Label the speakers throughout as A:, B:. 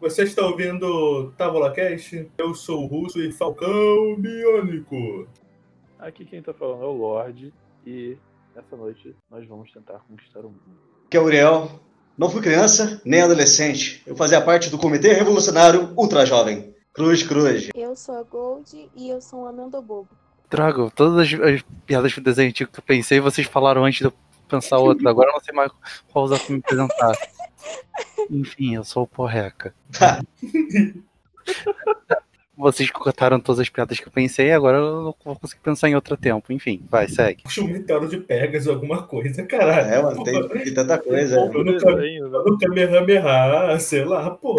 A: Você está ouvindo Távola Cast? Eu sou o Russo e Falcão Biônico.
B: Aqui quem tá falando é o Lorde e nessa noite nós vamos tentar conquistar o mundo.
C: que é o Uriel. Não fui criança nem adolescente. Eu fazia parte do Comitê Revolucionário Ultra Jovem. Cruz, cruz.
D: Eu sou a Gold e eu sou um amendo bobo.
E: Trago todas as, as piadas do desenho antigo que eu pensei, vocês falaram antes de eu pensar outra. Agora eu não sei mais qual usar pra me apresentar. Enfim, eu sou o Porreca.
C: Tá.
E: Vocês cortaram todas as piadas que eu pensei, agora eu não vou conseguir pensar em outro tempo. Enfim, vai, segue.
A: Puxa um meteoro de Pegasus, alguma coisa, caralho.
C: É, mano, tem, tem tanta
D: é.
C: coisa.
A: eu nunca-
B: desenho, né?
A: No Kamehameha, sei lá, pô.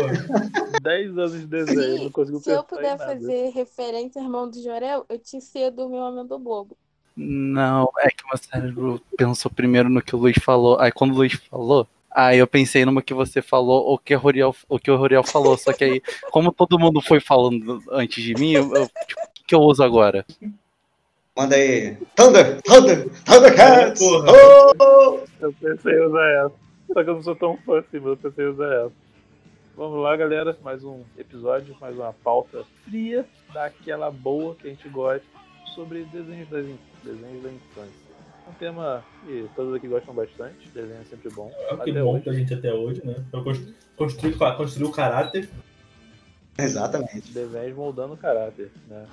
B: 10 anos de desenho, é, não conseguiu
D: Se
B: pensar
D: eu
B: em
D: puder
B: nada.
D: fazer referência ao irmão do Jorel, eu te cedo o meu amendo bobo.
E: Não, é que o meu cérebro pensou primeiro no que o Luiz falou. Aí quando o Luiz falou, aí eu pensei numa que você falou ou que o Roriel, ou que o Roriel falou. Só que aí, como todo mundo foi falando antes de mim, eu, eu- tipo, o que, que eu uso agora?
C: Manda aí. Thunder, Thunder, Thundercats.
A: Porra.
C: Oh!
B: Eu pensei em usar essa. Só que eu não sou tão fã assim, mas eu pensei em usar essa. Vamos lá, galera. Mais um episódio, mais uma pauta fria daquela boa que a gente gosta sobre desenhos da, desenhos da infância. Um tema que todos aqui gostam bastante. Desenho é sempre bom.
A: É o que
B: Até
A: monta a
B: hoje,
A: gente até hoje, né? Pra cons- construir, pra construir o caráter.
C: Exatamente.
B: desenhos moldando o caráter, né?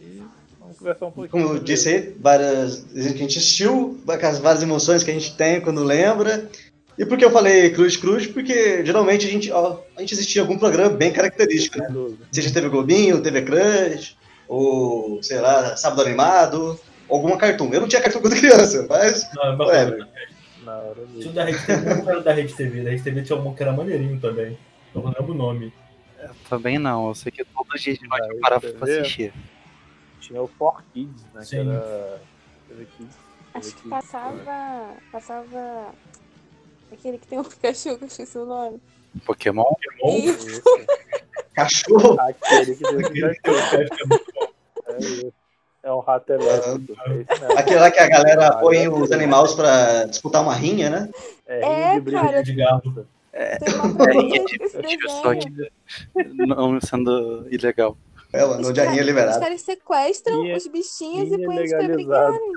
B: E vamos conversar um pouquinho.
C: Como eu
B: sobre
C: disse aí, várias desenhos que a gente assistiu, várias, várias emoções que a gente tem quando lembra. E por que eu falei Cruz Cruz? Porque geralmente a gente, ó, a gente assistia algum programa bem característico, né?
B: tudo.
C: Seja TV Globinho, TV Crunch, ou sei lá, Sábado Animado, ou alguma cartoon. Eu não tinha cartoon quando criança, mas.
A: Ah, mas-
C: Ué,
B: Na hora de-
A: Isso da Rede TV não era da Rede TV. Da Rede TV tinha um que era maneirinho também. Eu não lembro o nome.
E: Também não, eu sei que todo dia de nós
B: Vai,
E: parar
B: quer
E: pra
B: ver?
E: assistir.
B: Tinha o For Kids, né?
A: Sim.
B: Que era... TV Kids.
D: Acho
B: TV
D: que
B: Kids.
D: passava. Passava. Aquele que tem o Pikachu, que eu esqueci o nome.
E: Pokémon?
A: Pokémon?
D: Ih,
B: Isso.
C: Cachorro!
B: Aquele é que é tem que
A: Eu acho que é muito
B: É isso. É um rato elétrico. É isso mesmo.
C: Aquele lá que a galera põe os animais pra disputar uma rinha, né?
B: É,
D: É,
B: rinha de briga.
D: cara.
A: de garro.
D: Tem uma coisa que esse
E: Tira tipo, só
D: desenho.
E: que não sendo ilegal.
C: É, mano, onde a rinha é
D: Os
C: liberada.
D: caras sequestram
B: Rinha-
D: os bichinhos
B: rinha
D: e põem eles pra né?
B: legalizada.
D: brigarem.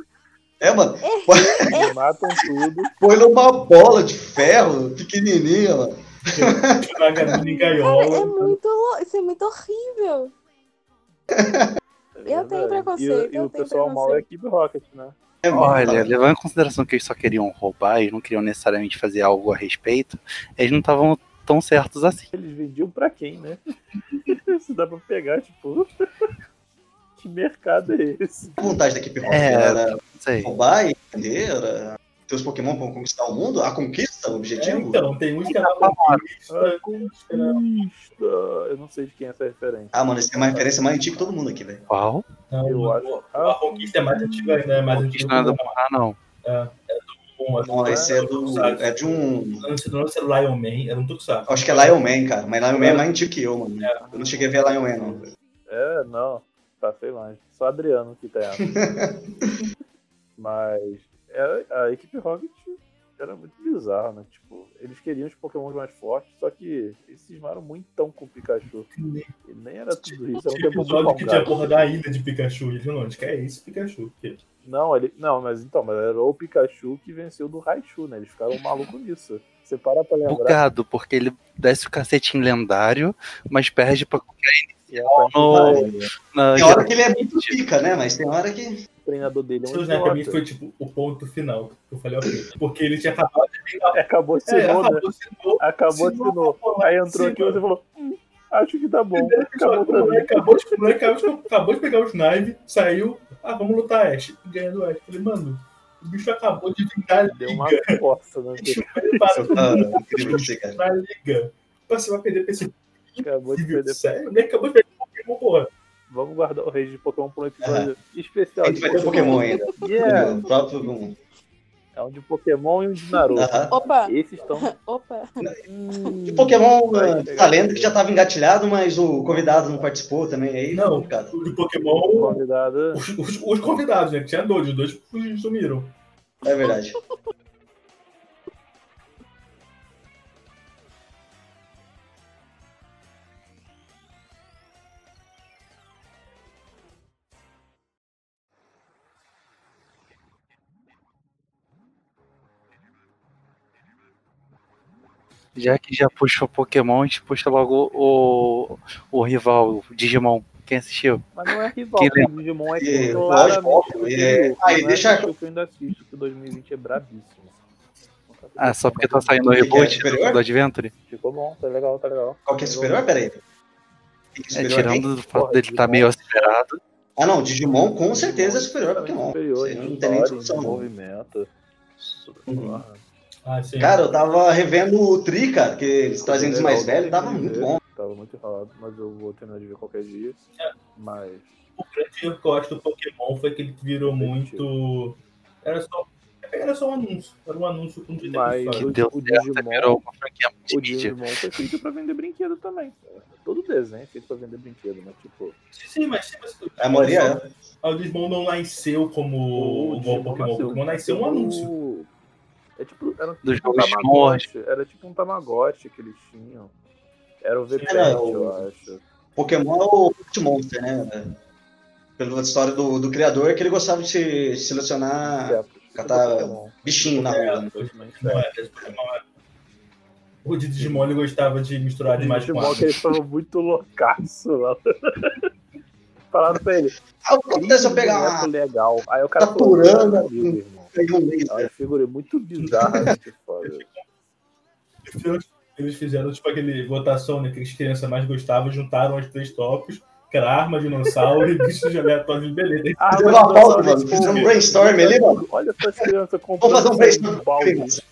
C: É, mano,
D: é.
B: Eles matam tudo.
C: põe numa bola de ferro, pequenininha, mano.
A: Jogar galinha em
D: Cara, é
A: gaiola.
D: muito. lou- Isso é muito horrível. Eu tenho preconceito,
B: E, e
D: eu
B: o
D: tenho
B: pessoal mal é a equipe Rocket, né?
C: É, mano,
E: Olha, levando em consideração que eles só queriam roubar e não queriam necessariamente fazer algo a respeito, eles não estavam tão certos assim.
B: Eles vendiam pra quem, né? Isso dá pra pegar, tipo. que mercado é esse?
C: a vontade da equipe Rocket
E: É.
C: era
E: Não sei.
C: roubar e entender, era ter os Pokémon pra conquistar o mundo, a conquista, o
A: É,
C: objetivo.
A: então, tem uns que era
B: Ah,
A: conquista.
B: conquista. Eu não sei de quem é essa referência.
C: Ah, mano, esse é uma referência mais antiga que todo mundo aqui, velho.
E: Qual?
A: Não,
B: Eu
A: Ah, o-
B: acho. Ah,
A: A conquista é mais antiga ainda, é mais
E: Conquista
A: antiga.
E: não é do Pará, não.
A: Bom, é do-
C: Não, esse é do. É de um.
A: Eu não sei o nome, se era Lion Man, era um tuxaco.
C: Acho que é Lion Man, cara. Mas Lion Man é mais antigo que eu, mano. Eu não cheguei a ver Lion Man, não.
B: É, não. Passei longe. Só Adriano que tá errado. Mas é, a equipe Rocket era muito bizarra, né? Tipo, eles queriam os Pokémon mais fortes, só que eles cismaram muito tão com o Pikachu. E nem era tudo isso, era um
A: Tinha
B: tempo muito
A: episódio que tinha a
B: alongado.
A: porra da ilha de Pikachu. Ele falou, onde que é isso, Pikachu? Porque
B: Não, ele, não, mas então, mas era o Pikachu que venceu do Raichu, né? Eles ficaram malucos nisso. Você para pra lembrar.
E: Bugado, porque ele desce o cacete em lendário, mas perde pra qualquer
B: O
E: no, na
C: Tem hora que ele é muito pica, né? Mas tem hora que.
B: treinador dele é um
A: Isso, né, pra mim
B: idiota.
A: foi tipo o ponto final. Eu falei, ok. Porque ele tinha acabado "É,
B: Acabou
A: de ser
B: Sinnoh, né? Acabou
A: Sinnoh,
B: Sinnoh.
A: porra,
B: Aí entrou aqui e
A: Sinnoh.
B: você falou, hum, acho que tá bom. Acabou pra mim.
A: Acabou de, o moleque acabou de- acabou de pegar o Snipe, saiu. Ah, vamos lutar Ash. Ganhando o Ash. Falei, mano, o bicho acabou de vingar a
B: Deu uma
A: liga.
B: força, né?
A: Ele bateu
C: Seu- Ah, incrível você, cara.
A: na liga. Pô, Você vai perder pra esse
B: Acabou de
A: nível.
B: perder.
A: Sério? O moleque acabou de perder o Pokémon, porra.
B: Vamos guardar o rei de Pokémon pra um episódio especial.
C: É. A gente vai ter Pokémon ainda.
B: Yeah!
C: O próprio Pokémon.
B: É um de Pokémon e um de Naruto.
C: Aham.
D: Opa,
B: Esses estão.
D: opa.
C: O Pokémon
B: Vai
C: ah,
B: pegar.
C: tá lendo que já tava engatilhado, mas o convidado não participou também. Aí
A: Não.
C: ficou complicado.
A: O de Pokémon,
B: Convidado.
A: os, os- os convidados, né? Que tinha dois, os dois sumiram.
C: É verdade.
E: Já que já puxou Pokémon, a gente puxa logo o, o rival, o Digimon. Quem assistiu?
B: Mas não é rival,
E: Que
B: né? o Digimon é
C: É,
B: claramente
C: lógico,
B: superior,
C: é.
B: não
C: Aí,
B: é
C: deixa-
B: porque Eu ainda assisto, que 2020 é brabíssimo.
E: Ah, só porque tá saindo o reboot do, do Adventure?
B: Ficou bom, tá legal, tá legal.
C: Qual que é superior? Peraí. Quem que é
E: É,
C: superior a quem?
E: tirando o fato dele estar tá meio acelerado.
C: Ah, não. Digimon com certeza é superior a Pokémon.
B: Superior,
C: Isso aí não
B: em
C: tem nem
B: história,
C: discussão.
B: em movimento.
C: Uhum.
A: Ah, sim.
C: Cara, eu tava revendo o Tri, cara, que eles trazem eles mais velhos, tava
B: né?
C: muito bom.
B: Tava muito enrolado, mas eu vou terminar de ver qualquer dia.
A: É.
B: Mas
A: o grande erro que eu acho do Pokémon foi que ele virou muito. Era só. Era só um anúncio. Era um anúncio com 30
B: Mas-
A: episódios.
E: Que
B: O-
E: deu
B: o
E: certo,
B: Digimon-
E: virou uma franquia
B: o
E: multimídia.
B: Digimon foi feito pra vender brinquedo também. Todo desenho é feito pra vender brinquedo, mas tipo,
A: Sim, sim, mas. Sim, mas
C: A maioria é.
A: O Digimon não nasceu como igual o Pokémon. O Pokémon nasceu um anúncio.
B: tipo É tipo, era
E: Dos
B: tipo um
E: jogos de
B: Tamagotchi. Era tipo um Tamagotchi que eles tinham. Era o VPN,
C: Era o-
B: eu acho.
C: Pokémon é o Pet Monster, né? Pela história do, do criador, é que ele gostava de se-
B: é
C: selecionar
B: Insetos.
C: catar-
B: Tipo Pokémon.
C: bichinho na
A: É,
C: rua. né?
B: Pokémon insetos.
A: Não era, Pokémon era- O de Digimon ele gostava de misturar demais com
B: Digimon
A: água.
B: que eles foram muito loucaço lá. Falaram pra ele,
C: Ah, o que acontece se eu pegar
B: boneco
C: uma,
B: legal. Aí o cara
C: Tá
B: falou,
C: purando,
B: "Meu Deus, irmão."
C: pegar um
B: É uma
C: laser?
B: figura muito bizarra, gente, foda.
A: Eles fizeram tipo aquele votação né, que as crianças mais gostavam, juntaram os três tópicos, que era arma, dinossauro e bichos aleatórios, beleza.
B: Ah,
C: Deu
B: mas
C: uma pausa,
B: olha,
C: mano.
B: tipo,
C: Fizemos um brainstorm ali, mano.
B: Olha essas crianças comprando
C: Vamos fazer um
B: um
C: brainstorm.
B: balde.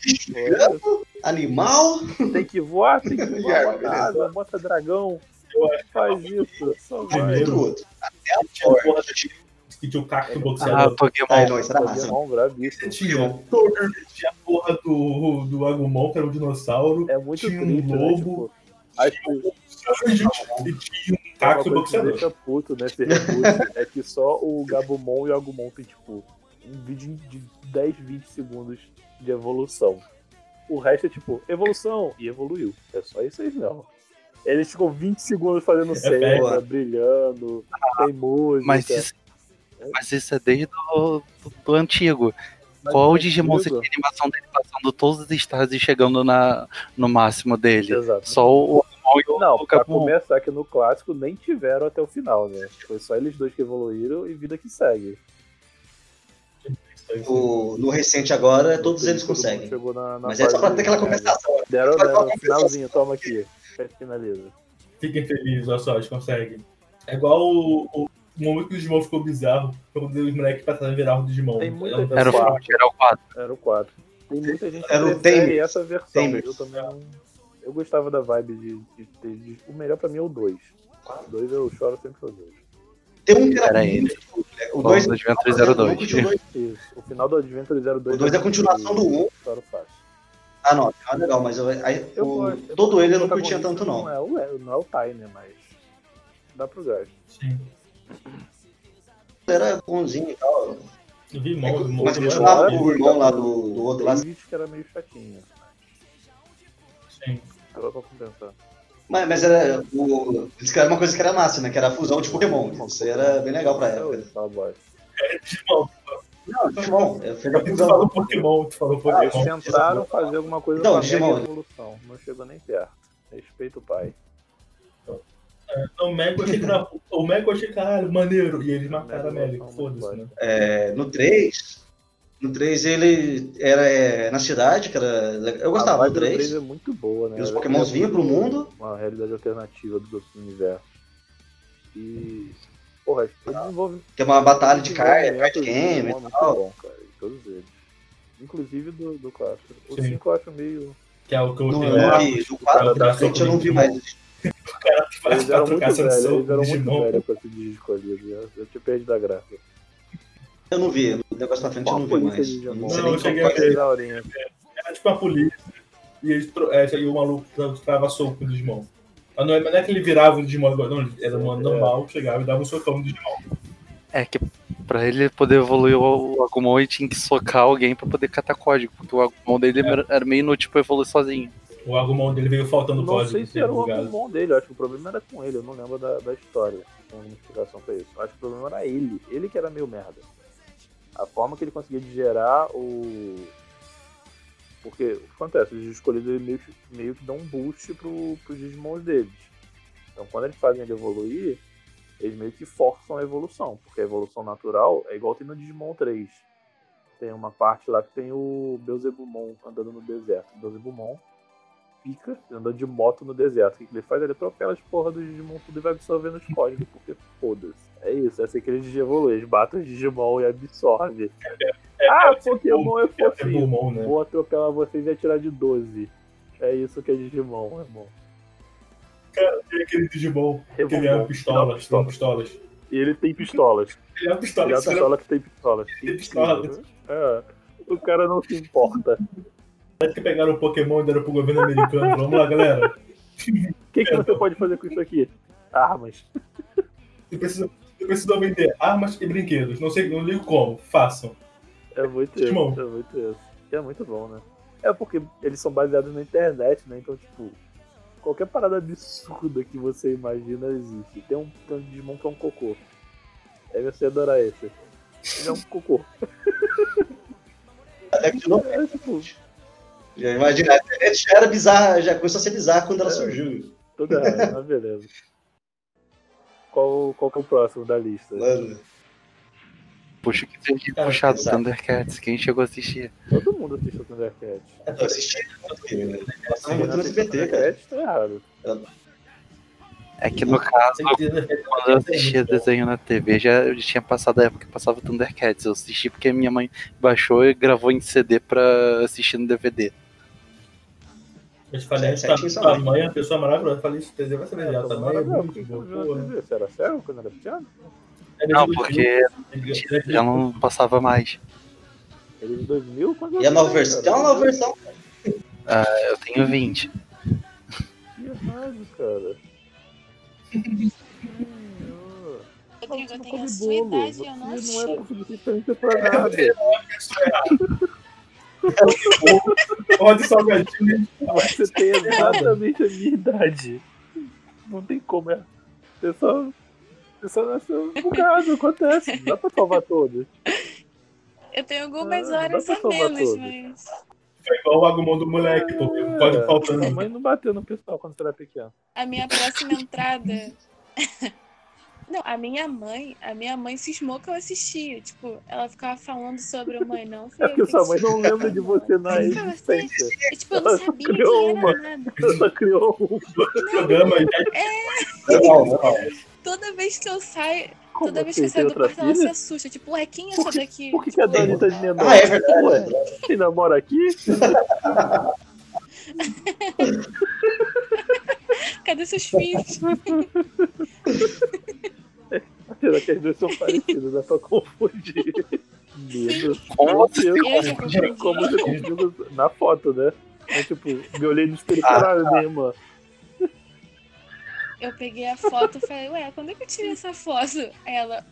C: Gigante, um Animal.
B: Tem que voar, tem que voar
C: Yeah,
B: uma casa, bota dragão.
A: Eu acho
B: Faz isso, só vai.
A: Primeiro,
C: Outro, outro.
A: Tinha a porra do que tinha o cacto
E: Ah,
A: boxeador.
C: Ah,
E: Pokémon.
C: não, isso era massa. mano.
B: Digimon, bravíssimo.
A: Tinha, tinha a porra do, do Agumon, que era um dinossauro. um
B: É muito
A: Tinha um
B: triste, né?
A: lobo.
B: Tipo, aí, tipo,
A: E tinha um
B: Uma
A: cacto
B: coisa que me
A: boxeador.
B: deixa puto nesse reboot é que só o Gabumon e o Agumon tem, tipo, um vídeo de 10, 20 segundos de evolução. O resto é, tipo, evolução e evoluiu. É só isso aí mesmo. Eles ficam 20 segundos fazendo cena,
C: boa.
B: brilhando, tem música.
E: Mas isso, mas isso é desde o do, do antigo.
B: Mas
E: Qual
B: não
E: o Digimon você
B: liga.
E: tinha animação dele passando todos os estados e chegando na, no máximo dele?
B: Exato.
E: é Só o Agumon e o
B: Não, pra
E: Pokémon.
B: começar que no clássico nem tiveram até o final, né? Foi só eles dois que evoluíram e vida que segue.
A: Assim,
C: O- no recente agora, todos
B: Todo
C: eles
B: mundo
C: conseguem.
B: Chegou na, na
C: Mas é só pra
B: fase um, né?
C: ter aquela
B: final.
C: compensação.
B: Deram,
C: Vai dar
B: deram,
C: uma
B: finalzinho, toma aqui. Finaliza.
A: Fiquem felizes, olha só, eles conseguem. É igual o, o momento que o Digimon ficou bizarro, foi quando os moleques passaram a virar o Digimon.
B: Tem muita
A: Era um
E: Era o
A: pessoal-
E: Forte, era o 4.
B: Era o 4. Tem muita gente
C: Era
B: que
C: o
B: prefere
C: Tamers.
B: essa versão.
C: Tamers.
B: Eu também não- Eu gostava da vibe de, de, de- de- O melhor pra mim é o 2. O 2 eu choro sempre com o 2.
C: Tem um que era
E: Pera aí.
C: muito- né? O
E: Dois,
C: 2
E: do Adventure 02.
B: Isso. O final do Adventure 02.
C: é O dois é a continuação do um.
B: Choro fácil.
C: Ah, não, é legal, mas eu- aí-
B: Eu
C: o-
B: gosto.
C: todo ele eu não
B: O protagonista
C: curtia tanto, não.
B: é, o, é- não é o Tai, né? Mas. Dá pro gás.
A: Sim.
C: Era bonzinho e tal.
A: Eu vi
C: É que-
A: Mon- Mon-
C: mas eu
A: Mon-
C: jogava
A: Mon-
C: o irmão lá do, do outro lá.
B: Tem vídeo que era meio chatinho.
A: Sim.
B: Tava pra compensar.
C: Mas, mas era, o, eles criaram uma coisa que era massa, né? Que era a fusão de Pokémon. Isso era bem legal pra
B: Eu,
C: época.
B: eu tava boy.
A: Digimon,
C: Não, Digimon. é, Fez a
A: tu
C: fusão.
A: falou Pokémon, tu falou
B: Eles
A: Pokémon.
B: tentaram fazer alguma coisa
C: Então,
B: com a mega
C: Digimon.
B: evolução. Não chegou nem perto. Respeita o pai.
A: Então, o Mega eu achei que era. O Mega eu achei caralho, maneiro. E eles mataram a
B: Mega
A: Mega,
B: evolução,
A: foda-se,
B: muito
A: né?
C: É, no 3. No 3 ele era é, na cidade, que era. Eu
B: a
C: gostava
B: vibe do
C: do 3.
B: é muito boa, né?
C: E os
B: Ela
C: Pokémons
B: cria
C: vinham pro mundo.
B: Uma realidade alternativa dos outros universos. E. Porra, ele desenvolve.
C: Que é uma batalha de
B: desenvolvimento
C: carta, card
B: do
C: game.
B: Digimon é muito
C: tal.
B: bom, cara. em Todos eles. Inclusive do, do 4. O
A: Sim.
B: 5 eu acho meio.
A: Que é o que eu
C: No,
A: tenho.
C: no, que- no 4
A: tá
C: pra frente eu não vi mais.
B: Eles eram muito velhos, eles eram muito
A: Digimon.
B: velhos pra se desescolher. Eu- Eu tinha perdido a graça.
C: Eu não vi. O negócio pra frente eu não vi mais.
B: de Digimon?
C: Não sei
A: Não,
C: nem
A: eu cheguei
C: como
A: a
C: fazer.
A: ver.
B: Três horinhas.
A: Era tipo a polícia. E, eles, tro- é, e o maluco tra- trava soco no Digimon. Mas não é, mas não é que ele virava o Digimon agora, não. ele Era um
B: É.
A: normal, chegava e dava um socão no Digimon.
E: É que pra ele poder evoluir o o Agumon, ele tinha que socar alguém pra poder catar código, porque o Agumon dele era- era meio inútil pra evoluir sozinho.
A: O Agumon dele veio faltando
B: Não
A: código.
B: sei se
A: teve
B: era o
A: bugado.
B: Agumon dele, eu acho que o problema era com ele, eu não lembro da, da história. Tem alguma explicação pra isso. Eu acho que o problema era ele, ele que era meio merda. A forma que ele conseguia de gerar o, Porque o que acontece? Os escolhidos eles meio, que- meio que dão um boost pro, pros Digimons deles. Então quando eles fazem ele evoluir, eles meio que forçam a evolução. Porque a evolução natural é igual tem no Digimon 3. Tem uma parte lá que tem o Beelzebumon andando no deserto. O Beelzebumon pica, andando de moto no deserto. O que que ele faz? Ele atropela as porra do Digimon tudo e vai absorvendo os códigos, porque foda-se. É isso, é assim que eles Digimon, eles batem os Digimon e absorve. Ah, Pokémon é
A: É
B: fofinho.
A: pulmão, né?
B: Vou atropelar vocês e atirar de 12. É isso que é Digimon, irmão.
A: Tem aquele Digimon que ele
B: Revolver.
A: leva pistolas,
B: Não,
A: tem pistolas.
B: E ele tem pistolas.
A: Ele leva
B: Ele é a
A: pistolas, ele leva
B: pistola que tem pistolas.
A: tem pistolas.
B: É. O cara não se importa.
A: Parece que pegaram o Pokémon e deram pro governo americano. Vamos lá, galera.
B: O que, que você pode fazer com isso aqui? Armas.
A: Você precisa, você precisa vender armas e brinquedos. Não sei, não ligo como. Façam.
B: É muito isso.
A: Digimon.
B: É muito isso. E é muito bom, né? É porque eles são baseados na internet, né? Então, tipo, qualquer parada absurda que você imagina existe. Tem um, tem um Digimon que é um cocô. Aí você ia adorar esse. Ele é um cocô.
C: Até que de novo,
B: É tipo,
C: já imagina, a internet já era bizarra, já começou a ser bizarra quando ela surgiu.
B: Toda área, mas beleza. Qual, qual que é o próximo da lista?
C: Mano,
E: Puxa, que seja
A: Cara,
E: puxado
C: exato.
E: Thundercats, quem chegou a assistir.
B: Todo mundo assiste o Thundercat.
C: eu assisti tanto filme, né? Eu
B: Se
C: tava
B: não
C: muito no
B: assiste
C: SBT, cara.
B: Thundercats, tá errado.
E: É que no caso, quando eu assistia desenho na TV, já eu já tinha passado a época que passava Thundercats. Eu assisti porque minha mãe baixou e gravou em CD pra assistir no DVD.
A: Eu te falei,
C: Certinho,
A: essa
C: só
A: tua
C: bem.
A: mãe é uma pessoa maravilhosa. Eu falei isso, entendeu? Vai saber
B: É,
A: dela.
B: todo
A: Tua
B: mundo
A: mãe é
B: era
A: muito
B: branco,
A: boa.
B: todo mundo
A: porra.
B: era TV. Será sério quando era pequeno?
A: É desde
E: Não,
A: 2000,
E: porque
A: desde
E: já não passava mais.
B: Ele é de 2000? Quando eu
C: E a
B: nasci,
C: nova versão, tem
B: cara.
C: uma nova versão.
E: Eu tenho 20.
B: Que errado, cara. Senhor.
F: Rodrigo, eu
B: Não
F: tenho a
B: come
F: sua
B: bolo.
F: idade e
B: Você
F: eu não
B: não
F: assisti.
B: é suficiente pra nada.
A: Roda de salgadinho.
B: Você tem exatamente a minha idade. Não tem como é. Você só. Você só nasceu no caso, acontece. Não dá pra salvar todos.
F: Eu tenho algumas
B: Ah, não dá
F: horas
B: pra
F: a
B: salvar
F: menos,
B: tudo.
F: mas.
A: Foi igual o Agumon do moleque, pô. Pode
B: É, Sua
A: faltando. um
B: mãe não bateu no pessoal quando você era pequeno.
F: A minha próxima entrada. Não, a minha mãe, a minha mãe cismou que eu assistia. Tipo, ela ficava falando sobre mãe, não.
B: É
F: fui eu
B: porque
F: que
B: sua mãe
F: assisti.
B: não lembra de você na
F: Então,
B: existência.
F: E, tipo, eu não
B: Ela
F: sabia
B: criou
F: que
B: uma.
F: era nada.
B: Você só criou um.
A: Programa e
C: Não, não.
F: Toda vez que eu saio,
B: Como
F: toda vez
B: assim?
F: que eu saio
B: Tem
F: do
B: outra
F: quarto, ela se
B: filha?
F: assusta. Tipo, ué, quem é
B: Por
F: essa daqui? Tipo,
B: Por que, que a Dani tá de menor?
C: Ah, é verdade.
B: Ué, você namora aqui?
F: Cadê seus filhos?
B: Será que as duas são parecidas? Dá pra confundir. Medo.
E: Como
C: assim?
B: Meu Deus.
F: tipo, Eu já confundi.
B: Como você confundiu na foto, né? Eu, tipo, me olhei no espelho e
C: Ah,
B: caralho,
C: tá."
B: minha irmã. assim?
F: Eu peguei a foto e falei, ué, quando é que eu tirei essa foto? Aí ela.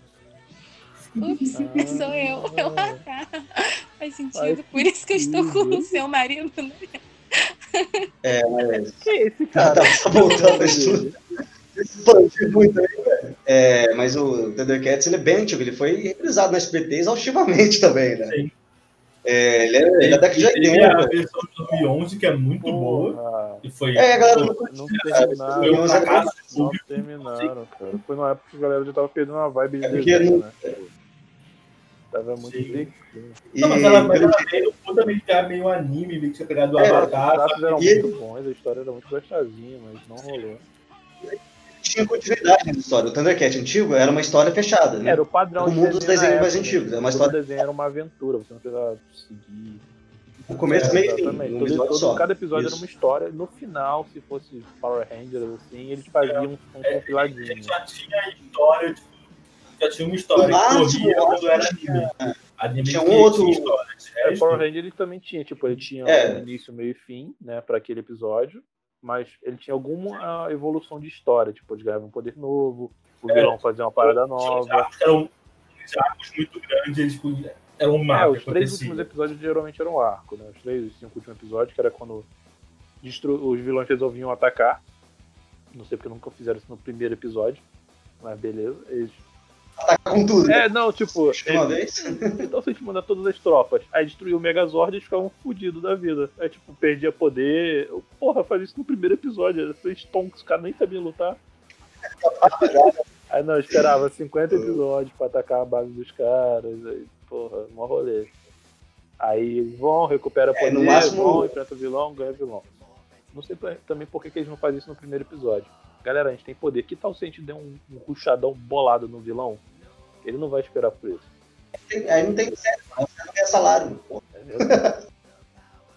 F: Ups,
B: Ah.
F: sou eu. Eu, ah, tá. Faz sentido,
B: Faz
F: por isso que eu estou com
B: sentido.
F: o seu marido. né?
C: É, mas.
B: Que esse
C: Ah,
B: cara?
C: tá tá voltando a estudo. Expandiu muito aí, velho. É, mas o Thundercats ele é bem antigo, ele foi reprisado no SBT exaustivamente também, né?
A: Sim.
C: É, ele, é, ele é da década de
A: Tem a
C: 80.
A: versão de 2011, que é muito boa.
B: Porra,
A: E foi.
C: É, a galera Ah, não
A: foi
B: não
A: Foi um
B: terminaram.
A: fracasso.
B: Não terminaram, cara. Foi numa época que a galera já tava perdendo uma vibe de
C: É porque
B: desenho,
C: não-
B: né? Tipo, Tava muito
A: Sim.
B: bem.
C: E
A: Não, mas ela, mas
C: pelo-
A: ela meio, toda meio, tá meio anime, meio que tinha pegado o
C: É,
B: Os
A: Avatar.
B: traços eram
C: E-
B: muito bons, a história era muito gostosinha, mas não rolou.
C: tinha continuidade na história. O Thundercat antigo era uma história fechada, né?
B: Era o padrão
C: O
B: de
C: mundo dos
B: desenho na
C: desenhos mais
B: época,
C: antigos,
B: né?
C: é uma
B: Todo
C: história-
B: desenho era uma aventura, você não precisava seguir.
C: O começo, meio e fim,
B: Exatamente.
C: um
B: Todo-
C: episódio
B: todo-
C: só.
B: Cada episódio era
C: Isso.
B: uma história. No final, se fosse Power Rangers, assim, eles faziam um
A: A
B: compiladinho.
A: gente já tinha a história, tipo, já tinha uma
C: No
A: história. que
C: máximo,
A: corria
C: eu
A: quando era
C: acho que
A: anime. Anime
C: tinha um
A: que
C: outro-
A: história, de
B: É,
A: resto,
B: Power Ranger ele também tinha, tipo, ele tinha
C: É.
B: um início, meio e fim, né, pra aquele episódio, mas ele tinha alguma ah, evolução de história, tipo, eles ganhavam um poder novo, o
A: É.
B: vilão fazia uma parada
A: tinha uns
B: nova.
A: arcos que eram uns arcos é um muito grandes, eles, tipo, era um
B: É,
A: mapa.
B: os três
A: acontecia.
B: últimos episódios geralmente eram arco, né, os três, os cinco últimos episódios, que era quando destru- os vilões resolviam atacar, não sei porque nunca fizeram isso no primeiro episódio, mas beleza, eles
C: Atacar com tudo. né?
B: É, não, tipo,
C: Acho que Uma vez.
B: Então se a gente mandar todas as tropas, aí destruiu o Megazord e eles ficavam fodidos da vida. Aí, tipo, perdia poder. Eu, porra, fazia isso no primeiro episódio. Era esses tonks, os caras nem sabiam lutar. aí não, eu esperava 50 episódios pra atacar a base dos caras. Aí, porra, mó rolê. Aí eles vão, recupera
C: É,
B: poder,
C: no máximo-
B: vão, enfrenta vilão, ganha vilão. Não sei pra- também por que, que eles não fazem isso no primeiro episódio. Galera, a gente tem poder. Que tal se a gente der um, um ruchadão bolado no vilão? Ele não vai esperar por isso.
C: Tem- Aí não tem sério, mano. Você não ganha salário. Pô,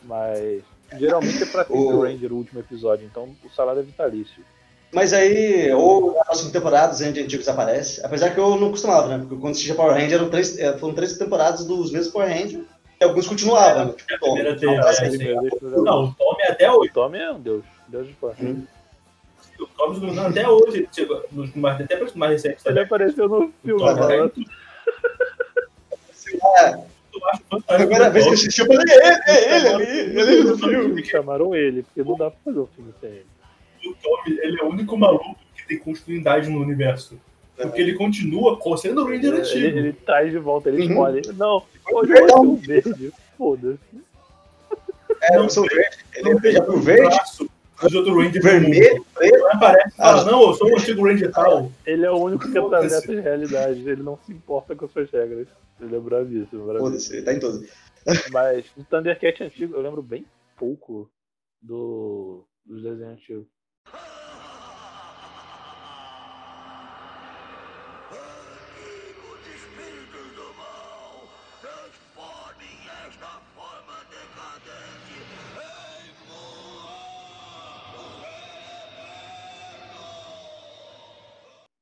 B: Mas geralmente é pra ter
C: O-
B: o Ranger o último episódio, então o salário é vitalício.
C: Mas aí, ou na próxima temporada, os Rangers antigos aparecem. Apesar que eu não costumava, né? Porque quando assistia Power Ranger, eram três, eh, foram três temporadas dos mesmos Power Rangers. E alguns continuavam, né? Tipo,
A: A
C: Tom.
A: primeira
C: Não,
A: tem-
C: tá certo.
B: Primeiro, deixa eu ver.
A: É, Não, o Tommy até hoje.
B: O Tommy é um deus, deus de força.
A: O Tommy não, até hoje. Chegou, nos mais, até para os mais recentes.
B: Ele
A: Tá?
B: apareceu no filme,
C: Tommy.
B: falando,
A: Eu acho fantástico.
C: A primeira vez que eu assisti, eu falei, é ele, é ele, é ele, é ele do filme.
B: chamaram ele, porque não dá pra fazer um filme sem ele.
A: o Tommy, ele é o único maluco que tem continuidade no universo. Porque ele continua co- sendo o Ranger
B: Ele,
A: antigo.
B: ele traz de volta, ele
C: é um Uhum. é
B: escolhe. Não, hoje eu
C: Verdade.
B: vou ser um verde. Foda-se.
C: É, eu sou verde. Ele veja pro
A: O
C: verde,
A: braço dos Um outros Rangers do mundo.
C: vermelho, preto.
A: Ele aparece e fala,
C: Ah.
A: não, eu sou o antigo Ranger tal.
B: Ele é o único que
C: Foda-se.
B: atravessa as realidades, ele não se importa com as suas regras. Ele é bravíssimo, bravíssimo.
C: Foda-se, ele tá em todos.
B: Mas no Thundercat antigo, eu lembro bem pouco do, dos desenhos antigos.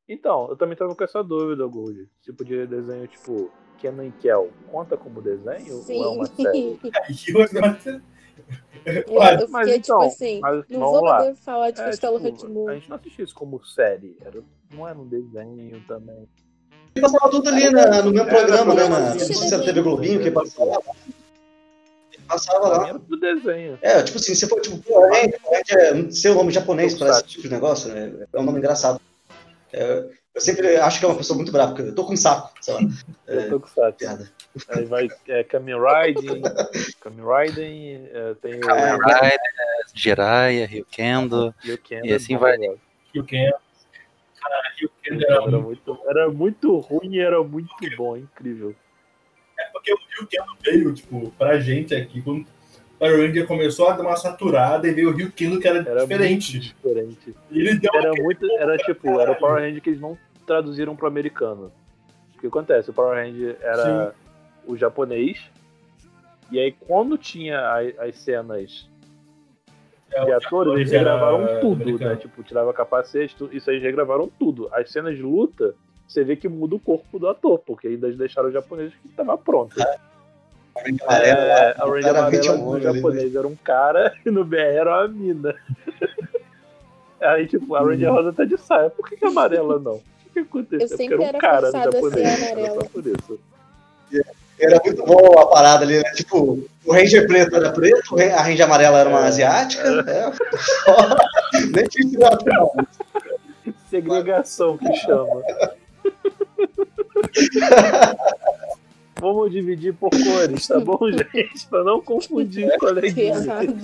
B: Então, eu também tava com essa dúvida, Gold. Tipo de desenho tipo Kenan e Kel, conta como desenho ou é uma série?
A: E eu-
D: Eu,
A: Mas-
D: eu
B: mas
D: fiquei
B: então,
D: tipo assim,
B: mas
D: não
B: vamos
D: vou
B: lá.
D: poder falar de
B: É,
D: Castelo
B: tipo, a
D: Hotmoon.
B: gente não assistia isso como série, era, não era um desenho também.
C: Ele passava tudo ali na- no meu
B: É,
C: programa, né,
D: eu
C: mano? Não
D: assisti
C: sei se era
D: desenho.
C: TV Globinho que passava lá. Ele passava
B: Pra mim
C: lá.
B: Era do desenho.
C: É, tipo assim, você for tipo, Power Ranger, Power Ranger é um- seu nome japonês para esse tipo de negócio, né? É um nome engraçado. É, eu sempre acho que é uma pessoa muito brava, porque eu tô com um saco, sei lá,
B: Eu tô com saco.
C: piada.
B: Aí vai é, Kamen Riding, Kamen Riding, é, tem o
C: É.
E: Ryder, Jiraiya, Ryukendo.
B: Yokendo.
E: E assim vai.
A: E o Ken. Cara, e o Ken Ah, era
B: Era muito, era muito ruim e era muito bom, incrível.
A: Porque o Rio Kendo veio, tipo, pra gente aqui, quando o Power Ranger começou a dar uma saturada e veio o Rio Kendo que era,
B: Era
A: diferente.
B: muito diferente.
A: E ele deu
B: Então, Era muito, era tipo, era o Power Ranger que eles não traduziram pro americano. O que acontece? O Power Ranger era o japonês. E aí quando tinha a- as cenas de atores, eles
A: era
B: regravaram tudo,
A: americano.
B: né? Tipo, tirava capacete, tudo, isso aí eles regravaram tudo. As cenas de luta, você vê que muda o corpo do ator, porque ainda deixaram o japonês que tava pronto.
C: Amarelo,
B: É, a Ranger
C: claramente
B: Amarela
C: é um
B: no
C: olho ali,
B: japonês era um cara e no BR era uma mina. Aí, tipo, a Ranger Rosa tá de saia. Por que, que a amarela não? O que aconteceu?
D: Eu
B: Porque
D: sempre
B: era um
D: era
B: cara no
D: forçada a ser
B: japonês. Era
D: amarela.
B: só por isso.
C: Era muito bom a parada ali, né? Tipo, o Ranger preto era preto, o Ra- a Ranger amarela era uma asiática. né? Só- Nem tinha tirado, não.
B: Segregação que chama. Vamos dividir por cores, tá bom, gente? Pra não confundir os
D: Que
B: coleguinhas.
D: errado.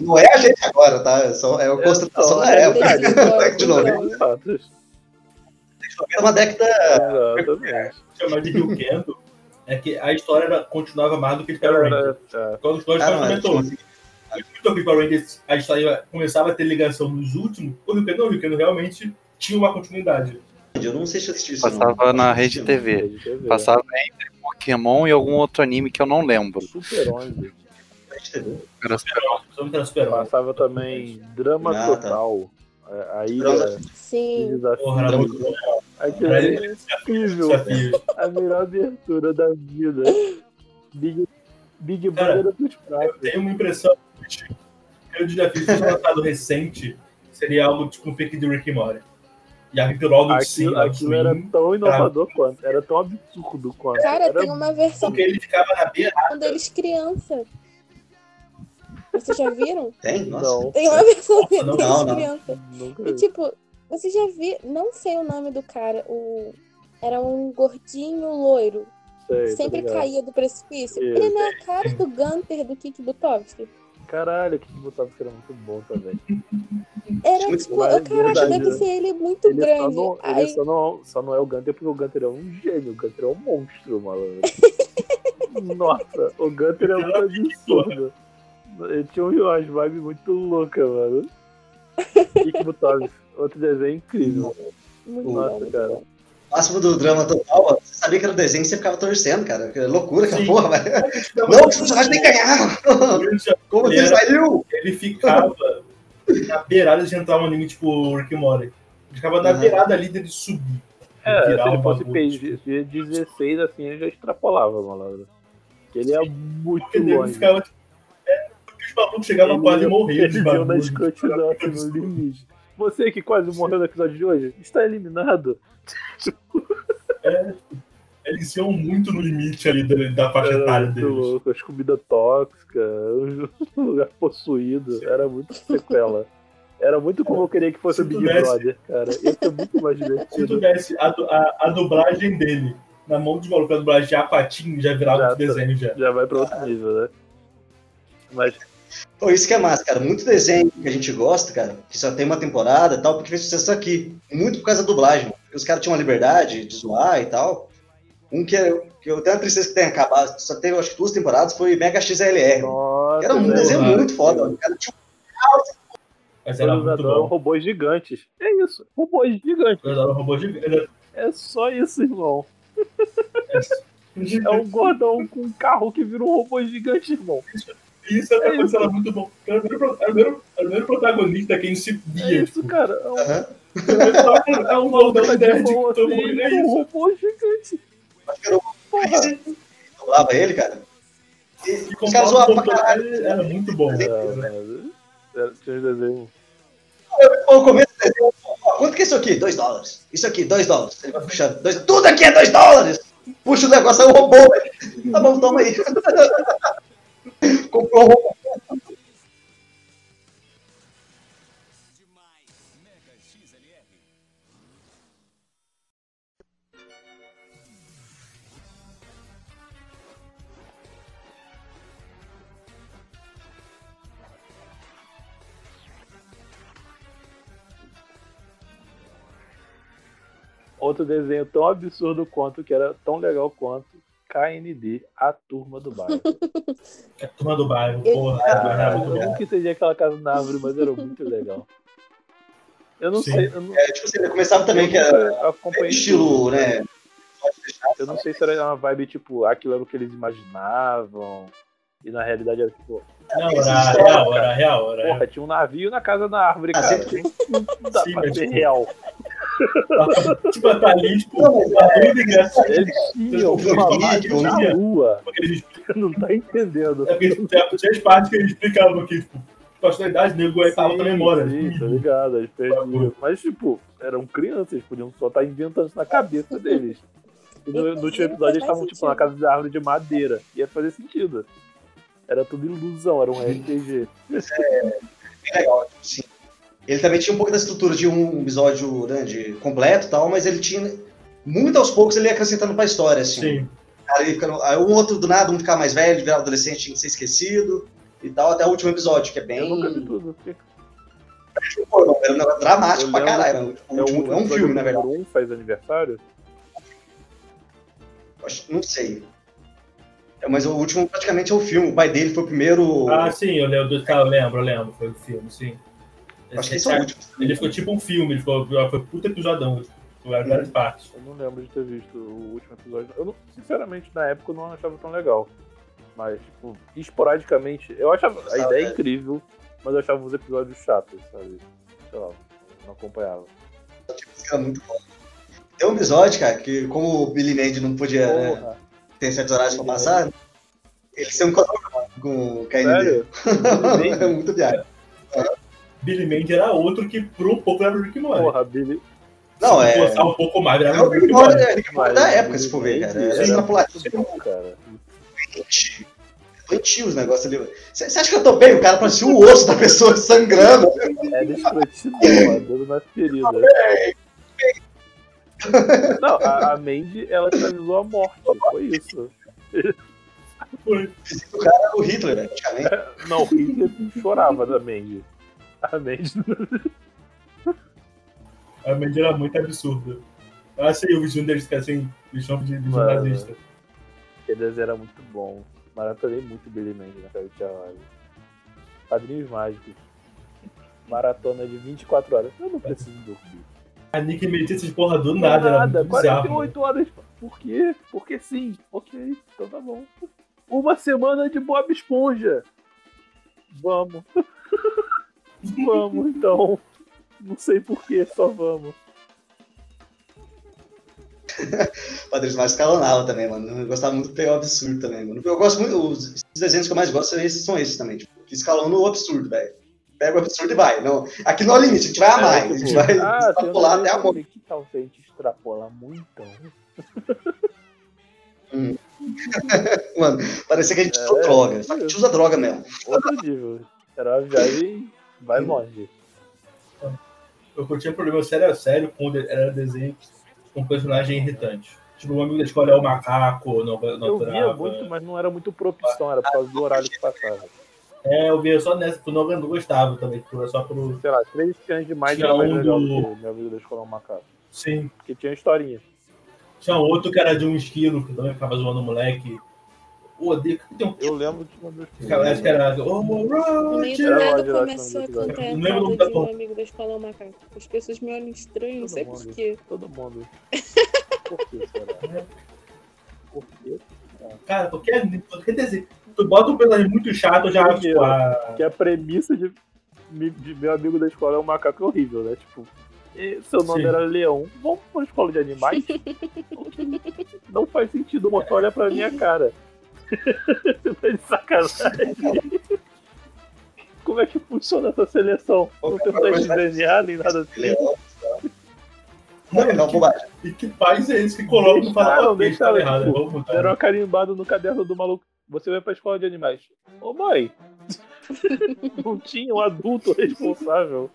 C: Não é a gente agora, tá? É, só, é a constatação da
B: é,
C: época.
D: Desde
C: Década de
D: logo,
C: 90.
D: então.
B: Fatos.
C: Era uma década.
B: Exatamente.
A: chamar de Rio Kendo é que a história era- continuava mais do que de Power Ranger.
B: Era, tá.
A: Quando os dois
C: Ah, não,
A: ah,
C: era, tipo,
A: comentou,
C: assim,
A: muito que o Power Rangers a história começava a ter ligação nos últimos, o Rio Kendo, não, o Rio Kendo realmente tinha uma continuidade.
C: eu não sei se eu assisti isso. não.
E: Passava na rede TV.
B: Rede TV.
E: Passava entre Pokémon e algum outro anime que eu não lembro.
B: Super 11.
C: Rede TV.
E: Era
A: Só me super
B: Passava também Drama
C: Ah, tá.
B: Total. É, Aí
C: Drama-
B: é,
D: Sim.
A: Porra, era
B: desafio.
A: muito bom,
B: Aquilo
A: Aí-
B: é incrível.
A: desafios.
B: A melhor abertura da vida. Big, Big
A: Cara,
B: Brother é dos
A: Eu
B: pratos.
A: tenho uma impressão de que o desafio se um lançado recente seria algo tipo um fake de Rick and Morty. E a Piroga de
B: Aquilo,
A: cima,
B: aquilo era tão inovador quanto. Era tão absurdo quanto.
D: Cara, um-
B: era
D: tem uma versão é
A: porque ele ficava na beira
D: quando eles criança. Vocês já viram?
C: Tem? Nossa.
B: Não,
D: Tem uma versão que
A: Não,
D: tem
C: não,
D: as
C: não.
D: crianças.
B: nunca
D: E
B: vi.
D: tipo, vocês já viram? Não sei o nome do cara. O... Era um gordinho loiro.
B: Sei, tá
D: sempre
B: ligado.
D: caía do
B: Isso.
D: precipício. Ele não é a cara do Gunter do Kik Butovski.
B: Caralho, que botava que era muito bom também.
D: Era
C: Muito
D: tipo,
B: claro,
D: eu, caraca,
B: verdade,
D: deve
B: né?
D: ser ele é muito
B: Ele, só
D: grande.
B: não,
D: Aí,
B: ele só, não, só não é o Gunter porque o Gunter é um gênio, o Gunter é um monstro, malandro. Nossa, o Gunter é um absurdo. Ele tinha umas vibes muito loucas, mano. Kik Butovs, outro desenho incrível.
D: muito
B: Nossa,
D: bom, muito
B: cara.
D: bom.
C: O máximo do drama total, ó, você sabia que era desenho e você ficava torcendo, cara. Que loucura aquela
A: Sim.
C: porra, velho. Não, os personagens têm que ganhar!
A: Ele já-
C: Como que
A: Ele
C: ele
A: era-
C: saiu?
A: Ele ficava na beirada de entrar um anime tipo Rick and Morty. Ele ficava na
C: Uhum.
A: beirada ali dele subir.
B: É, se
A: Virar
B: ele
A: um
B: fosse
A: bagulho,
B: page, se ele 16 assim, ele já extrapolava, malandro. Porque ele é muito
A: Porque ele
B: longe.
A: ficava tipo. é, porque os malucos chegavam
B: Ele
A: quase a morrer de
B: Perdeu na
A: bagulho.
B: escrotidão, assim, no limite. Você que quase morreu no episódio de hoje, está eliminado.
A: Eles iam muito no limite ali da, da faixa
B: Era
A: etária
B: muito
A: deles.
B: louco, as comida tóxica, um lugar possuído, era muito sequela. Era muito como eu queria que fosse
A: Se
B: o Big
A: pudesse.
B: Brother, cara. Ia ser muito mais
A: Se tu
B: divertido.
A: desse a, du- a- a dublagem dele na mão dos malucos, a dublagem de Apatinho já virava
B: Já,
A: outro
B: tá.
A: desenho já.
B: Já vai pra outro nível, né? Mas
C: Pô, isso que é massa, cara. Muito desenho que a gente gosta, cara, que só tem uma temporada e tal, porque fez sucesso aqui. Muito por causa da dublagem, mano. Porque os caras tinham uma liberdade de zoar e tal. Um que, é- que eu tenho uma tristeza que tem acabado, só teve acho que duas temporadas, foi Mega XLR.
B: Nossa,
C: Era um
B: velho.
C: desenho
A: mano.
C: muito foda, mano. O cara tinha um
A: Mas
B: Eles
A: era muito
B: adoram
A: bom.
B: robôs gigantes. um É isso, robôs gigantes.
A: Eu adoro robô gigante.
B: É só isso, irmão. É
A: É
B: um gordão com um carro que vira um robô gigante, irmão.
A: Isso
B: É
A: era,
B: isso.
A: era muito bom. Era o primeiro, era o primeiro- era o primeiro protagonista que a gente se
B: É
A: via.
B: isso,
A: tipo,
B: cara. É um
C: um- Aham.
A: É um gordão
B: Tá de
A: nerd que
B: boa,
A: todo
B: assim,
A: mundo é
B: um
A: isso.
B: robô gigante.
C: era
B: Porra.
C: dublava ele, cara.
A: E um
C: Os caras zoavam pra caralho.
A: ele era muito bom. né?
B: Ah, mano. Era- Tinha um desenho.
C: Pô, o começo do desenho, ó, quanto que é isso aqui? Dois dólares. Isso aqui, dois dólares. Ele vai puxando. Dois... Tudo aqui é dois dólares! Puxa o negócio, é um robô, velho. Tá bom, toma aí. Comprou um robô.
B: Outro desenho tão absurdo quanto, que era tão legal quanto, KND, a turma do bairro.
A: A turma do bairro,
D: Eu-
A: porra, a turma do bairro era Ah, é muito
B: eu
A: bom.
B: nunca entendi aquela casa na árvore, mas era muito legal. Eu não
A: Sim.
B: sei, eu não,
C: É, tipo assim, ele começava também que
B: eu
C: era
B: nunca acompanhei tudo.
C: estilo, né?
B: Eu não sei se era uma vibe tipo, aquilo era o que eles imaginavam. E na realidade era tipo,
A: Não,
C: Essa
A: era
C: história,
A: real, era real, era real.
B: porra, tinha um navio na casa na árvore,
C: Ah,
B: cara.
C: sempre-
B: Não dá
A: É. Sim,
B: pra
A: mas,
B: ser
A: tipo,
B: real.
A: Tipo, tá ali, tipo,
C: Não, mas- é.
A: a luz de graça,
B: Eles tinham
C: eu-
B: uma rádio
C: eu-
B: na
A: eu-
B: rua.
A: porque eles
B: Você não tá entendendo.
A: É porque tinha- tinha as partes que eles explicavam aqui, tipo, com a sua idade, nego aí tava
B: Sim,
A: pra memória.
B: sim, tá
A: Tipo,
B: ligado? Eles perdiam.
A: Bagulho.
B: Mas, tipo, eram crianças, eles podiam só estar inventando isso na cabeça deles. E no, no último episódio eles estavam, tipo, na casa de árvore de madeira. Ia fazer sentido. Era tudo ilusão, era um RPG.
C: bem legal, tipo assim. Ele também tinha um pouco da estrutura de um episódio né, de completo e tal, mas ele tinha. Muito aos poucos ele ia acrescentando pra história, assim.
A: Sim,
C: Cara, ele ficando- aí um outro do nada, um ficar mais velho, virar adolescente, tinha que ser esquecido e tal, até o último episódio, que é
B: Eu
C: bem.
B: nunca vi tudo.
C: Pô, não, era um negócio dramático
B: Eu
C: pra
B: lembro
C: caralho. era o último-
B: É, o
C: é um
B: episódio
C: filme, na verdade.
B: número um faz aniversário?
C: Acho- Não sei. É, mas o último praticamente é o filme. O pai dele foi o primeiro.
A: Ah, sim, eu lembro, tá, eu lembro, eu lembro, foi o filme, sim.
C: acho
A: Esse-
C: que esse é o último.
A: Ele ficou tipo um filme, ele ficou, foi um puta episodão, tipo, era várias partes.
B: Eu não lembro de ter visto o último episódio. Eu não- sinceramente, na época eu não achava tão legal. Mas, tipo, esporadicamente, eu achava a
C: Gostava,
B: ideia é
C: né?
B: incrível, mas eu achava os episódios chatos, sabe? Sei lá, não acompanhava.
C: Era é muito bom. Tem um episódio, cara, que como o Billy Mandy não podia né,
B: Porra,
C: ter certos horários pra passar, ele se encontrou com o KND.
B: sério?
C: é muito viagem.
A: Billy Mandy era outro que, por um pouco, era o Rick Morty.
B: Porra, Billy.
C: Não, é.
A: forçar um pouco mais,
C: É
A: era
C: o
A: o Rick
C: Big
A: Morty.
C: Brother,
B: né?
C: é o Big Brother da época, se for ver, cara. Era
B: Era
C: extrapolativo.
B: muito bom, cara.
C: gente, doentio os negócios ali. velho. Você você acha que eu tô bem? O cara parecia o osso da pessoa sangrando.
B: Era escrotidão, ó, dando umas feridas. Não, a, a Mandy, ela sinalizou a morte, foi isso.
C: O cara era o Hitler, né, praticamente.
B: Não, o Hitler chorava da Mandy. A Mandy
A: A medida era muito absurda. Eu achei o vídeo deles que é assim, eles chamam de bicho
B: Mano.
A: nazista.
B: Deus era muito bom. Maratonei muito Billy Mandy na Tia Live. Padrinhos Mágicos. Maratona de 24 horas. Eu não preciso dormir.
A: A Nick metia essas porra do nada, era muito bizarro.
B: 48 horas. Por quê? Porque sim. Ok, então tá bom. Uma semana de Bob Esponja. Vamos. vamos, então. Não sei porquê, só vamos.
C: Padrinhos mais escalonava também, mano. Eu gostava muito de pegar o absurdo também, mano. Eu gosto muito. Os esses desenhos que eu mais gosto são esses, são esses também. Tipo, que escalona o absurdo, velho. Pega o absurdo e vai. Não, aqui não há limite, a gente vai a
B: Era
C: mais. A
B: tipo,
C: gente vai
B: ah, tem um
C: extrapolar até a
B: negócio
C: morte.
B: ali, Que tal se a gente extrapolar muito? é
C: Mano, parecia que a gente usou
B: É.
C: droga. Só que a gente usa droga mesmo.
B: um Outro nível. Era uma viagem vai longe.
A: Eu eu tinha problema sério a sério quando era desenho com personagem irritante. Tipo, um amigo da escola é o macaco, não, não
B: Eu via
A: adorava.
B: muito, mas não era muito propicião, era por causa do horário que passava.
A: É, eu via só nessa, porque eu não não gostava também, tipo, era só pro.
B: Sei lá, três anos demais
A: Tinha
B: era mais
A: um
B: legal
A: do-
B: do que meu amigo da escola macaco.
A: Sim.
B: Porque tinha historinha.
A: Tinha outro que era de um esquilo, que também ficava zoando o moleque. O odeio que tem um
B: Eu lembro de uma das
A: cara que era. Oh,
D: No meio do
A: Roger!
D: nada
B: Era uma
D: começou a
B: geração muito
D: cantar a
A: grande. Não lembro
D: entrada
A: da
D: de um
A: porra.
D: amigo da escola macaco. As pessoas me olham estranho, não
B: Todo
D: sei
B: mundo.
D: porquê.
B: Todo mundo. Por que será? Por quê?
A: Cara, qualquer, qualquer desenho. Tu bota um personagem muito chato, eu já acho tipo, ah,
B: Porque a premissa de, mi- de meu amigo da escola é um macaco horrível, né? Tipo, e seu nome
A: Sim.
B: era Leão. Vamos pra escola de animais? Não faz sentido, o motor olha pra minha cara. tá de sacanagem. Como é que funciona essa seleção? Não
C: Qualquer
B: tentar
C: coisa-
B: desenhar nem nada assim.
C: Leão.
A: Não,
C: Não,
A: que-
C: bobagem.
A: E que país é esse que coloca no
B: Deixaram,
A: falar que tá
B: deixaram,
A: errado?
B: tipo,
A: Vamos mudar.
B: Deram uma carimbada no caderno do maluco. Você vai pra escola de animais. Ô mãe! Não tinha um adulto responsável.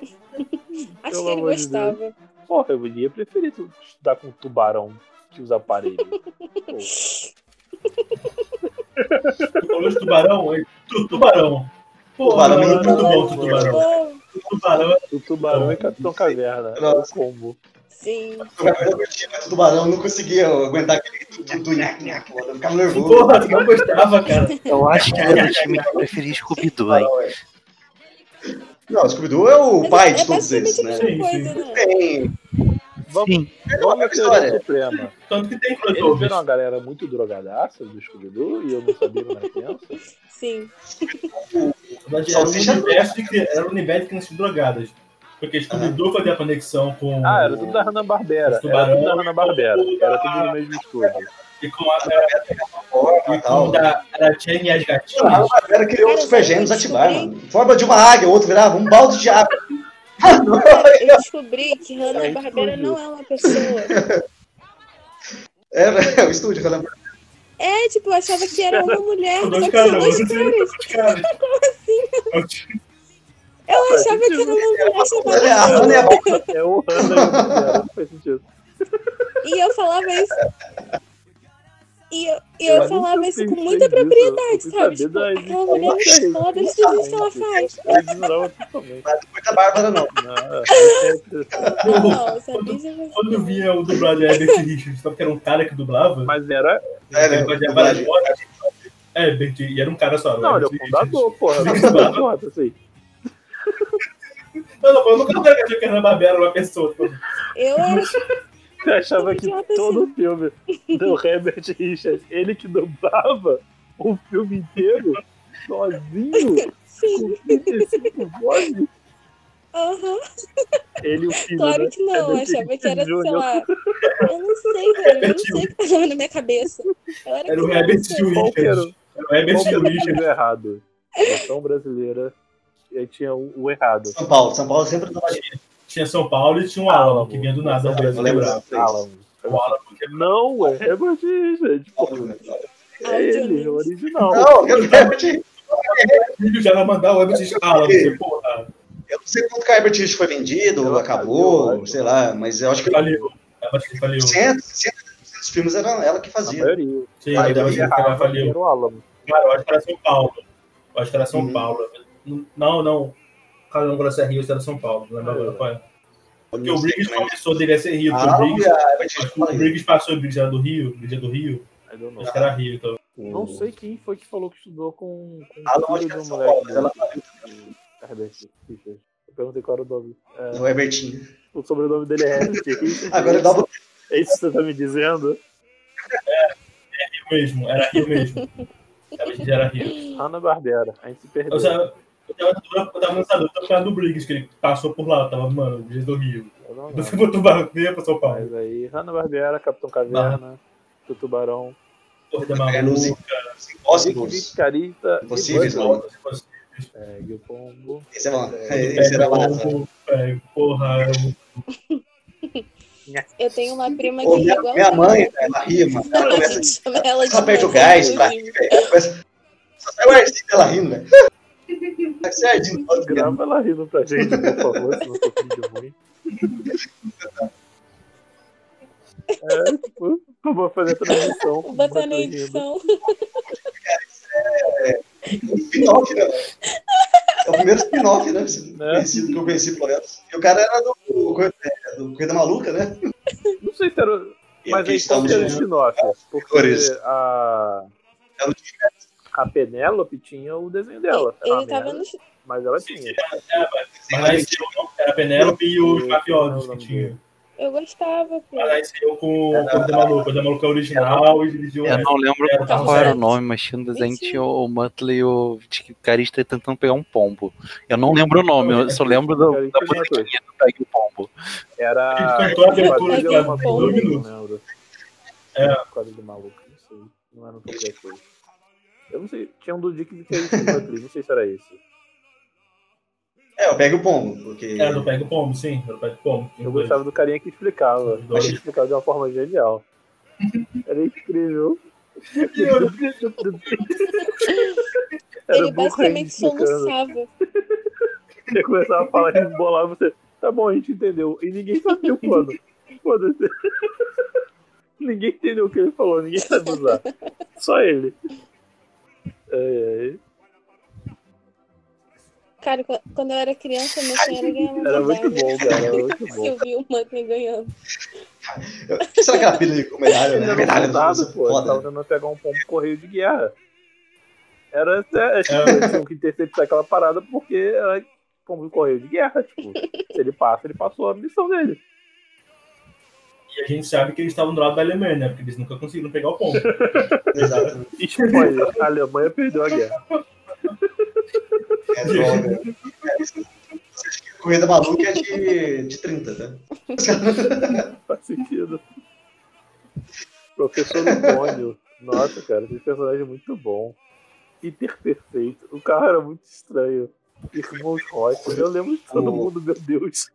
D: Acho
B: Pelo
D: que ele
B: amor de Deus.
D: gostava.
B: Porra, eu ia preferir tu- estudar com um tubarão que usa aparelho. Pô,
A: Tu falou de tubarão? hein? Tu, tubarão. Pô,
C: Tubarão é
A: mano, muito
B: tubarão,
A: bom tu,
B: mano.
A: tubarão.
D: Bom,
A: Tubarão é
B: o tubarão é Capitão Caverna. É o
C: Nossa.
B: combo.
D: sim.
C: Eu curtia, mas o tubarão não conseguia aguentar aquele tu- tu- tu- nhac, nhac, eu ficava nervoso.
A: Porra, tu não gostava, cara.
E: Eu acho que era o time que preferia Scooby-Doo, hein?
C: Não, o Scooby-Doo é o
D: Mas
C: pai
D: é-
C: de
D: é
C: todos eles, né?
D: basicamente
A: Sim,
D: a mesma coisa, né?
C: Tem.
B: Vamos,
E: Sim,
B: vamos à teoria
C: história.
B: suprema.
A: Tanto que tem
B: Eles viram
A: crossovers.
B: uma galera muito drogadaça do Scooby-Doo e eu não sabia quando era criança.
D: Sim.
A: Era
C: Salsicha é
A: um universo de cri- era um universo de crianças drogadas. Porque Scooby-Doo fazia a conexão com.
B: Ah, era tudo da Hanna-Barbera. Era tudo da Hanna-Barbera. Era tudo no mesmo estúdio.
A: E com a. Era,
C: Forma,
A: e com
C: tal.
A: da, era a Chen e as
C: Ah,
A: gatinhas.
C: o galera criou
D: Cara,
C: os super
D: sabe
C: gêmeos
D: que eu
C: ativar,
D: descobri?
C: mano. Forma de uma águia, o outro virava um balde de água.
D: Cara, eu descobri que Hanna Barbera
B: explodiu.
D: não é uma pessoa.
C: Era é o estúdio, quando eu
D: É, tipo, eu achava que era uma mulher,
A: São
D: tipo,
A: dois
D: só que são dois
A: caras.
D: caras. assim?
A: Cara, eu
D: Eu achava que era uma mulher
C: Olha, a
D: chamada
C: Hannah é a
D: Hanna.
B: É o Hanna-Barbera. Não faz sentido.
D: E eu falava isso. E eu, e eu
B: nunca
D: falava é isso com
B: pensei
D: muita
B: nisso,
D: propriedade,
B: eu fui saber
D: sabe? Tipo,
B: da
D: aquela mulher
C: existência.
D: é foda, isso existe, ela faz.
B: Eu ignorava totalmente.
C: fui da Bárbara, não.
B: Não, é- é-
D: Não, é sabia? Já vai-
A: Quando eu via o dublado de Herbert Richards, só que era um cara que dublava.
B: Mas era.
C: É, né?
A: ele fazia várias vozes. É, Herbert, e era um cara só.
B: Não, ele é o
A: Herbert
B: fundador, porra. Não, não, importa, assim.
A: Não, não, eu nunca achei que a Ana Barbera era uma pessoa. tipo,
D: Eu era.
B: Eu achava que
D: Idiota, assim.
B: todo filme do Herbert Richards, ele que dublava o filme inteiro, sozinho,
D: Sim,
B: com 35 vozes,
D: aham.
B: ele e o filho. né?
D: Claro que não, eu
B: Herbert
D: achava que era,
B: Richards
D: sei
B: Jr.
D: lá. Eu não sei, cara, eu não sei o que tava na minha cabeça. Eu era
A: Era o
D: criança.
A: Herbert de
B: Qual que era o-
D: um.
A: Richards. Era o Herbert
B: qual
A: de
B: que era o
A: Richards.
B: filme errado? Versão brasileira. E aí tinha o, o errado.
C: São Paulo. São Paulo sempre tava
A: Tinha São Paulo e tinha
B: Ah,
A: um Alamo, que vinha do nada. às vezes.
C: Eu lembro.
B: Alan.
A: O Alamo, que
B: Não, é Herbert Richards.
C: Paulo, né?
B: É ele, é o original.
C: Não, eu lembro de.
A: Filho já vai mandar o Webster escala, você, porra,
C: Eu não sei quanto que a Herbert Richards foi vendido,
B: Ela
C: acabou,
B: acabou,
C: sei lá, mas eu acho que
A: valeu. Eu acho É, Ah, é? que valeu.
C: 100, 100 dos filmes era ela que
B: A
C: fazia.
B: maioria.
A: Sim, eu acho que ela valeu.
B: Era o Alamo.
A: Cara, eu acho que era São Paulo. Eu acho que era São
C: Uhum.
A: Paulo. Não, não. Cada um ser Rio, isso era São Paulo. Não lembro agora qual é. Porque o Briggs começou dele a ser Rio. porque
C: Ah,
A: o, Briggs,
C: e a Herbert Richards
A: o
C: fala isso.
A: Briggs passou o Briggs era do Rio. Briggs era do Rio.
B: I don't know.
A: Acho que era Rio. Então.
B: Não sei quem foi que falou que estudou com, com
C: Ah, não,
B: o filho
C: acho que era
B: do
C: São Paulo,
B: moleque.
C: mas ela
B: do- do Herbert Richards. Eu perguntei qual era o nome. É,
C: O Herbertinho.
B: o sobrenome dele é Herbert Richards.
C: Agora dá uma.
B: É isso que você tá me dizendo?
A: Rio mesmo. Era Rio mesmo. Era- já era Rio.
B: Hanna Barbera. A gente se perdeu.
A: Eu, tava- eu tava, eu tava nessa dúvida por causa do Briggs, que ele passou por lá. Eu tava, mano, o Briggs é do Rio.
B: Eu não
A: Do
B: lembro.
A: filme do Tubarão, veio pra São Paulo.
B: Mas aí, Hanna Barbera, Capitão Caverna, do Tubarão,
A: Corrida
C: É, não sei.
A: Maluca.
C: Impossibles.
B: Vic Carita,
C: Impossíveis,
B: e Bud
C: não.
B: Light. É, Guilpombo.
C: Esse é bom.
A: É,
C: Esse era massa.
A: é, Porra, eu
D: Eu tenho uma prima que
C: Ô,
D: é
C: minha,
D: igual
C: minha
D: a
C: mãe, ela ri, mano. Ela
D: A
C: começa
D: gente chama ela de
C: Só aperta o
D: mãe
C: gás
D: do
C: pra-
D: Rio.
C: ela começa- Só sai o arzinho dela rindo, velho. Tá certinho, pode ver.
B: Grava ela rindo pra gente, por favor, se não for vídeo ruim. É, tipo, eu vou fazer a transmissão.
D: Vou botar
B: botando
D: na
B: rindo.
D: edição.
C: spin-off, né? É o primeiro spin-off, né? Esse-
B: Né?
C: esse que eu conheci, pelo menos. E o cara era do, é, do, do Corrida Maluca, né?
B: Não sei se era. Mas aí, qual que é? era o spin-off? Porque
C: Cores.
B: a,
C: Ela
B: a Penélope tinha o desenho dela. Era uma
D: Ele tava
B: tá merda,
D: no.
B: Mas ela tinha.
A: Mas esse
C: um.
A: eu não, era Penélope e os mafiosos
B: Não, não,
A: que tinha.
D: Eu gostava, pô.
A: Mas esse eu com o Coisa da Maluca. Coisa da Maluca é original e dirigiu
E: Eu não lembro
A: Era
E: qual
A: Carrossel.
E: era o nome, mas tinha um desenho
D: Mentira.
E: tinha o Muttley e o Carista tentando pegar um pombo. Eu não lembro o nome, eu só lembro do,
B: Carista
E: da
B: já foi.
E: bonequinha do Pega o Pombo.
B: Era.
A: Ele cantou a abertura
B: Quadrilha
D: de
B: do
D: Capitão
B: Maluco,
A: Minuto.
B: não lembro. Quadrilha do maluco, não sei. Não era um pouco daquele. Eu não sei, tinha um do Dick Vicarista no Patrick, não sei se era esse.
C: É, eu pego o pombo, porque.
B: É.
A: Era é do Pega o Pombo, sim. Era do Pega o Pombo.
B: Eu gostava do carinha que explicava.
A: Dois.
B: Ele explicava de uma forma genial. Era incrível. Era
D: Ele
B: o Burro
D: basicamente
B: explicando.
D: soluçava.
B: Ele começava a falar e bolar você. Tá bom, a gente entendeu. E ninguém sabia o plano. Foda-se. Ninguém entendeu o que ele falou, ninguém sabe usar. Só ele. Ai, ai.
D: Cara, qu- quando eu era criança, meu sonho era ganhar uma
B: Era muito
D: medalha.
B: bom, cara. Era muito
D: Se
B: bom.
D: eu vi o Muttley ganhando.
C: Eu- O que será que é era a pilha com medalha, né?
B: Ele
C: A
B: era um
C: medalha
B: soldado,
C: do
B: pô. Ele tava
C: foda.
B: tentando pegar um pombo correio de guerra. Era até.
C: É.
B: Tipo, eles tinham que interceptar aquela parada porque era pombo correio de guerra. Tipo, se ele passa, ele passou a missão dele.
A: E a gente sabe que eles estavam do lado da Alemanha, né? Porque eles nunca conseguiram pegar o Pombo.
C: né? Exato.
B: E, spoiler, a Alemanha perdeu a guerra.
C: É, droga. É isso. Acho que Corrida Maluca é de, de 30, né?
B: Faz sentido. Professor Antônio. Nossa, cara, esse personagem é muito bom. Peter perfeito. O carro era muito estranho. Irmãos Rocha. Eu lembro de todo
C: O-
B: mundo, meu Deus.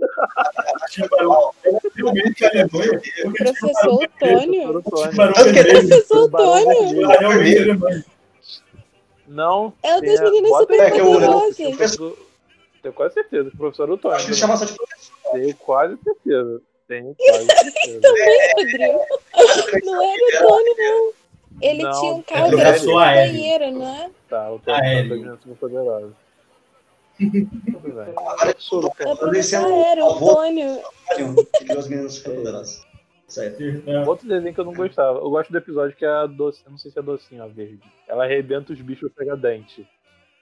A: Tubarão. Realmente a
D: é
A: Alemanha. Porque
B: tipo,
D: Professor
B: Professor
D: Otônio?
B: Antônio.
A: Tubarão vermelho.
D: Professor
B: Barão
D: Otônio?
B: Vermelho.
A: Tubarão realmente a Alemanha.
B: Não.
D: É o
B: tem
D: das
B: a-
D: meninas
B: bota-
D: super
C: É que eu-
D: poderosas.
B: Professor- Tenho quase certeza. que o Professor Antônio.
C: Acho que ele chama só de
B: Tenho quase certeza. Tenho quase certeza.
D: Rodrigo.
C: né?
D: Não era o Tony, não. Ele
B: Não,
D: tinha um
A: É
D: carro que era
A: professor
D: tipo
A: aéreo.
D: banheiro, não é?
B: Tá, o Tony
A: Ah,
B: é
A: é,
B: super poderoso. Tudo bem.
D: É o
C: Esse é
D: professor
C: o
D: aéreo, o
C: avô.
D: Tônio.
C: Mario, que criou as meninas super poderosas. Certo.
A: É,
B: Um Outro desenho que eu não gostava. Eu gosto do episódio que é a doce, eu não sei se é docinho, a verde. Ela arrebenta os bichos pra pegar dente.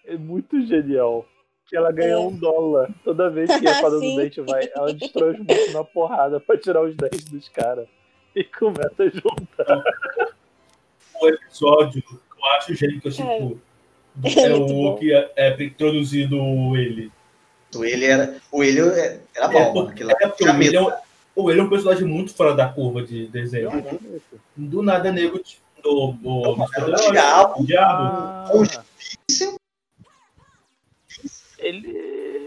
B: É muito genial. Que ela ganha
D: É.
B: um dólar toda vez que a fada do
D: Sim.
B: dente vai. Ela destrói os bichos na porrada pra tirar os dentes dos caras. E começa a juntar.
A: O episódio
B: né?
A: que eu acho gênio que eu sinto.
D: É
A: É
D: muito
A: o
D: bom.
A: que é, é introduzido ele.
C: O ele era. O ele é- era
A: É,
C: mal, mano.
A: porque,
C: Aquilo lá
A: é porque
C: tinha
A: o, ele é
C: medo.
A: um, o William é um personagem muito fora da curva de
B: Eu
A: desenho.
B: acho isso.
A: Do nada, nego, tipo, do, do,
C: Não, era o
A: do-
C: diabo.
A: o diabo.
B: Ah,
A: é
B: ele.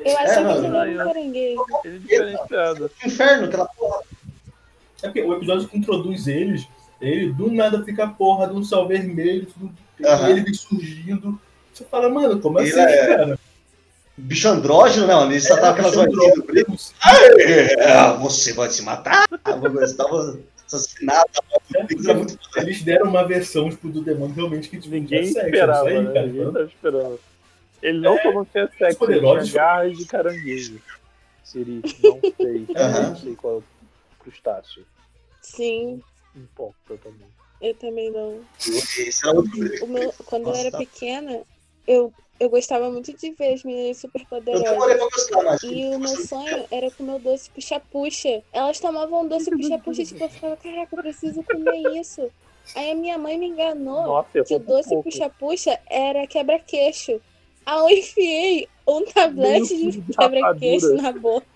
D: Eu
A: É,
C: não,
D: achava que ele
B: É, não,
D: era um
B: eu-
D: caranguejo.
A: um
B: Ele é diferenciado.
C: Inferno, aquela porra.
A: É porque o episódio que introduz eles Ele do nada fica a porra de um sol vermelho, tudo,
C: Aham.
A: ele vem surgindo. Você fala, mano, como
C: Ele
A: assim,
C: é-
A: cara?
C: Bicho andrógeno, não, ele só tava aquelas
A: Ele é um
C: vozinhas do
A: droga,
C: preto.
A: não sei.
C: É, você vai se matar. Você tava assassinado.
A: É,
C: Era muito
A: Eles deram uma versão tipo, do demônio realmente que tipo,
B: Ninguém
A: é sexo,
B: esperava,
A: isso aí,
B: né?
A: cara. Então,
B: Ninguém tava esperando. Ele não falou que é sexo, ele
A: poderosos.
B: tinha garras de caranguejo. Siri, não sei.
C: Aham.
B: Não sei qual é o crustáceo.
D: Sim,
B: Não importa também.
D: eu também não.
C: Esse era outro brilho.
D: O meu- quando
C: Nossa,
D: eu era
C: tá.
D: pequena, eu, eu gostava muito de ver as meninas
C: Eu
D: superpoderosas.
C: demorei pra gostar, mas.
D: É, E o meu sonho era comer o doce puxa-puxa. Elas tomavam um doce puxa-puxa, tipo, eu ficava, caraca, eu preciso comer isso. Aí a minha mãe me enganou
B: Nossa, eu um
D: que o doce
B: pouco.
D: puxa-puxa era quebra-queixo. Aí eu enfiei um tablete de
B: Meio que
D: quebra-queixo
B: rapadura.
D: na boca.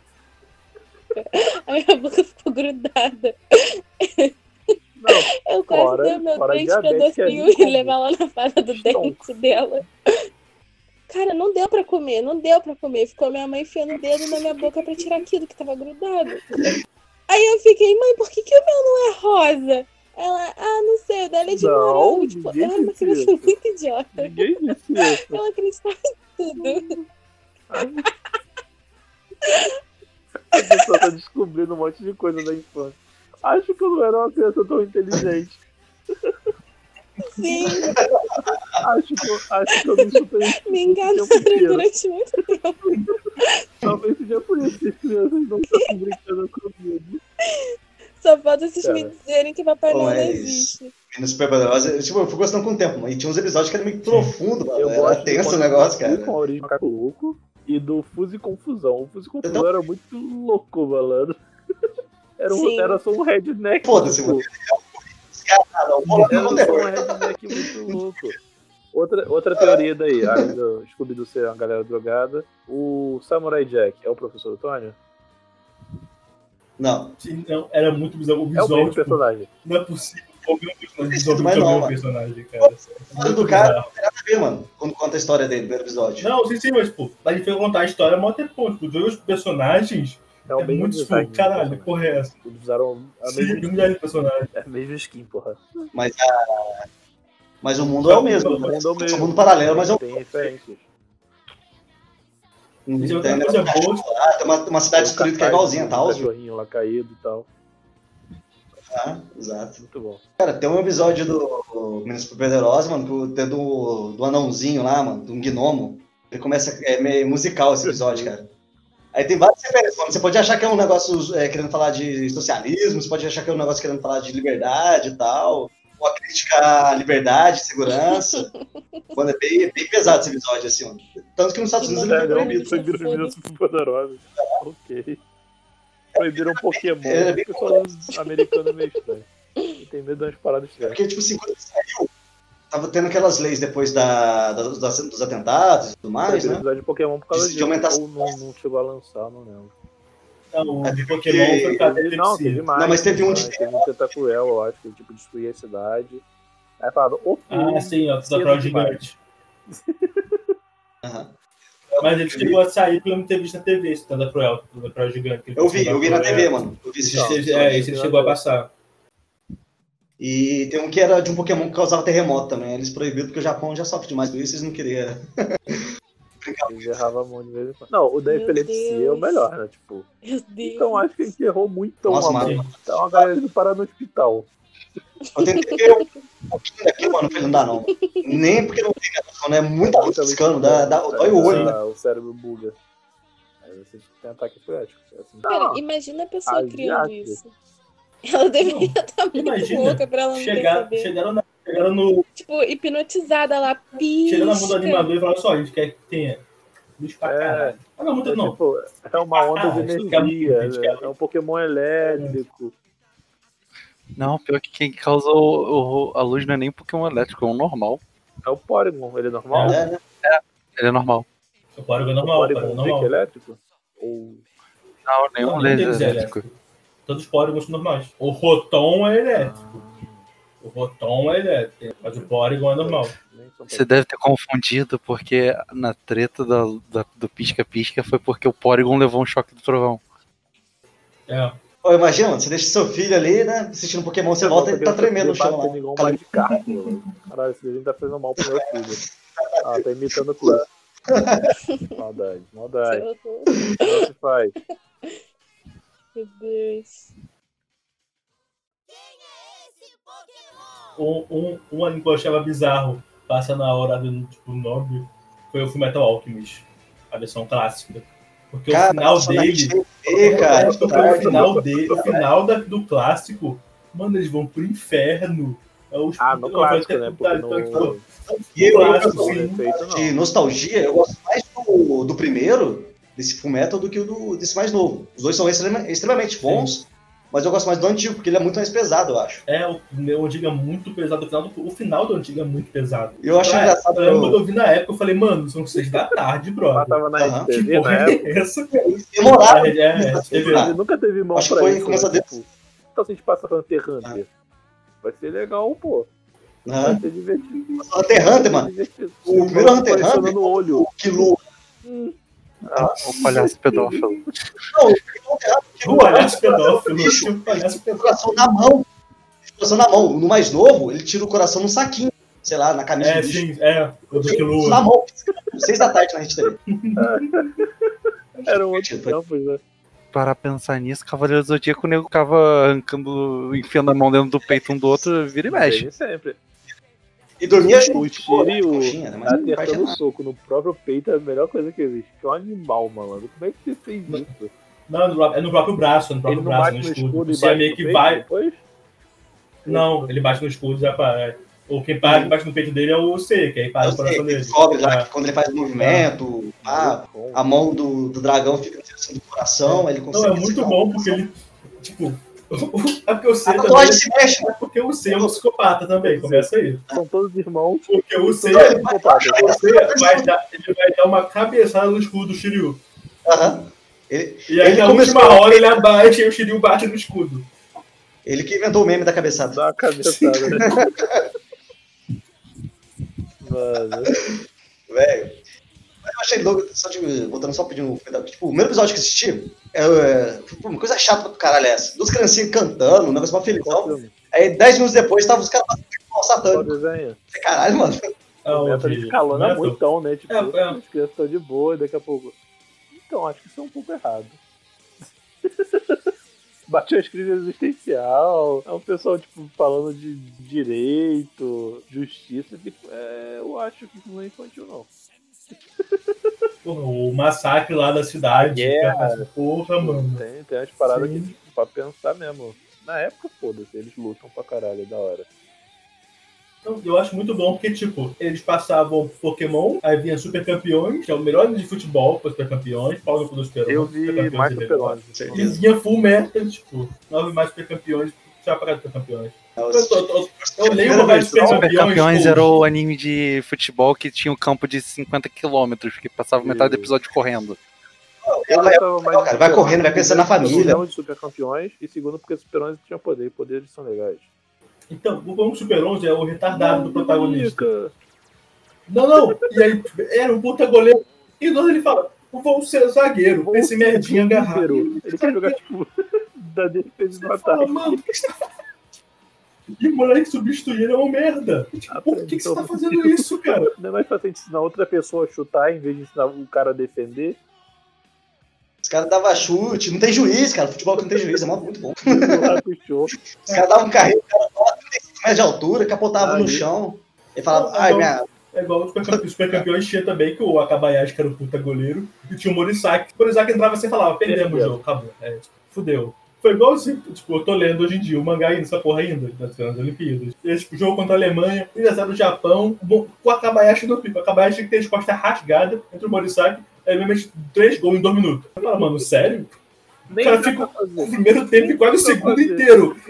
D: A minha boca ficou grudada.
B: Não,
D: Eu quase
B: Fora-
D: dei o meu
B: fora
D: dente
B: a
D: pra
B: diabetes que é
D: docinho e
B: incomum.
D: levar lá na fada do dente
B: Estonca.
D: dela. Cara, não deu pra comer, não deu pra comer. Ficou minha mãe enfiando o dedo na minha boca pra tirar aquilo que tava grudado. Aí eu fiquei, mãe, por que, que o meu não é rosa? Ela, ah, não sei, o dela é de
B: Não,
D: morango. Tipo,
B: ninguém
D: ela é uma
B: disse
D: criança
B: isso.
D: muito idiota.
B: ninguém disse isso.
D: Ela acreditava em tudo.
B: A pessoa tá descobrindo um monte de coisa da infância. Acho que eu não era uma criança tão inteligente.
C: Hum.
D: Sim,
B: Acho que eu, acho que eu me surpreendi.
D: me enganaram durante muito tempo.
B: Talvez seja por isso que as crianças não estão brincando comigo.
D: Só falta vocês me
B: Cara.
D: dizerem que Papai
C: Bom,
D: Noel não
C: é isso.
D: existe.
C: Meninas super poderosas. Tipo, eu fui gostando com o tempo, mas tinha uns episódios que era meio profundo, mano.
B: Eu
C: Era
B: gosto
C: É tenso
B: do
C: o negócio,
B: Fuzi
C: cara.
B: Com a origem do Macaco Louco e do Fuse Confusão. O Fuse Confusão era muito louco, malandro. Era, um-
D: Sim.
B: era só um redneck.
C: Foda-se,
B: tipo,
C: mano. Ah, não, vou lá
B: Era
C: não
B: só um
C: terror.
B: redneck muito louco. Outra, outra teoria daí, além do Scooby-Doo ser uma galera drogada, o Samurai Jack é o professor Antônio?
C: Não.
A: Sim, não, assim, então, era muito bizarro. O
B: É o
A: visual,
B: mesmo
A: tipo,
B: personagem.
A: não é possível. O meu personagem,
C: Isso, mas
A: visualmente, é o
C: não,
A: meu
C: mano.
A: personagem, cara.
C: Olha do cara, não tem nada a ver, mano. Quando conta a história dele no primeiro episódio.
A: Não, sim, sim, mas, pô, a gente foi contar a história mó tempão. Tipo, os dois personagens
B: É
A: é,
B: o mesmo
A: muito
B: design
A: tipo, caralho,
B: do
A: que porra é essa?
B: personagem. É Eles usaram a
A: Sim, um
B: mesma,
A: de milhares de personagens.
B: a mesma É skin, porra.
C: Mas, a- mas o mundo é o mesmo.
A: O
C: né?
B: mundo é o mesmo.
C: É um mundo paralelo, mas é um.
B: Tem referências.
A: Isso é
C: Tem,
A: outra
C: né,
A: coisa
C: um cachorro
A: boa.
C: lá, tem uma, uma cidade destruída que
B: um
C: é igualzinha, tá?
B: tal. cachorrinho lá caído e tal.
C: Tá, exato.
B: Muito bom.
C: Cara, tem um episódio do Menos Poderosa, mano, que o- tem do, do anãozinho lá, mano, de um gnomo. Ele começa. É meio musical esse episódio, cara. Aí tem várias referências, mano. Você pode achar que é um negócio é, querendo falar de socialismo, você pode achar que é um negócio querendo falar de liberdade e tal. Ou a crítica à liberdade, segurança. mano, é bem, bem pesado esse episódio, assim, mano. Tanto que nos Estados Unidos ele foi
B: Sério,
C: proibido.
D: Proibido.
B: proibido. Proibiram meninas superpoderosas. Ok. Proibiram Pokémon.
C: Era
B: O
C: é bem
B: pessoal americano é meio estranho. Tem medo das paradas
C: É
B: estranhas.
C: Porque, tipo assim, quando saiu, tava tendo aquelas leis depois da, da- dos, dos atentados e tudo mais,
B: Proibiram
C: né?
B: usar de Pokémon por causa
C: De- de aumentar
B: disso. Ou não, não chegou a lançar, não lembro.
A: Não, é o de
C: É porque-
A: Pokémon foi pra
B: Teve- não, teve
A: Detetive.
B: mais.
C: Não, mas teve um de-
B: mais, Teve um Tentacuel, eu acho, que tipo, destruía a cidade. Aí falaram, ok.
A: Ah, sim, ó, Desafio Gigante.
C: Aham.
A: Mas ele chegou a sair pela entrevista na TV, esse Tanda Cruel, Tanda Cruel Gigante. que ele
C: Eu vi,
A: fez
C: eu vi na
A: Cruel.
C: TV, mano. Eu vi esse
B: Não,
A: Esse,
C: episódio.
A: é, esse ele chegou a passar.
C: E tem um que era de um Pokémon que causava terremoto também. Eles proibiram porque o Japão já sofre demais com isso, eles não queriam.
B: Eles erravam muito de vez em quando. Não, o da
D: Meu
B: epilepsia é o
D: Deus.
B: melhor, né? Tipo,
D: Meu Deus.
B: então acho que a gente errou muito. Então,
C: Nossa,
B: uma
C: mano.
B: mãe. Então a galera indo parar no hospital.
C: Eu tentei ver um pouquinho daqui, mano, mas não dá não. Nem porque não tem gravação, né? É muito
B: Muita luz
C: arriscando,
B: branca,
C: dá, dá,
B: sabe?
C: dói o olho, né?
B: Ah, O cérebro buga. Aí você tem ataque epilético. É assim.
D: Cara,
B: Não,
D: imagina a pessoa
B: Asiático. É,
D: criando isso. Ela deveria estar muito
A: imagina.
D: louca pra ela não
A: Chegar,
D: perceber.
A: chegaram, na- chegaram no.
D: Tipo, hipnotizada lá,
A: Chegaram na mão do
D: pisca.
A: animador e falaram só, a gente quer que tenha luz pra
B: É.
A: caralho. Ah, não, muito
B: é,
A: não.
B: tipo, é uma onda de
A: Ah, isso fica muito
B: energia, né?
A: criticado.
B: é um Pokémon elétrico.
E: Não, pior que quem causa o- o- a luz não é nem Pokémon elétrico, é um normal.
B: É o Porygon, ele é normal?
C: É, né?
E: Ele é normal.
A: O Porygon é
B: O
A: normal, o Porygon é
B: Porygon fica
A: normal.
B: elétrico? Ou
E: Não, nenhum
A: Não, não
E: laser
A: tem que ser
E: elétrico.
A: Todos os Porygons são normais. O Rotom é elétrico.
B: Ah.
A: O Rotom é elétrico. Mas o Porygon é normal.
B: nem são
E: Você deve ter confundido, porque na treta da, da- do pisca-pisca foi porque o Porygon levou um choque do trovão.
A: É.
C: Ó, imagina, mano, você deixa seu filho ali, né? Assistindo Pokémon, você volta e ele tá tremendo no chão lá.
B: Igual um Mario Kart, mano. Caralho, esse desenho tá fazendo mal pro meu filho. Ah, tá imitando tudo. Maldade, maldade.
D: Que horror.
B: Não se faz.
D: Meu Deus.
A: Um, um, um anime que eu achava bizarro, passa na hora do tipo, nome, foi o Fullmetal Alchemist, a versão clássica. Porque o final
C: passou na
A: dele.
C: TV, cara, de
A: Porque o
C: tarde, né?
A: final, dele, o final da- do clássico, mano, eles vão pro inferno. É os-
B: Ah, no
A: eu vou
B: clássico,
A: até
B: né?
A: putar,
B: Porque
A: então, tipo,
B: no
C: E eu,
A: Claro,
C: eu
A: sim.
C: gosto
B: no feito,
C: de
B: não.
C: nostalgia, eu gosto mais do, do primeiro, desse Full Metal, do que o do, desse mais novo. Os dois são extrema- extremamente bons, mas eu gosto mais do antigo, porque ele é muito mais pesado, eu acho.
A: É, o meu antigo é muito pesado. O final do, o final do antigo é muito pesado.
C: Eu acho
A: Ah,
C: engraçado.
A: Eu lembro quando eu vi na época, eu falei, mano, são seis da tarde,
B: Ela
A: brother.
B: tava na
C: Aham.
E: Tipo,
A: Que
B: RedeTV na
A: porra
B: época.
A: é essa?
C: Demorado.
A: É, é, teve-
C: Ah.
B: Ele nunca teve mão
C: Acho que
B: pra
C: foi-
B: isso.
C: começa
B: né?
C: desse.
B: Então se a gente passa Hunter x Hunter. Vai ser legal, pô.
A: É.
B: Vai
C: Né?
B: ser divertido.
C: Hunter x Hunter, mano.
B: Divertido.
C: O primeiro Hunter x
B: Aparecendo
C: Hunter-
B: no olho.
C: O Kilo.
B: Hum,
E: O palhaço pedófilo.
A: Um palhaço pedófilo.
C: Bicho.
A: Um palhaço
C: O coração na mão. O coração na mão. No mais novo, ele tira o coração num saquinho. Sei lá, na camisa
A: É,
C: do bicho.
A: sim, é, o do
C: Isso na
A: Killua.
C: mão. Seis da tarde na gente TV.
B: Era um
C: Tipo,
B: outro tempo, né?
E: Para pensar nisso, Cavaleiro do Zodíaco, o nego ficava arrancando, enfiando a mão dentro do peito um do outro, vira e mexe.
B: Desde sempre.
C: E dormia junto.
B: O Shiryu
C: Coxinha, né? Mas não parte
B: Acertando o
C: nada.
B: soco no próprio peito é a melhor coisa que existe. Que é um animal, malandro. Como é que você fez isso?
A: Não, é no próprio- é no próprio braço, é no
B: Ele
A: próprio
B: não
A: braço,
B: bate
A: no
B: no escudo
A: escudo.
B: e
A: Você é
B: bate
A: meio
B: no
A: que
B: peito né?
A: vai.
B: depois?
A: Não, ele bate no escudo e já é, para. Ou quem para, bate no peito dele é o C, que aí para
C: Eu
A: o coração
C: sei,
A: dele.
C: ele cobre lá,
A: É.
C: que quando ele faz o movimento, pá,
B: Muito Ah, bom.
C: Ah, a mão do, do dragão fica na direção do coração, ele
A: Não,
C: consegue...
A: é muito bom porque ele. Tipo. É porque o C
C: A
A: também.
C: tatuagem se mexe, né?
A: É porque o C é um psicopata também, começa aí.
B: São todos irmãos.
A: Porque o C,
C: Ele vai-
B: Psicopata.
A: o
C: é
A: C vai dar, ele vai dar uma cabeçada no escudo do Shiryu.
C: Aham.
A: E aí,
C: Ele
A: na
C: começou-
A: última hora, ele abaixa e o Shiryu bate no escudo.
C: Ele que inventou o meme da cabeçada.
B: Dá uma cabeçada, né? Mano,
C: Velho. Mas Eu achei louco, só de, voltando só pedindo um pedaço. Tipo, o primeiro episódio que eu assisti, eu, é, foi uma coisa chata pra caralho é essa. Duas criancinhas cantando, um negócio mó
B: qual
C: felizão.
B: filme?
C: Aí, dez minutos depois, tava os caras fazendo futebol
B: Qual
C: satânico.
B: desenho?
C: Eu falei, Caralho, mano.
A: É
B: O Então, Beto ele escalando muito, então, né? Tipo,
A: É, é.
B: as crianças estão de boa e daqui a pouco. Então, acho que isso é um pouco errado. Bateu as crises existencial, é um pessoal, tipo, falando de direito, justiça, tipo, é, eu acho que isso não é infantil, não.
A: Porra, o massacre lá da cidade. é
B: Yeah.
A: cara. Porra, mano.
B: Tem, tem umas paradas
A: Sim.
B: que, tipo, pra pensar mesmo. Na época, foda-se, eles lutam pra caralho, é da hora.
A: Então, Eu acho muito bom porque, tipo, eles passavam Pokémon, aí vinha Super Campeões, que é o melhor anime de futebol pra Super Campeões, Paulo no dos Perões.
B: Eu vi mais do Pelone.
A: E vinha Full Metal, tipo, nove mais Super Campeões, já para Super Campeões.
C: Eu,
A: Então, Eu, tô- tô- eu leio o mangá de Super
E: Super
A: Campeões.
E: Campeões
A: pô.
E: era o anime de futebol que tinha um campo de 50 quilômetros, que passava metade do episódio correndo.
C: eu, eu,
B: gostava mais
C: É, cara,
B: do
C: vai
B: Super
C: correndo, vai
B: Campeões,
C: pensando na
B: porque
C: família.
B: eles eram um, de super campeões, e segundo, porque super homens tinham poder, e poderes são legais.
A: Então, o Pokémon Super 11 é o retardado do protagonista.
B: Nunca.
A: Não, não. E aí era um puta goleiro. E do nada ele fala: vou ser zagueiro.
B: Vou
A: esse
B: ser
A: merdinha agarrado.
B: Zero. Ele quer jogar, tipo, da defesa do
A: Você fala,
B: ataque.
A: mano, o que você tá fazendo? E o moleque substituir é uma merda.
B: Ah,
A: Por que, que você
B: então,
A: tá fazendo isso, cara?
B: Não é mais pra você ensinar outra pessoa a chutar em vez de ensinar o cara a defender?
C: Os caras davam chute, não tem juiz, cara. Futebol que não tem juiz, é mó- muito bom.
B: Lá puxou.
A: É.
C: Os caras davam um carrinho, o cara tava 35 metros de altura, capotava
B: Aí.
C: no chão. Ele falava,
A: Ah,
C: ai,
A: não.
C: minha.
A: É igual o Super, o super Campeões tinha também, que o Akabayashi, que era o puta goleiro, e tinha o Morisaki. O Morisaki entrava sem falar, perdemos o
B: Perdeu.
A: jogo, acabou. É, tipo, fudeu. Foi igual assim, tipo, eu tô lendo hoje em dia o mangá ainda, essa porra ainda, das das Olimpíadas. Esse tipo, jogo contra a Alemanha, 1x0 do Japão, bom, o Akabayashi no pico. O Akabayashi tinha que ter resposta rasgada entre o Morisaki, aí ele mete três gols em dois minutos. Eu falo, mano, sério?
B: Nem
A: Cara,
B: dá pra
A: ficou- O
B: fazer.
A: primeiro tempo e quase o
B: Não
A: segundo
B: fazer.
A: inteiro.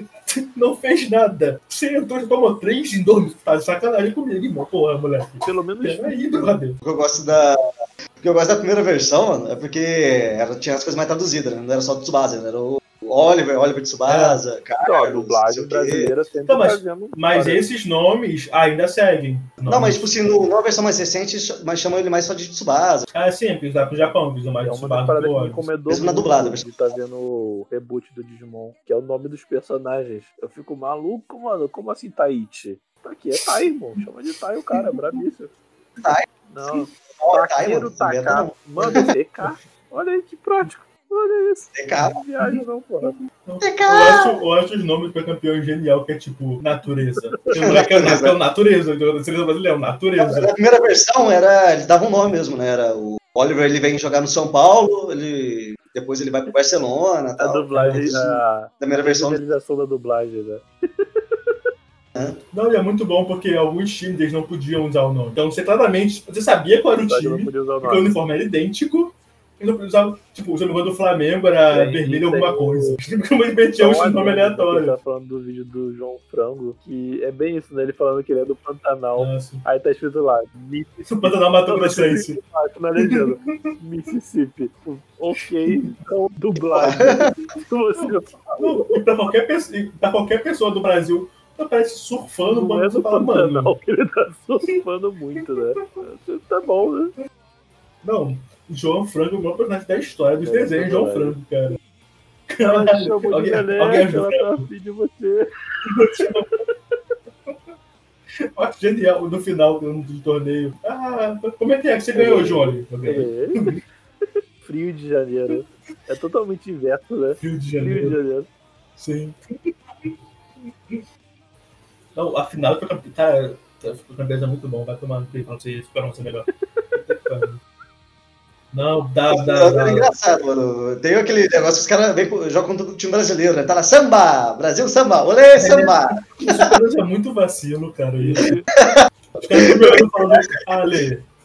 A: Não fez nada. Você entrou e tomou três em dois minutos. Tá de sacanagem comigo, irmão. Porra, moleque. é
B: Pelo menos tipo,
A: Peraí, brother.
C: O que eu gosto da. O que eu gosto da primeira versão, mano, é porque era, tinha as coisas mais traduzidas, né? Não era só do Tsubasa, era o, o Oliver, Oliver Tsubasa, cara.
B: Então, a
C: Carlos, não sei
B: dublagem
C: o quê.
B: brasileira sempre
A: Então, mas-
B: fazendo.
A: Mas
B: história.
A: esses nomes ainda seguem.
C: Não, mas tipo assim, no- numa versão mais recente, mas chamam ele mais só de Tsubasa.
A: Ah, sim, que usar pro Japão, que usam mais
B: É
A: de
B: uma
A: Subaru
B: das paradas
A: do
B: que me
A: Ori.
B: encomendou
C: Mesmo na
B: muito
C: dublada,
B: de tá vendo o reboot do Digimon, que é o nome dos personagens. Eu fico maluco, mano. Como assim Taichi? Pra quê? É Tai, irmão. Chama de Tai o cara, é brabíssimo.
C: Tai?
B: Não.
C: Ó, tá aí,
B: Taqueiro
C: mano. Não inventa
B: Taká.
C: não.
B: Mano, TK. Olha aí que prático. Olha isso.
C: TK.
B: Não viaja não, porra.
A: Eu acho, eu acho os nomes pra campeão genial, que é tipo natureza. Tem um moleque que é o na- que é o natureza, então, a seleção brasileira é o natureza.
C: Na primeira versão era. Ele dava um nome mesmo, né? Era o Oliver ele vem jogar no São Paulo, ele. Depois ele vai pro Barcelona.
B: A
C: Tal,
B: dublagem,
C: Na
B: a
C: primeira versão.
B: finalização da dublagem, né?
A: Não, e é muito bom porque alguns times eles não podiam usar o nome. Então você claramente. Você sabia qual era o
B: Só que eu não
A: time,
B: podia usar o
A: porque o
B: nome.
A: uniforme era idêntico. Eles não usavam, tipo, o uniforme do Flamengo era
B: Tem-
A: vermelho
B: tem
A: alguma
B: o-
A: coisa. Porque eles
B: Então,
A: metiam esse nome aleatório.
B: Tá falando do vídeo do João Frango, que é bem isso, né? Ele falando que ele é do Pantanal.
A: Nossa.
B: Aí tá escrito lá, Mississippi.
A: Isso o Pantanal Mato
B: Então,
A: Grossense.
B: Embaixo na legenda, Mississippi. Ok, então dublagem. Se você é
A: Não, E pra qualquer, pessoa, e pra qualquer pessoa do Brasil, aparece surfando o
B: não é
A: banco
B: do
A: e fala, mano.
B: Pantanal, que ele tá surfando muito, né? Tá bom, né?
A: Não, João Frango é o maior personagem da história dos
B: É,
A: desenhos,
B: é
A: João
B: verdade.
A: Frango, cara.
B: Ela te
A: Caralho,
B: chamou de
A: alguém, alguém
B: Leleca,
A: ajuda.
B: ela tá afim de você.
A: Eu acho genial no final do do torneio. Ah, como é que é que você ganhou, Johnny? Alguém.
B: É. Frio de janeiro. É totalmente inverso, né?
A: Rio de
B: Frio de
A: Janeiro.
B: janeiro.
A: Sim. Não, afinal, foi tá, campeão. Cara, foi campeão é muito bom. Vai tomar no peito, não sei, espera não ser melhor. Não, dá,
B: tá
A: dá,
C: Era
A: dá.
C: engraçado, mano. Tem aquele negócio que os caras vêm pro- jogam contra o time brasileiro, né? Tá lá, samba! Brasil, samba! Olê, samba!
A: Isso é muito vacilo, cara. isso. Os caras primeiro falando, Ale, olé,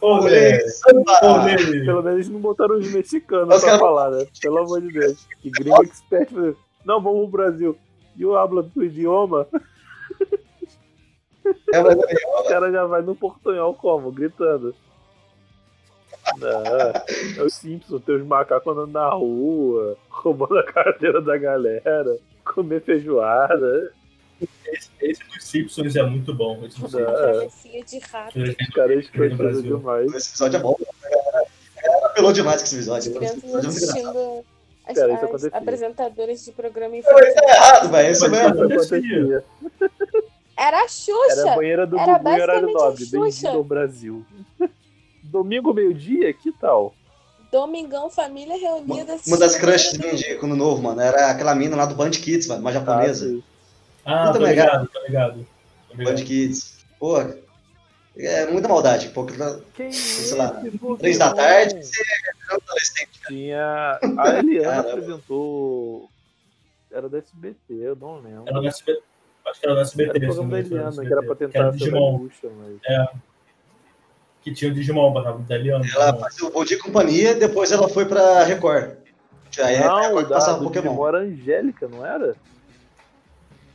C: Olê, samba!
A: olé.
B: Pelo menos não botaram os mexicanos
C: Os
B: pra
C: caras-
B: falar, né? Pelo amor de Deus. Que gringo expert. fazer. Não, vamos pro Brasil. E o habla do idioma,
C: É, mas é
B: o cara já vai no portunhol como? Gritando. Não, é o Simpson, teus macacos andando na rua, roubando a carteira da galera, comer feijoada.
A: Esse dos Simpsons é muito bom. Esse dos
B: Não,
A: Simpsons.
B: é,
D: Travessia de rato.
A: é
B: os caras
A: No
B: escroteiros
A: Brasil.
B: demais.
C: Esse episódio é bom. Ela apelou demais com esse
D: As
C: episódio. Esse
D: crianças
C: episódio é muito engraçado.
D: assistindo as,
B: Pera, isso
D: as
B: acontecia.
D: apresentadoras de programa
C: Mas
D: infantil.
C: tá errado, velho. Isso mesmo.
B: Isso acontecia.
D: Era a
B: Era a
D: Xuxa!
B: banheira do
D: Era
B: Gugu e horário
D: basicamente a
B: nobre. Bem-vindo
D: Xuxa.
B: ao Brasil. Domingo, meio-dia, que tal?
D: Domingão, família reunida.
C: Uma das
D: assistindo
C: crushes
D: programa.
C: minha de quando novo, mano, era aquela mina lá do Band Kids, mano, uma japonesa.
B: sim.
A: Ah,
C: Muito
A: tô ligado, tô ligado. Tô
C: Band
A: ligado.
C: Kids. Pô, é muita maldade. Pô, que tá-
B: Quem
C: Sei lá,
B: é
C: três da tarde, você é um adolescente.
B: Tinha. A Eliana
C: Caramba.
B: apresentou. Era da SBT, eu não lembro.
A: Era no SBT. Acho que era no
B: Era
A: SBT.
B: o programa da
A: se não me engano,
B: Eliana,
A: no
B: que era pra
A: SBT,
B: tentar
A: que
B: ser
A: era Digimon,
B: bruxa, mas.
A: que tinha o Digimon, botava o da Eliana.
C: Ela fazia o Bom Dia e Companhia, depois ela foi pra Record. Aí a
B: Não,
C: Record
B: o da,
C: é, passava
B: do
C: Pokémon.
B: Digimon era a Angélica, não era?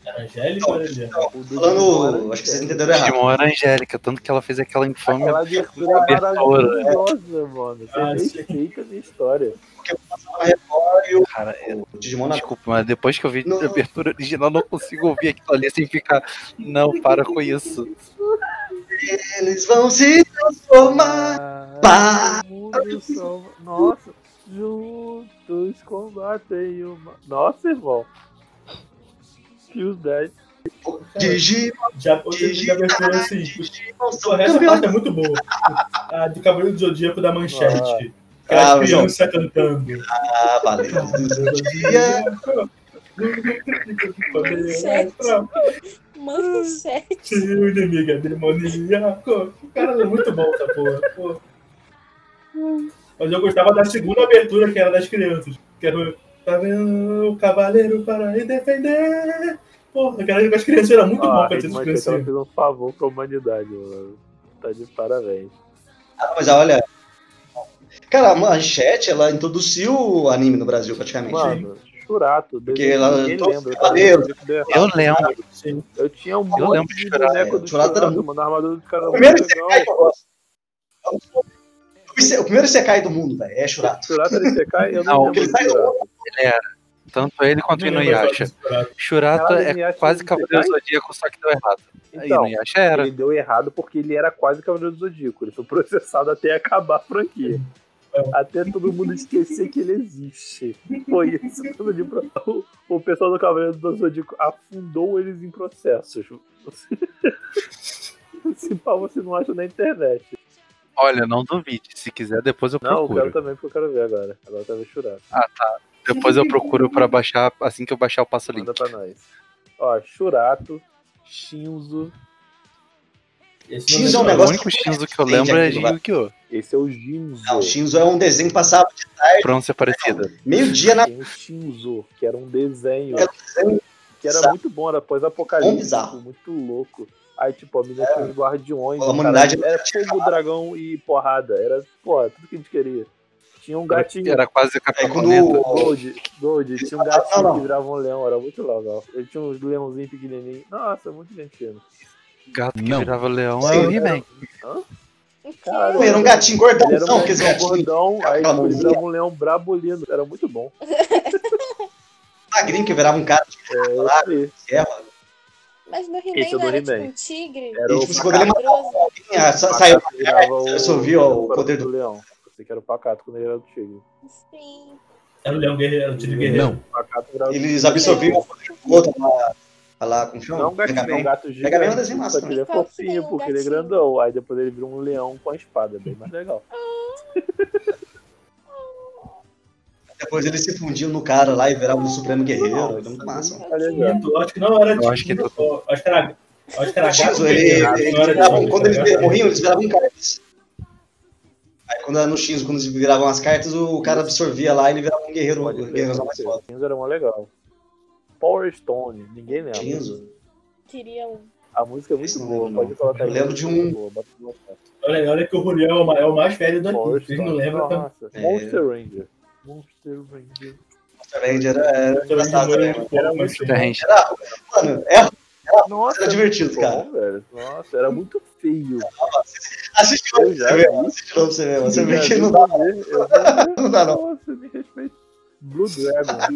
A: Era Angélica ou era Eliana?
B: O do Digimon era
C: Falando, acho que vocês
B: Angélica.
C: entenderam É errado.
E: Digimon era Angélica, tanto que ela fez aquela infame.
B: Aquela abertura
E: Abertura,
B: maravilhosa, mano. Você
A: Ah, sim.
B: respeita a minha história.
E: Cara, eu-
C: O Digimon na
E: desculpa, mas depois que eu vi
C: Não.
E: a abertura original, eu não consigo ouvir aquilo ali sem ficar. Não, para com isso.
C: Eles vão se transformar. Pá!
B: Mundo são- Nossa, juntos combatem uma. Nossa, irmão. Fios 10.
C: Digimon
A: Já eu vi a abertura assim.
C: são
A: Pô, essa
C: campeões.
A: parte é muito boa. A do Cavaleiro do Zodíaco da Manchete.
C: Ah,
A: Aquela
C: eu
A: criança cantando.
C: Ah, valeu. Dia.
D: Manchete.
A: Seu inimigo é demoníaco. O cara é muito bom essa porra. pô. Mas eu gostava da segunda abertura, que era das crianças. Que era o- Tá vendo o cavaleiro para me defender. Porra, aquela das crianças era muito bom
B: Ah,
A: pra ter
B: irmã, que ela
A: crianças.
B: fez um favor pra humanidade, mano. Tá de parabéns.
C: Ah, mas olha. Cara, a manchete, ela introduziu o anime no Brasil, praticamente.
B: Mano, Churato.
C: Porque
B: desenho
C: ela-
B: que Ninguém
C: Nossa,
B: lembra.
C: valeu.
B: tá? Deu errado.
E: Eu lembro.
A: Sim.
B: Eu tinha um
E: lembro
B: monte
E: de
B: de
E: Churato,
B: boneco
C: é.
B: do
C: Churato era
B: Churato,
C: muito-
B: mano. A armadura do cara era
C: O primeiro
B: muito
C: Sekai
B: legal.
C: que eu gosto. O primeiro Sekai do mundo, velho, é Churato.
B: Churato ele secar, eu não,
E: Não,
B: lembro
C: ele
B: de
C: sai do
B: Churato.
E: Ele Tanto ele quanto o
A: Não lembro agora
E: Inuyasha.
A: desse prato.
E: Shurata
B: Caralho,
E: é
B: Inuyasha
E: quase
B: não
E: Cavaleiro
B: tem
E: Zodíaco, só que deu errado. Aí né?
B: Então,
E: Inuyasha era.
B: Ele deu errado porque ele era quase Cavaleiro do Zodíaco. Ele foi processado até acabar a franquia. Até todo mundo esquecer que ele existe. Foi isso. Todo dia pro- o, o pessoal do Cavaleiro do Zodíaco afundou eles em processos. Você... Se pá, você não acha na internet.
E: Olha, não duvide. Se quiser, depois eu
B: Não, eu
E: procuro.
B: quero também porque eu quero ver agora. Agora tá eu quero ver Shurata.
E: Depois eu procuro pra baixar. Assim que eu baixar, eu passo o link.
B: Manda pra nós. Ó, Shurato, Shinzo.
A: Esse
C: X é um
A: nome
E: O
C: negócio
E: único
C: que-
E: Shinzo que eu lembro é de
C: Entendi, vai.
E: Yu-Gi-Oh!
B: Esse é o Jinzo.
C: Não, o Shinzo é um desenho que passava
E: Pronúncia parecida.
C: meio-dia na.
B: Tem o Shinzo, que era um desenho.
C: Era
B: Que era
C: bizarro.
B: muito bom, era
C: Bom,
B: pós-apocalíptico,
C: bizarro. É.
B: muito louco. Aí, tipo, a mina tinha os guardiões. um
C: A
B: cara,
C: humanidade
B: era fogo, dragão e porrada. Era, porra, tudo que a gente queria. Tinha um gatinho.
E: Era quase Capitão
C: É quando
E: Planeta.
C: o-
B: Gold, Gold, tinha um
C: Não,
B: gatinho
C: não.
B: que virava um leão, era muito legal. Ele tinha uns leãozinhos pequenininhos. Nossa, muito divertido.
E: Gato que
G: Não.
E: virava leão
C: Sim,
E: é o He-Man.
D: O quê?
B: Caralho.
C: Pô, Era um gatinho gordão,
B: Ele era um
C: não, aqueles
B: leão
C: gatinhos
B: gordão, aí
C: aquela
B: tipo, ele
C: mãozinha.
B: virava um leão brabolino. Era muito bom.
C: magrinho que virava um cara de
B: É, isso aí.
C: guerra.
D: Mas no
B: Esse é
D: He-Man
B: do
D: não era
B: He-Man.
D: tipo um tigre?
B: Era
C: E,
B: o
C: tipo, esse bagulho é
D: Grosso.
C: Ah, sa- Saiu.
B: Pacato virava o-
C: Eu só vi, ó, o
B: era
C: poder
B: do leão. Você que era o pacato quando ele era do tigre.
D: Sim.
A: Era o Leão Guerreiro, o Tigre Guerreiro.
G: Não,
B: O pacato virava
C: Eles absorviam o poder do outro lá. lá como chama?
B: Não, um gatinho,
C: Mega Man.
B: um gato
C: Mega Man é um
B: gigante.
C: desenho
B: Só
C: massa
B: que ele
C: também.
B: é
D: Qual que tem
B: fofinho,
D: um
B: porque ele é
D: gatinho?
B: grandão. Aí depois ele vira um leão com a espada, bem mais legal.
C: Depois eles se fundiam no cara lá e viravam um Supremo Guerreiro. Era muito massa.
B: Olha aí,
A: Lindo, eu acho que não era
E: Eu acho que
A: Tinto só, acho que era. Acho que era
C: O Shinzo,
B: um
A: Gato
C: Tá um ele,
A: Guerreiro,
C: eles
A: não era
C: viravam-
B: né?
A: Tinto,
C: quando
A: tá
C: eles
A: ligado?
C: morriam, eles viravam cartas. Aí quando era no Shinzo, quando eles viravam as cartas, o cara absorvia lá e ele virava um guerreiro,
B: pode
C: um
B: ver,
C: guerreiro
B: pode
C: mais
B: ver.
C: foda.
B: Shinzo era mó legal. Power Stone, ninguém lembra.
C: Shinzo?
D: Queria um.
B: A música é muito
C: Isso não
B: boa,
C: lembro,
B: pode colocar
C: Eu
B: aí.
C: lembro de um-
B: Boa, bota no lugar.
A: O legal é que o Ruriel é o ma- é o mais velho daqui.
B: Power
A: Vocês não
B: Stone.
A: lembram? tá?
B: Nossa,
C: É.
B: Monster Ranger. Monster Ranger.
C: Strange era,
B: É,
C: era
B: tá
A: Eu lembro
C: engraçado, né?
A: muito pouco, mas
E: Muita gente.
C: Era, mano, é, era,
B: Nossa,
C: era Ah, tá divertido,
B: muito
C: cara.
B: bom, velho. Nossa, era muito feio.
C: Assiste de novo
B: Eu
C: pra
B: já
C: você ver,
B: vi.
C: assiste de novo pra você ver. Você vê
B: Eu
C: que
B: já
C: não
B: vi
C: dá,
B: fazer, né? eu já vi.
C: não dá não.
B: Nossa, me respeita. Blue Dragon. né?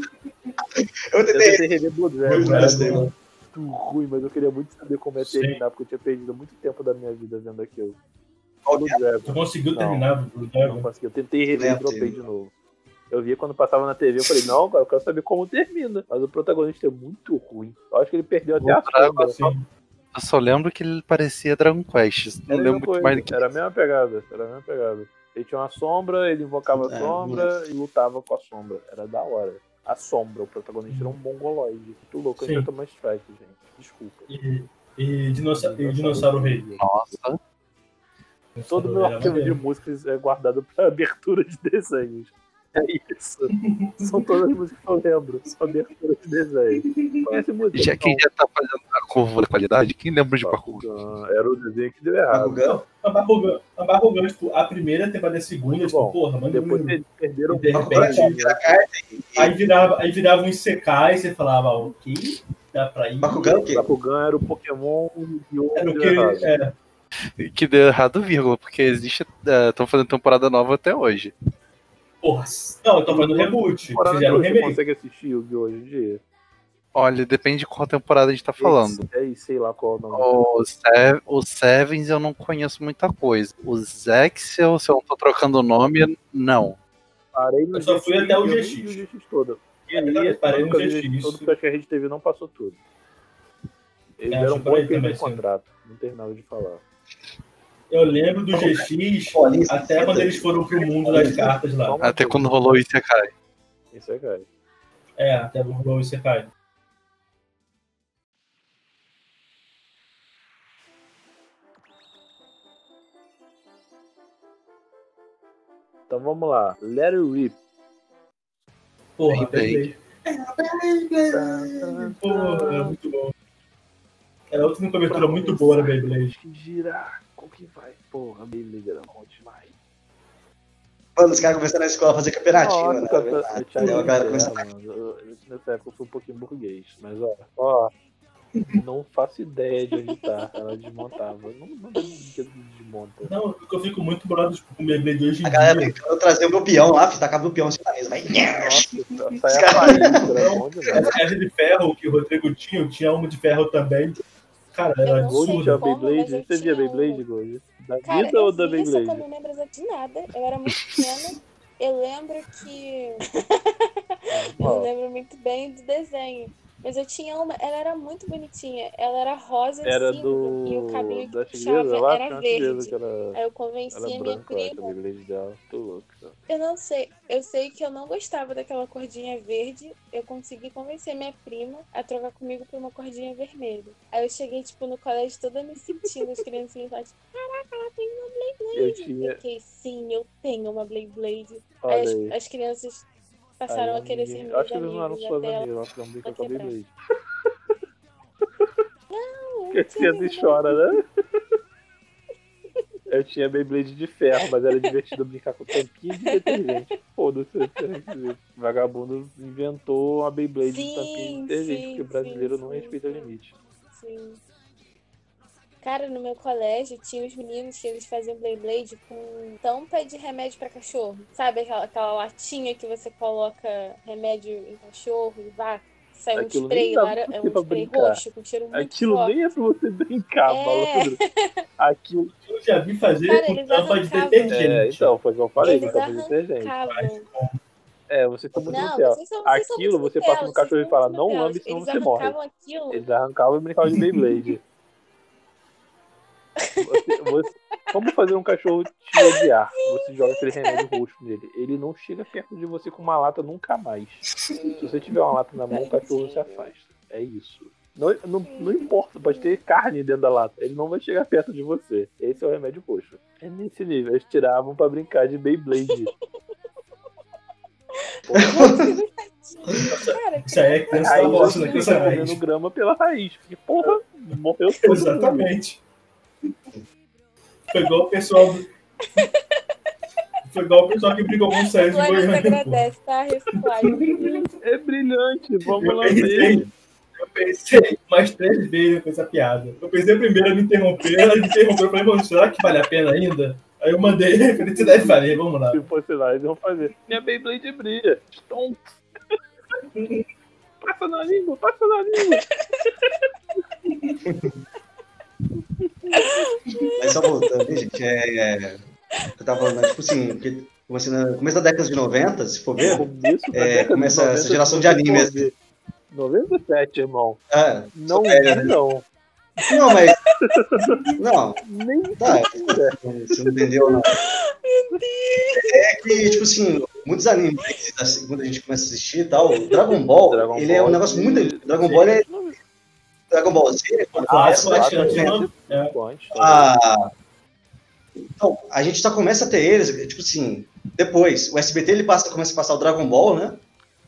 C: Eu
B: Eu
C: tentei,
B: tentei rever Blue Dragon.
C: Blue
A: né?
B: Era
C: Dragon.
B: muito ruim, mas eu queria muito saber como é
A: Sim.
B: terminar, porque eu tinha perdido muito tempo da minha vida vendo aquilo.
C: Qual é?
B: Blue Dragon.
A: Tu conseguiu
B: Não.
A: terminar, né? Blue
B: Não
A: Dragon?
B: consegui. Eu tentei rever e
C: Lembro,
B: dropei
C: teve.
B: de novo. Eu via quando passava na TV, eu falei, não, cara, eu quero saber como termina. Mas o protagonista é muito ruim. Eu acho que ele perdeu até
E: Blue
B: a sombra. né?
A: Assim,
E: Eu só lembro que ele parecia Dragon Quest.
B: Era a
E: Não
B: mesma
E: lembro muito
B: coisa,
E: mais do que.
B: Era a mesma pegada, era a mesma pegada. Ele tinha uma sombra, ele invocava a
C: É,
B: sombra e lutava com a sombra. Era da hora. A sombra, o protagonista era um mongoloide. Muito louco,
A: Sim.
B: ainda tomar strike, gente. Desculpa.
A: e, e, dinossauro, e Dinossauro Rei.
E: Nossa.
A: Dinossauro
B: Todo meu
A: Rei era
B: arquivo de
A: maneiro.
B: músicas é guardado pra abertura de desenhos. É isso. São todas as músicas que eu lembro. Só abertura de desenho. Conhece música?
E: Já, quem já tá fazendo a curva da qualidade? Quem lembra de
B: Não,
E: Bakugan?
B: Bakugan. Era o desenho que deu errado.
C: Bakugan,
A: A Bakugan, a Bakugan, tipo, a primeira temporada e a segunda,
B: Muito
A: tipo,
B: bom.
A: porra, mano.
B: Depois eles perderam
A: De
B: muito
A: repente,
B: da linha.
C: essa carta aí.
A: Aí virava, aí virava um Isekai e você falava, o que dá pra ir?
C: Bakugan é o quê?
B: Bakugan era o Pokémon de ouro
A: Era o
B: deu
A: que
B: errado.
A: era.
E: Que deu errado, vírgula, porque existe. Estão fazendo temporada nova até hoje.
A: Porra, não, eu tô falando reboot.
B: Fora
A: Fizeram um
B: da- Você
A: remake.
B: consegue assistir Yu-Gi-Oh! hoje em dia?
E: Olha, depende de qual temporada a gente tá falando.
B: É isso, sei lá qual é o nome.
E: O, Se o Sevens eu não conheço muita coisa. O Zexel, se eu não tô trocando o nome, não.
B: Parei no
A: Eu só fui
B: GX,
A: até o
B: eu vi
A: GX.
B: GX todo.
A: E aí, parei no
B: nunca vi
A: GX.
B: Todo porque acho que a Rede TV não passou tudo. Eles
A: É,
B: eram
A: acho que por aí
B: bons
A: também,
B: pelo
A: sim.
B: contrato. Não tem nada de falar.
A: Eu lembro do GX
C: Paulista,
A: até quando eles foram pro mundo das
C: né?
A: cartas lá.
B: Toma
E: Até
B: tudo.
E: quando rolou isso, cara.
B: Isso é, cara.
A: É, até rolou o Isekai.
B: Então vamos lá. Let it rip.
A: Porra,
E: Remake.
A: perfeito. Porra, é muito bom. Era outra com abertura muito boa na Beyblade.
B: Que girar. Qual que vai? Porra, Beyblade era bom demais.
C: Mano, os caras começaram na escola a fazer campeonatinho,
B: Nossa,
C: né?
B: cara, eu tinha né?
C: Entendeu? A galera
B: que
C: começava
B: ser, mano. Eu- eu- Nessa época eu fui um pouquinho burguês, mas ó, ó, Não faço ideia de onde tá. Ela desmontava. Não, não tem brinquedo que desmonta.
A: Não, porque eu fico muito brother tipo, com o bebê de hoje em
C: A galera
A: dia.
C: tentando trazer o meu peão lá, filho, tacava o peão assim na mesa. Vai.
B: Nossa, sai a faísca, era bom demais.
A: A caixa de ferro que o Rodrigo tinha, eu tinha uma de ferro também. Cara,
D: Eu
A: era
D: não
B: Gold
D: sei
A: absurda.
B: tinha
D: como,
B: Beyblade?
D: mas eu
B: Você via
D: tinha
B: Beyblade, Gold? Da
D: um Cara,
B: vida ou
D: eu
B: da
D: vi isso, só que eu
B: Beyblade?
D: não lembro de nada. Eu era muito pequena. Eu lembro que. Eu não
B: Ó,
D: lembro muito bem do desenho. Mas eu tinha uma, ela era muito bonitinha. Ela era rosa
B: Era
D: cinza,
B: do.
D: e o cabelo que
B: da
D: puxava
B: tigresa lá? Tinha
D: era
B: uma tigresa
D: verde. assim,
B: que era.
D: Aí eu convenci
B: Era
D: a minha
B: é branca, eu acho, a
D: prima.
B: Beyblade dela. Tô louco. cara.
D: Eu não sei. Eu sei que eu não gostava daquela cordinha verde. Eu consegui convencer minha prima a trocar comigo por uma cordinha vermelha. Aí eu cheguei, tipo, no colégio toda me sentindo, as criancinhas lá, tipo, caraca, ela tem uma
B: Eu
D: Blade.
B: tinha.
D: Eu fiquei, sim, eu tenho uma Blade Blade. Aí
B: Olha
D: as,
B: aí.
D: as crianças
B: Aí
D: passaram
B: eu
D: a querer
B: ninguém-
D: ser
B: eu
D: minhas
B: Acho que eles não eram
D: amigas
B: suas
D: até
B: amigas,
D: ela.
B: elas ficaram brincando com a
D: Aqui atrás.
B: Beyblade.
D: Não,
B: Porque
D: eu
B: a
D: tinha
B: criança chora, né? Eu tinha Beyblade de ferro, mas era divertido brincar com tampinha de detergente. Foda-se. detergente. Vagabundo inventou a Beyblade de
D: Sim,
B: tampinha de detergente,
D: sim,
B: porque o brasileiro
D: sim,
B: não
D: sim,
B: respeita
D: sim.
B: limite.
D: Sim. Cara, no meu colégio tinha os meninos que eles faziam Beyblade com tampa de remédio pra cachorro. Sabe aquela, aquela latinha que você coloca remédio em cachorro e vaca? Sai um
B: Aquilo
D: spray,
B: nem dava
D: lara,
B: pra
D: é um
B: você pra
D: spray
B: brincar.
D: roxo com cheiro muito
B: Aquilo
D: forte.
B: nem é pra você brincar,
D: É.
B: malandro. Aquilo.
A: Eu já vi fazer
D: Cara,
A: com
D: eles
A: tampa de
D: arrancavam.
A: detergente.
B: É, então, foi o que eu falei,
D: Eles
B: brincar com detergente.
D: Cavam.
B: É, você tá muito
D: Não,
B: Nutella.
D: vocês são, vocês são
B: Aquilo
D: muito
B: você passa
D: Nutellas,
B: no cachorro
D: vocês
B: e
D: são
B: fala,
D: muito
B: não
D: Nutellas.
B: lambe, senão
D: Eles
B: você morre.
D: arrancavam aquilo.
B: Eles arrancavam e brincavam de Beyblade. Você- você- como fazer um cachorro te odiar? Você joga aquele remédio roxo nele. Ele não chega perto de você com uma lata nunca mais. Se você tiver uma lata na mão, o cachorro se afasta. É isso. Não, não, não importa, pode ter carne dentro da lata. Ele não vai chegar perto de você. Esse é o remédio roxo. É nesse nível. Eles tiravam pra brincar de Beyblade.
D: Cara,
A: Isso aí é criança da
B: Aí
A: roça,
B: você
A: né?
B: tá
A: Criança grande.
B: fazendo grama pela raiz. Porque, porra, morreu todo mundo.
A: Exatamente. Foi igual o pessoal. do- Foi igual o pessoal que brigou com o
D: o
A: Sérgio
D: Flávio
A: Goiânia. pô.
D: agradece, tá? Reciclagem.
B: É brilhante, vamos
A: Eu
C: É
B: lá
A: pensei,
B: ver.
A: eu pensei mais três vezes com essa piada. Eu pensei primeiro em me interromper, ela me interrompeu, eu falei, mano, será que vale a pena ainda? Aí eu mandei felicidade e falei, vamos lá.
B: Se fosse lá, eles vão fazer. Minha Beyblade brilha. Stonk. passa na língua, passa na língua.
C: Mas só voltando, hein, gente, é... Eu tava falando, né, tipo assim, que comecei na- começo da década de 90, se for ver,
B: Começo da
C: É,
B: década de
C: começa essa
B: 90,
C: geração de
B: se você for
C: animes.
B: ver. 97, irmão.
C: ah,
B: Não, é,
C: velho, né?
B: não.
C: não, mas... Não,
B: Nem
C: tá, você não entendeu, não. É que, tipo assim, muitos animes, assim, quando a gente começa a assistir e tal, o Dragon Ball,
B: Dragon
C: ele é
B: Ball,
C: um negócio muito...
B: ele-
C: Dragon Ball é... Dragon Ball Z, quando
A: Ah,
C: começa, né?
A: só
B: tá,
A: achando que não- é.
B: antes.
C: Ah,
B: Uhum.
C: então, a gente só começa a ter eles, tipo assim, depois. O SBT ele passa, começa a passar o Dragon Ball, né?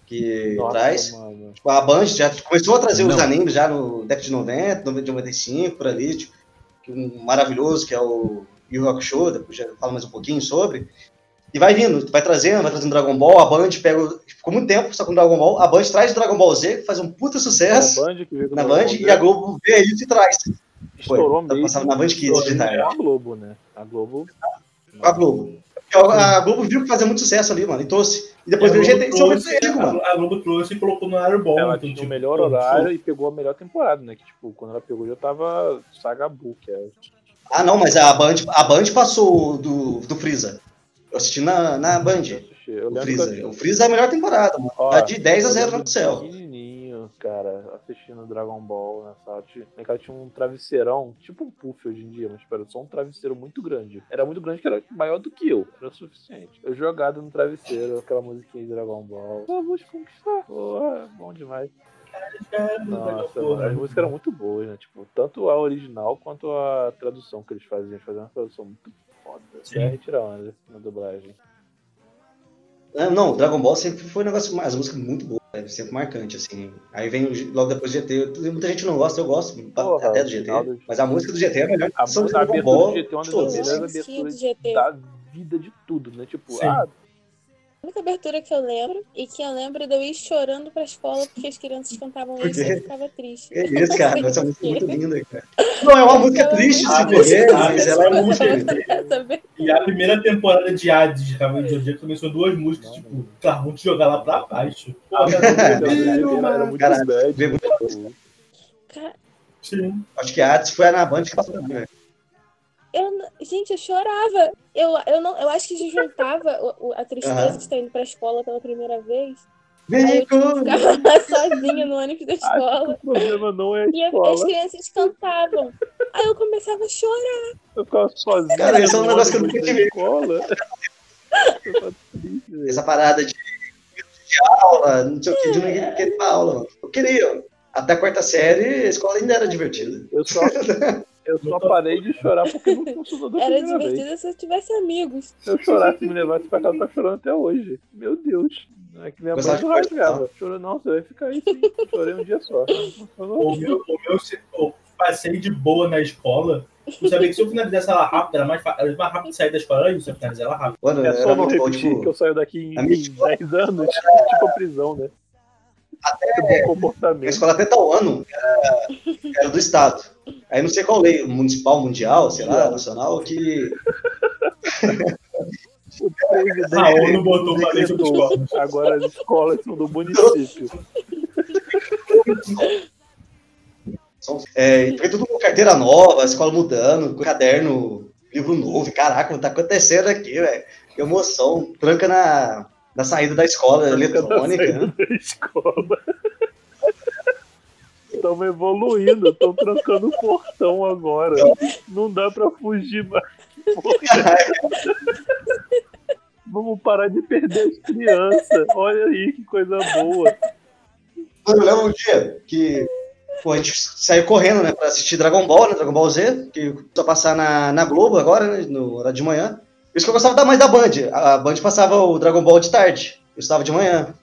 C: Que
B: Nossa,
C: traz.
B: mano.
C: Tipo, a Band já começou a trazer os
E: Não.
C: animes já no década de 90, 95, por ali. Tipo, que um maravilhoso que é o Yu Yu Hakusho, depois já falo mais um pouquinho sobre. E vai vindo, vai trazendo, vai trazendo Dragon Ball, a Band pega. o- Ficou muito tempo só com Dragon Ball, a Band traz o Dragon Ball Z, faz um puta
B: Na
C: sucesso
B: Band, que veio com
C: na
B: o
C: Band,
B: Dragon
C: e a
B: Ball,
C: Globo vê isso e traz.
B: estourou
C: Tá
B: mesmo.
C: passando na Band Kids de tarde.
B: É a Globo, né? A Globo.
C: A Globo. A a Globo viu que fazia muito sucesso ali, mano, e trouxe. E depois
A: a
C: veio o
A: Globo
C: GT. Isso é muito
A: trouxe-
C: antigo, mano.
A: a Globo trouxe e colocou no horário bom.
B: Ela
A: que,
B: tinha um o
A: tipo,
B: melhor
A: pô,
B: horário e pegou a melhor temporada, né? Que, tipo, quando ela pegou já tava Sagabu, que é.
C: Ah, não, mas a Band, a Band passou do, do Freeza. Eu assisti na, na Band,
B: Eu assisti. Eu
C: o
B: lembro que
C: Freeza.
B: eu
C: O Freeza é a melhor temporada, mano.
B: Ó,
C: Tá de 10 a
B: eu
C: 0
B: lembro
C: no céu.
B: Pequenininho, cara, assistindo Dragon Ball na sala. Tinha- na casa tinha um travesseirão, tipo um puff hoje em dia, mas era só um travesseiro muito grande. Era muito grande que era maior do que eu, era o suficiente. Eu jogado no travesseiro, aquela musiquinha de Dragon Ball. Ah, vou te conquistar. Porra, bom demais.
A: cara,
B: Nossa,
A: porra.
B: mano, as músicas eram muito boas, né? Tipo, tanto a original quanto a tradução que eles faziam. Eles faziam uma tradução muito foda.
A: Sim.
B: Até retirar onda na dublagem.
C: Ah, Não, Dragon Ball sempre foi um negócio, as músicas muito boas, né? sempre marcante, assim. Aí vem o G- logo depois do GT. Muita gente não gosta, eu gosto
B: Porra,
C: até do
B: final do-
C: GT. Mas a música do GT é a melhor
B: A,
C: canção de
B: a
C: Dragon
B: abertura
C: Ball.
B: do GT é uma
C: tipo de assim.
B: das
C: todas.
B: melhores
D: Sim, do
B: aberturas
D: GT.
B: da vida de tudo, né? Tipo,
A: Sim.
B: ah,
D: A única abertura que eu lembro, e que eu lembro de eu ir chorando pra escola porque as crianças cantavam
C: Por
D: isso e
C: quê?
D: eu ficava triste.
C: É isso, cara. Essa música é muito linda, cara. Não, é uma música
B: Ah,
C: triste, se
A: você
C: for ver, mas ela é
A: uma
C: muito
A: música.
D: Essa vez-
A: E a primeira temporada de Hades de Cavaleiro do Zodíaco também são duas músicas, tipo, tá, vamos te jogar lá pra baixo.
B: Ah, mas era muito Tipo,
C: Caralho,
B: grande.
C: vê muita
D: Ca-
A: Sim.
C: Acho que a Artes foi a na Band que passou também, velho.
D: Eu, n- gente, eu chorava. Eu, eu, não, eu acho que se juntava o- o- a tristeza
C: Aham.
D: de estar indo pra escola pela primeira vez. Aí
C: Vem
D: eu tipo,
C: comigo.
D: ficava lá sozinha no ônibus da escola.
B: O problema não é a
D: E eu- as
B: escola.
D: crianças cantavam. Aí eu começava a chorar.
B: Eu ficava sozinho.
C: Cara, esse é um
B: no
C: negócio que eu
B: ônibus
C: nunca
B: da
C: tive.
B: Escola. Eu tava triste, velho.
C: Essa parada de, de aula, não sei o que, de ninguém querer ir pra aula, mano. Eu queria, ó. Até a quarta série, a escola ainda era divertida.
B: Eu só, eu só parei de chorar porque não funcionou da
D: Era
B: primeira vez.
D: divertida se eu tivesse amigos.
B: Se eu chorasse e me levasse pra casa, eu tava chorando até hoje. Meu Deus. É que minha mãe
C: Gostava de
B: não rasgava. Chorou, não, você vai ficar aí sim. Chorei um dia só.
A: O meu, o meu se- eu passei de boa na escola. Eu sabia que se eu finalizasse ela rápido, era mais, fa- era mais rápido sair da escola e se eu finalizar ela rápido.
C: Mano,
B: É
C: era
B: só não
C: muito bom,
B: repetir que eu
C: tipo,
B: saio daqui em,
C: a minha
B: em
C: escola-
B: 10 anos. Tipo a prisão, né?
C: é,
B: Até bom
C: a
B: comportamento.
C: escola até tal ano era, era do Estado. Aí não sei qual lei, municipal, mundial, sei lá, nacional, que
B: O presidente
A: A ONU botou pra dentro do
B: decretou.
A: escola.
B: Agora as escolas são do município.
C: É, e foi tudo com carteira nova, a escola mudando, com caderno, livro novo. Caraca, tá acontecendo aqui, velho. Que emoção. Tranca na, na saída da escola eletrônica. né?
B: da escola. Estamos evoluindo, estão trancando o portão agora. Não dá pra fugir mais. Porra. Vamos parar de perder as crianças. Olha aí que coisa boa.
C: Mano, eu lembro um dia que pô, a gente saiu correndo, né, pra assistir Dragon Ball, né, Dragon Ball Z, que só passar na, na Globo agora, né, no horário de manhã. Isso que eu gostava da mais da Band. A, a Band passava o Dragon Ball de tarde, eu estava de manhã.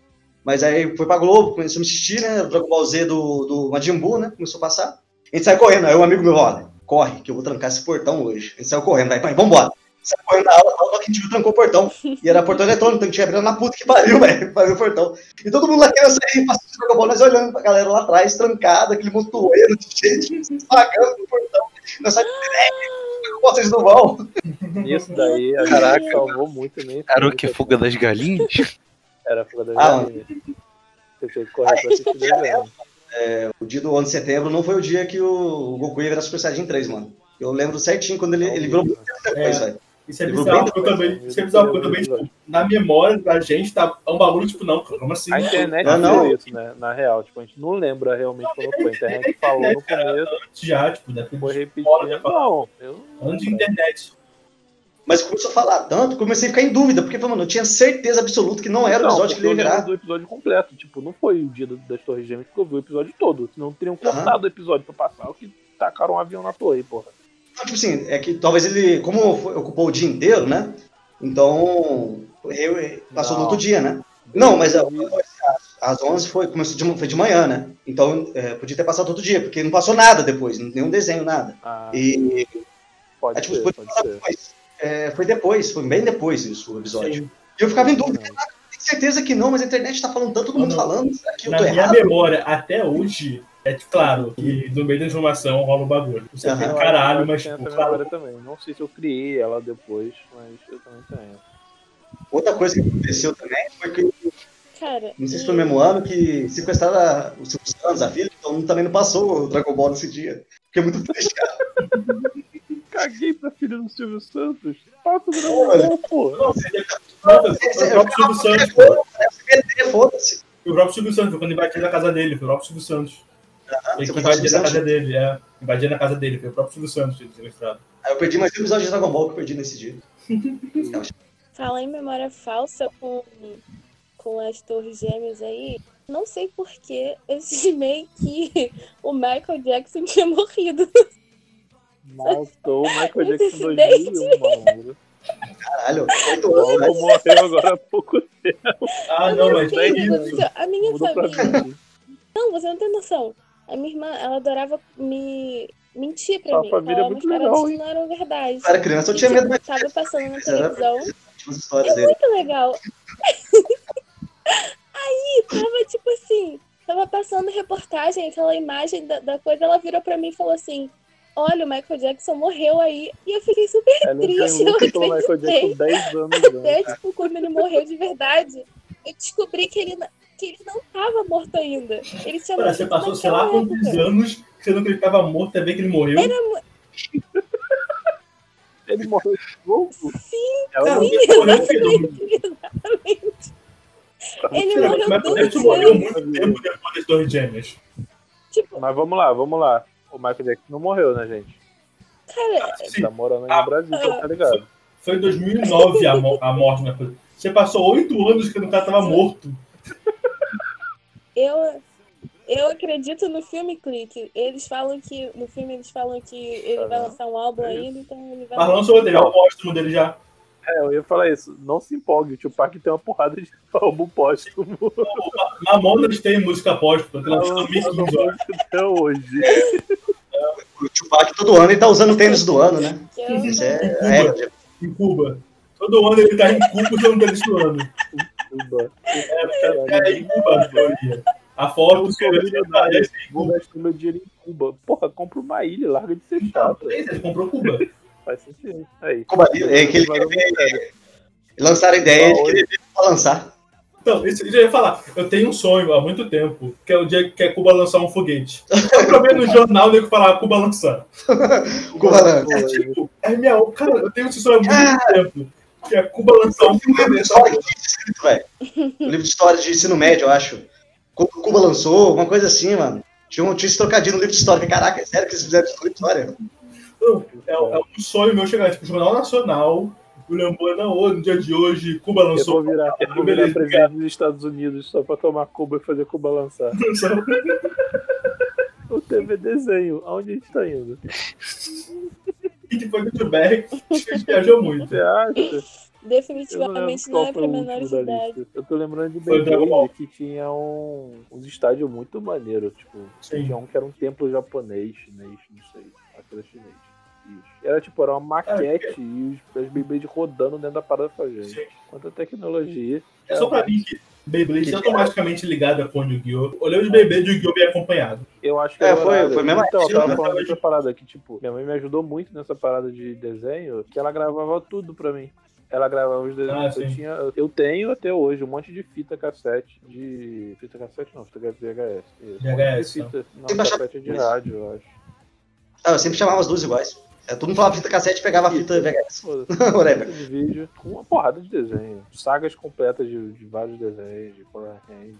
C: Mas aí foi pra Globo, começamos a assistir, né, o Dragon Ball Z do, do Majin Buu, né, começou a passar. A gente saiu correndo, aí um amigo meu, olha, corre, que eu vou trancar esse portão hoje. A gente saiu correndo, vai, vai, vambora. Saiu correndo da aula, só que a gente viu, trancou o portão. E era portão eletrônico, então a gente ia abrindo na puta que pariu, velho, pra ver o portão. E todo mundo lá querendo sair, passando de bola, nós olhando pra galera lá atrás, trancada, aquele montoeiro de gente pagando no portão. Nós saímos, é, vocês não vão.
B: Isso daí, a
D: Caraca.
B: gente salvou muito, né?
E: Era o que? Fuga das galinhas?
B: Era a fuga da
C: Ah,
B: galinha. Você tinha que correr pra assistir desenho.
C: O dia do 11 de setembro não foi o dia que o Goku ia virar Super Saiyajin 3, mano. Eu lembro certinho quando ele, ele virou muito tempo depois,
A: É.
C: velho.
A: Isso é
C: Eu vou
A: bizarro,
C: bem
A: porque eu também. Isso é bizarro, porque eu também, tipo, na memória da gente, tá é um bagulho, tipo, não, cara, como assim?
B: A internet
C: Não, Ah, não.
B: fez isso, né? Na real, tipo, a gente não lembra realmente quando foi. A internet falou no começo,
A: Já, tipo, né?
B: foi
A: Olha,
B: repetindo. Não, eu não
A: Anos de
B: lembro.
A: internet.
C: Mas começou a falar tanto, comecei a ficar em dúvida, porque mano, eu tinha certeza absoluta que não era o episódio que ele ia
B: porque eu lembro
C: virar.
B: do episódio completo. Tipo, não foi o dia do- das Torres Gêmeas que eu vi o episódio todo. Senão teriam cortado o episódio pra passar o que tacaram um avião na torre, porra.
C: Então, tipo assim, é que talvez ele, como foi- ocupou o dia inteiro, né? Então, eu- passou
B: Não.
C: no outro dia, né? Não, mas a-
B: Eu vi-
C: às 11 foi, começou de, foi de manhã, né? Então é, podia ter passado outro dia, porque não passou nada depois, nenhum desenho, nada.
B: Ah,
C: E
B: pode
C: é, tipo,
B: ser,
C: podia
B: pode
C: passar
B: ser.
C: depois. É, foi depois, foi bem depois isso, o episódio.
A: Sim.
C: E eu ficava em dúvida, tenho certeza que não, mas a internet tá falando tanto, todo mundo
A: Não, não.
C: falando, será que eu
A: Na
C: tô
A: minha
C: errado?
A: memória, até hoje, é claro que no meio da informação rola o bagulho. Você
C: Aham.
A: fica, caralho, mas
B: Tem
A: tipo,
B: essa
A: cara,
B: memória também. Não sei se eu criei ela depois, mas eu também tenho.
C: Outra coisa que aconteceu também foi que,
D: Cara,
C: não sei se
D: e-
C: foi no mesmo ano, que sequestraram os seus anos, a filha, então também não passou o Dragon Ball nesse dia. Fiquei muito triste, cara.
B: Caguei pra filha do Silvio Santos. né, Passa o dragão, porra.
A: não, você deve- não, você- foi o próprio Silvio Santos. foi
C: É, Foda-se.
A: O próprio Silvio Santos, foi quando invadiram a casa dele, foi o próprio Silvio Santos. Ele que
C: você foi o Silvio
A: invadiu a casa
C: Santos?
A: dele, é. Invadiram a casa dele, foi o próprio Silvio Santos ele sequestrado.
C: Aí eu perdi mais um episódio de Dragon Ball que eu perdi nesse dia. Então,
D: falar em memória falsa com, com as torres gêmeas aí, não sei porquê eu estimei que o Michael Jackson tinha morrido.
B: Matou o Michael Jackson
D: Esse
B: 2001, malandro.
C: caralho,
B: O
C: oito anos, né?
B: maluco morreu agora há pouco tempo.
A: Ah,
D: Eu
A: não,
D: não
A: mas
D: sei
A: é
D: o que
A: isso.
D: aconteceu. A minha
B: Mudou pra
D: família.
B: mim.
D: Não, você não tem noção. A minha irmã, ela adorava me mentir pra
B: Sua
D: mim.
B: família é
D: falar
B: muito
D: umas
B: legal,
D: paradas que
B: hein?
D: não eram verdade.
C: Eu era criança, eu tinha
D: E,
C: medo
D: tipo,
C: mais
D: Tava passando na
C: Mas era-
D: televisão.
C: das histórias
D: É
C: dele.
D: muito legal. Aí tava tipo assim, tava passando reportagem, aquela imagem da, da coisa, ela virou pra mim e falou assim: Olha, o Michael Jackson morreu aí. E eu fiquei super
B: Ela
D: triste, eu
B: luto com o Michael Jackson
D: acreditei.
B: 10 anos
D: Até,
B: antes.
D: tipo, quando ele morreu de verdade, eu descobri que ele, na- que ele não tava morto ainda. Ele tinha
A: Cara,
D: morrido
A: você passou, sei lá,
D: naquela
A: quantos
D: época.
A: anos que você não acreditava morto até ver que ele morreu. Então,
B: Ele morreu de novo? É
D: Sim,
B: Ela
A: Cara,
B: não
A: ele
D: eu tá não
A: morreu cedo.
D: exatamente. Ele
A: Cara,
D: morreu
A: Mas o
D: dois
A: Jackson morreu
D: anos.
A: muito tempo depois das Torres Gêmeas.
D: Tipo,
B: Mas vamos lá, vamos lá. O Michael Jackson não morreu, né, gente?
D: cara,
A: Sim.
B: Ele tá morando aí
A: Ah,
B: no Brasil,
D: ah.
B: tá ligado?
A: Foi em 2009 a, mo- a morte na coisa. Você passou oito anos que o cara tava morto.
D: eu, eu acredito no filme Clique. Eles falam que. No filme eles falam que ele
B: Tá
D: vai
B: vendo?
D: lançar um álbum
B: É
D: ainda, então ele vai.
A: Mas lançou o material póstumo dele já.
B: É, eu ia falar isso. Não se empolgue, o Tupac tem uma porrada de álbum póstumo. Tá
A: Mamonas tem música póstuma. Tem lançado
B: Lançado
A: Miss Miss Olhos.
B: um até hoje.
C: O Tupac todo ano ele tá usando o tênis do ano, né?
D: que eu-
C: Isso é a regra.
A: em Cuba. Todo ano ele tá em Cuba usando o tênis do ano.
B: Tuba.
A: É, em Cuba, a teoria. A foto
B: Eu
A: que
B: sou
A: ele
B: milionário,
A: aparece em
B: vou
A: Cuba.
B: gastar meu dinheiro em Cuba. Porra, compra uma ilha, larga de ser
A: Não,
B: chato.
A: Ele comprou Cuba.
B: Faz sentido. Aí.
C: Cuba Livre, é que ele
B: Agora eu
C: quer
B: vou sério.
C: Lançaram a ideia de que ele veio pra lançar.
A: Então, isso eu já ia falar. Eu tenho um sonho há muito tempo, que é o dia que a Cuba lançar um foguete. Eu pra ver no jornal o nego falar "Ah, Cuba lançar.
C: Cuba lança.
A: É tipo, é minha. Cara, eu tenho esse sonho há muito
B: Ah.
A: tempo. Que a Cuba lançar um
C: Tem um livro de história que tinha escrito, velho. Um livro de história de ensino médio, eu acho. Quando o Cuba lançou, uma coisa assim, mano. Tinha, um, tinha esse trocadilho no livro de história. Caraca, é sério que eles fizeram isso no livro de história?
A: Não, é, é um sonho meu chegar, tipo, Jornal Nacional, o Lambona, hoje, no dia de hoje, Cuba
B: Eu
A: lançou.
B: vou virar, eu vou
A: Beleza,
B: virar presidente dos Estados Unidos só pra tomar Cuba e fazer Cuba lançar.
A: um
B: O TV desenho, aonde a gente tá indo?
A: E depois do Berg, a gente viajou muito. É,
B: Você acha? Eu não lembro
D: Definitivamente não,
B: qual foi
D: é pra
B: o
D: menores de
B: último da
D: idade.
B: lista. Eu tô lembrando de
A: Foi o Dragon Ball.
B: Berlim, que tinha um, uns estádios muito maneiros. Tipo,
A: Sim.
B: tinha um que era um templo japonês, chinês, não sei. Aquela chinês. Isso. Era tipo, era uma maquete e os, as Beyblade rodando dentro da parada fazendo.
A: É. Sim.
B: Quanta tecnologia.
A: É só pra mim que Beyblade é automaticamente ligada com o Yu-Gi-Oh! Olhei os Beyblade e o Yu-Gi-Oh! bem acompanhado.
B: Eu acho que
C: É,
B: era
C: foi-
B: horário.
C: foi mesmo
B: Então, eu
C: assim,
B: tava
A: né?
B: falando dessa parada que, tipo, minha mãe me ajudou muito nessa parada de desenho, que ela gravava tudo pra mim. Ela gravava os desenhos.
A: Ah,
B: eu,
A: sim.
B: tinha, eu tenho até hoje um monte de fita cassete de. Fita cassete não, fita VHS. Isso, um monte de
A: VHS,
B: fita. Não,
C: Tem baixado
B: cassete de
C: isso.
B: rádio, eu acho.
C: Ah, eu sempre chamava as duas iguais. É, todo mundo falava fita cassete e pegava a fita VHS.
B: Foda-se.
C: Whatever.
B: Fita de vídeo com uma porrada de desenho. Sagas completas de, de vários desenhos, de Power Rangers.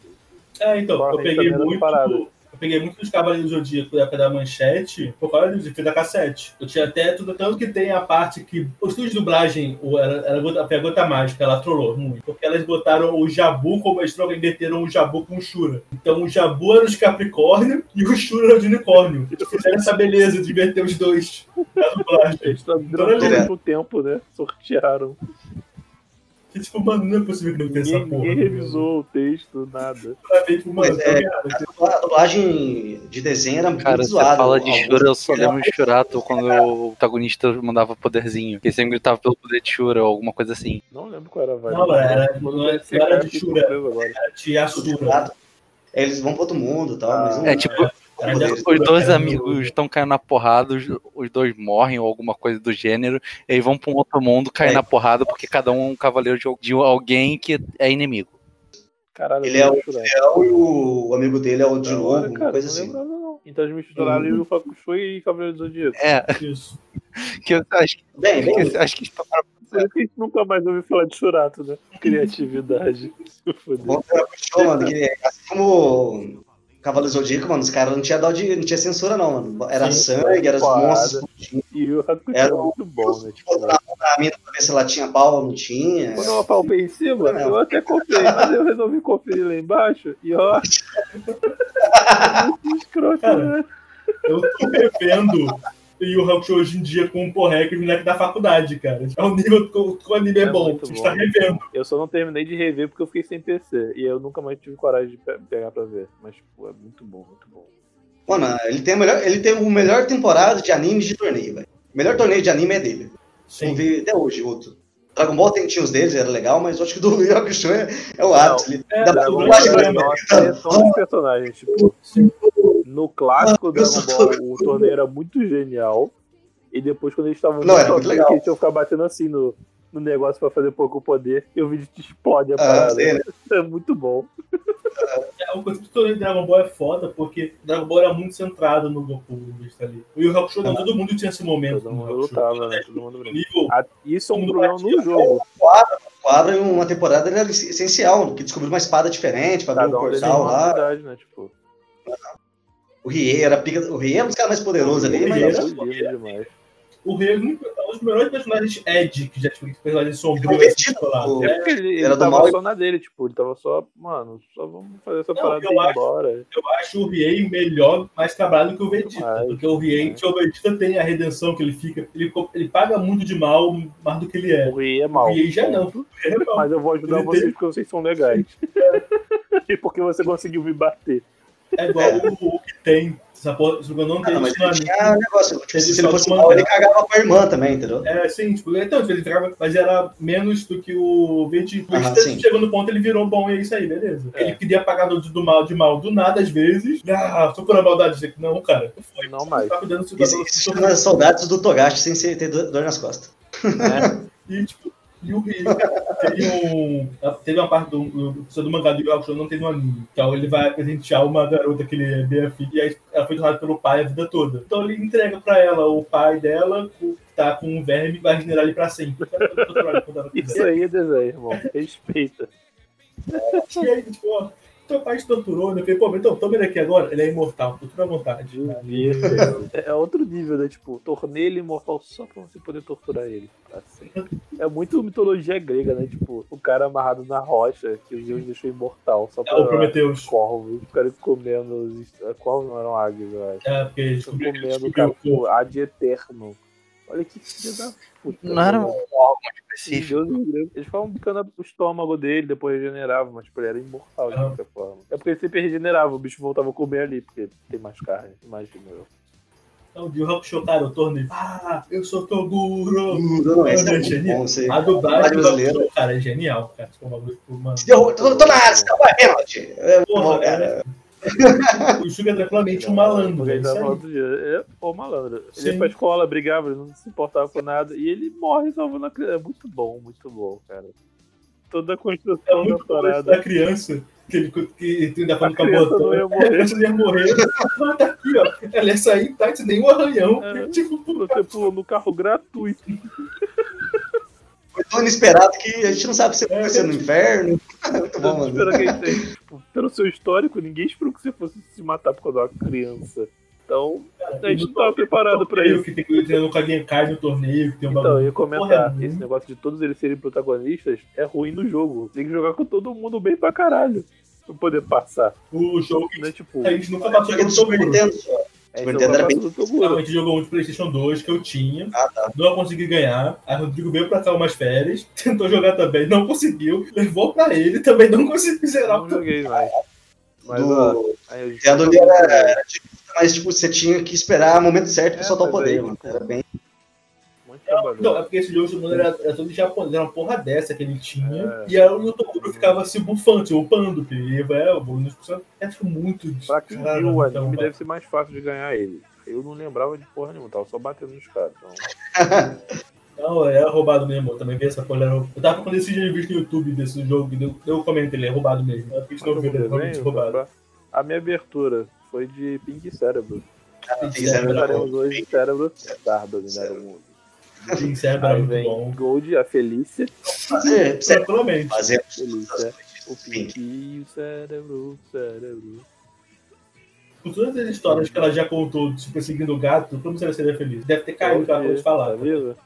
A: É, então, eu
B: Porra,
A: peguei
B: também era
A: muito.
B: parada.
A: Eu peguei muito dos Cavaleiros do Zodíaco da época da manchete por causa de fita cassete. Eu tinha até tudo, tanto que tem a parte que o estúdio de dublagem, o- ela, ela gota- foi a gota mágica, ela trollou muito. Porque elas botaram o Jabu como eles troca- inverteram o Jabu com o Shura. Então o Jabu era os Capricórnio e o Shura era os unicórnio. Eles Fizeram essa beleza de inverter os dois na dublagem.
B: Eles traduziram tudo ao mesmo tempo, né? Sortearam.
A: Que tipo, mano, não é possível que não tenha essa
B: Ninguém,
A: porra.
B: ninguém revisou o texto, nada.
A: Pra ver, tipo, mano,
C: Mas é,
A: tá ligado?
C: A dublagem de desenho era muito
E: Cara, você
C: zoada.
E: fala de
C: Alguns-
E: Shura, eu só lembro de Shurato quando o protagonista mandava poderzinho. Ele sempre gritava pelo poder de Shura ou alguma coisa assim.
B: Não lembro qual era a vibe.
A: Não, era-
B: Quando
A: não era-
B: vai ser
A: não era
B: cara,
A: de
B: fica
A: Shura.
B: surpreso agora.
A: Te assura.
C: Shurato. É, Eles vão pro outro mundo e tal, mas um não
E: É tipo,
A: Mas
C: não
A: é-
C: poderes.
E: os dois
A: Cara,
E: amigos estão caindo na porrada, os, os dois morrem ou alguma coisa do gênero, e aí vão pra um outro mundo cair
C: É.
E: na porrada porque cada um é um cavaleiro de, de alguém que é inimigo.
B: Caralho,
C: Ele é
B: eu
C: o
B: lembro Shura.
C: Leão e o amigo dele é o de
B: Agora,
C: novo,
B: cara,
C: coisa
B: não
C: assim.
B: lembrava, não. Então eles misturaram Yu Yu Hakusho e Cavaleiro do Zodíaco.
E: É,
A: Isso.
E: que eu acho que,
C: Bem, bem,
E: que- acho que tá estouraram
B: Por isso que a gente nunca mais ouviu falar de Shurato, né? Criatividade. Se fuder.
C: Bom, eu acho, mano, que assim como o Cavaleiro Zodíaco, mano, os caras não tinha dó de. não tinha censura, não, mano. Era
A: Sim.
C: sangue, era os
B: Porrada.
C: monstros explodindo,
B: E Yu Yu Hakusho é
C: Era o-
B: muito bom, né? Tipo,
C: botavam na mina pra ver se ela tinha pau ou não tinha.
B: quando eu apalpei em cima,
C: Não.
B: eu até comprei, mas eu resolvi conferir lá embaixo e ó. Que escroto,
A: Cara.
B: né?
A: Eu tô revendo e o Hakusho hoje em dia com o Porrec e os moleques da faculdade, cara. É o nível que o que o anime é,
B: É
A: bom.
B: muito
A: A gente
B: bom.
A: tá revendo.
B: Eu só não terminei de rever porque eu fiquei sem PC. E eu nunca mais tive coragem de pe- pegar pra ver. Mas, pô, é muito bom, muito bom.
C: Mano, ele tem, a melhor, ele tem o melhor temporada de anime de torneio, velho. O melhor torneio de anime é dele. Não
A: Sim.
C: vi até hoje outro. Dragon Ball tem tinha os deles, era legal, mas eu acho que o do Yu Hakusho é, é o ápice. ali.
A: É, Dragon
C: Dá pra
B: Dragon
A: Ball
C: dublagem
A: é
B: Ball
C: brasileira.
B: nossa, é só os personagens. Tipo, no clássico
C: Ah,
B: Dragon
C: eu sou
B: Ball, o torneio era muito genial. E depois, quando eles estavam
C: Não, era muito legal.
B: eles tinham que ficar batendo assim no, no negócio pra fazer pouco poder. E o vídeo te explode a
C: Ah,
B: parada.
C: sei, né?
B: É muito bom.
A: É, O conceito todo de Dragon Ball é foda, porque Dragon Ball era muito centrado no Goku no Vegeta ali. E o Hakusho, não, todo mundo tinha esse momento.
B: É. Todo
A: no
B: mundo
A: Hakusho.
B: lutava, né? Todo
A: O
B: mundo brincava.
A: nível
B: Ah, Isso é um
A: Todo
B: problema
A: mundo um
B: no jogo.
C: quadra em uma temporada ele era essencial, porque descobriu uma espada diferente
A: Tá
C: pra abrir
B: Cada
C: um
B: um deles
C: portal
B: uma
C: lá.
B: habilidade, né? Tipo,
C: O Rie era pica. O Rie era um dos caras mais poderosos ali, mas
A: Rie
B: era
A: era-
B: fodido demais.
A: O Rei é um dos melhores personagens Ed, que já tinha personagens sombrios.
C: Convertido,
A: sei lá.
C: pô.
B: É porque ele,
C: Tipo, Era
B: ele
C: do
B: tava
C: mal.
B: só na dele, tipo, ele tava só, mano, só vamos fazer essa
A: Não,
B: parada
A: eu
B: e ir
A: acho-
B: embora.
A: Eu acho o Riei melhor, mais trabalhado que o Vegeta.
B: Mas-
A: porque o Riei, o Vegeta tem a redenção que ele fica. Ele, co- ele paga muito de mal, mais do que ele é.
B: O Rie é mal.
A: O Rie já não. Ele é mal.
B: Mas eu vou ajudar
A: Ele
B: vocês
A: tem-
B: porque vocês são legais. e porque você conseguiu me bater.
A: É igual o, o que tem. Essa porra, se eu não
C: Ah,
A: tem
C: não, mas
A: isso na
C: ele tinha um negócio. Tipo,
A: Ele
C: se ele
A: só
C: fosse
A: te
C: mal, ele
A: mandava.
C: cagava com a irmã também, entendeu?
A: É, sim, tipo, então, ele entrava, mas era menos do que o Vegeta. O
C: Aham,
A: Vegeta
C: sim.
A: chegou no ponto, ele virou bom e é isso aí, beleza.
B: É.
A: Ele queria pagar do, do mal de mal do nada, às vezes. Ah, só por uma maldade. dele. Não, cara, não foi.
B: Não mais.
A: Tá cuidando do seu
C: Isso
A: cabelo,
C: isso
A: seu
C: chama as saudades do Togashi sem ser- ter do- dor nas costas.
A: E, tipo, e o Rio teve, um, teve uma parte do, do, do mangá do Yoko não teve um anime. Então ele vai presentear uma garota que ele é bem filha, e aí ela foi doada pelo pai a vida toda. Então ele entrega pra ela o pai dela, o- tá com um verme, vai generar ele pra sempre.
B: Isso aí é desenho, irmão. Respeita.
A: E aí, tipo, ó, teu pai te torturou, né? Eu falei, pô, mas então toma ele aqui agora, ele é imortal, tortura à vontade.
B: Hum. É é outro nível, né? Tipo, tornei ele imortal só pra você poder torturar ele. pra sempre. É muito mitologia grega, né? Tipo, o cara amarrado na rocha que os deuses deixou imortal só
A: É o
B: pra
A: Prometheus.
B: corvos. Os caras comendo. Os... é, Corvos não eram águias, eu acho.
A: É, porque ele
B: Estão
A: descobriu que
B: comendo,
A: descobriu
B: cara,
A: o corpo.
B: tipo, ad eterno. Olha que filha da puta. né?
E: Não era um
B: mano.
E: órgão
B: Esses
E: específico.
B: deuses gregos, Eles ficavam bicando o estômago dele, depois regenerava, mas tipo, ele era imortal de
A: Ah.
B: qualquer forma. É porque ele sempre regenerava, o bicho voltava a comer ali, porque tem mais carne, imagina eu.
A: Então, o Yu Hakusho, cara, eu tornei. Ah, eu sou
B: Hum.
A: Toguro.
C: Não, não, esse é
A: Não,
C: muito
A: não,
C: bom, você-
A: A dublagem do
C: brasileiro.
A: Doctor, cara, é genial, cara. Tipo, um bagulho, tipo, mano.
C: Se derrubou, tô, tô na área, se derrubou, é pênalti. É muito
A: Porra,
C: bom, cara.
A: cara. o Sugar é claramente um malandro,
B: Ele
A: velho.
B: tava
A: Isso
B: falando
A: aí.
B: outro dia. Ele é o malandro. Ele
A: Sim.
B: ia pra escola, brigava, ele não se importava com nada, e ele morre salvando a criança. É muito bom, muito bom, cara. Toda a
A: É
B: construção da
A: muito coisa
B: parada.
A: da criança que ele que tu ainda
B: A
A: falando com a
B: criança não
A: botão.
B: ia
A: A
B: morrer.
A: criança ia morrer. Ela tá aqui, ó. Ela ia sair intacta, nem um arranhão.
B: É.
A: Tipo, pô,
B: Você pulou no carro gratuito.
C: Foi tão inesperado que a gente não sabe se
A: É,
C: vai ser no inferno. É Muito bom,
B: Não
C: mano.
B: espera que ele tenha. Tipo, pelo seu histórico, ninguém esperou que você fosse se matar por causa de uma criança. Então, a gente não tava preparado pra
A: torneio
B: isso.
A: Que tem que treinar no Kagenkai no torneio, que tem um
B: Então, eu
A: bagulho.
B: ia comentar,
A: Porra,
B: esse
A: né?
B: negócio de todos eles serem protagonistas é ruim no jogo. Tem que jogar com todo mundo bem pra caralho pra poder passar.
A: O jogo que
B: Né? Tipo,
A: a gente nunca passou
C: Joguei do
A: no
C: Super
A: Toguro.
C: Nintendo. só.
B: é
A: então
C: Super Nintendo era bem
B: do
A: A
B: Toguro.
A: gente jogou um de Playstation 2 que eu tinha.
C: Ah, tá.
A: não consegui ganhar. Aí o Rodrigo veio pra cá umas férias, tentou jogar também, não conseguiu. Levou pra ele, também não conseguiu zerar.
B: Não joguei mais. Mas, ó,
C: Do
B: aí eu-
C: Nintendo ali era, era difícil, mas tipo, você tinha que esperar o momento certo pra
B: É,
C: soltar o
B: mas
C: poder,
B: aí-
C: mano. Era bem.
B: Muito
A: Não, é
B: trabalhoso.
A: porque esse jogo segundo era, era todo em japonês, era uma porra dessa que ele tinha.
B: É.
A: E aí o Toguro ficava se bufando, se upando, e vai, é, eu vou nos puxando. É tipo, muito
B: Pra quem
A: descarado,
B: viu o
A: então,
B: anime,
A: vai.
B: deve ser mais fácil de ganhar ele. Eu não lembrava de porra nenhuma, tava só batendo nos caras. Então...
A: Não, era roubado mesmo. Eu também vi essa porra. era roubado. Eu tava com esse dia de vídeo no YouTube desse jogo, eu, eu comentei, ele é roubado mesmo. Eu fiz
B: Mas
A: não
B: Ah, eu
A: ver, ele é
B: vou
A: realmente
B: desenho,
A: roubado.
B: pra- A minha abertura foi de Pink Cérebro.
C: Cérebro da
B: Faremos hoje Cérebro Bárbaro, né?
C: Cérebro.
B: o mundo.
A: Sim, sério,
C: Ah,
A: era Ah,
B: Aí
A: muito
B: vem
A: bom.
B: Gold, a Felícia.
C: Fazer, sério,
A: Tranquilamente.
C: fazer. né?
B: Delícia. O
C: Pink.
B: Pink e o Cérebro, Cérebro.
A: Por todas as histórias que ela já contou, se perseguindo o gato, como você seria feliz? Deve ter caído que ela acabou de
B: Tá
A: falar.
B: viva?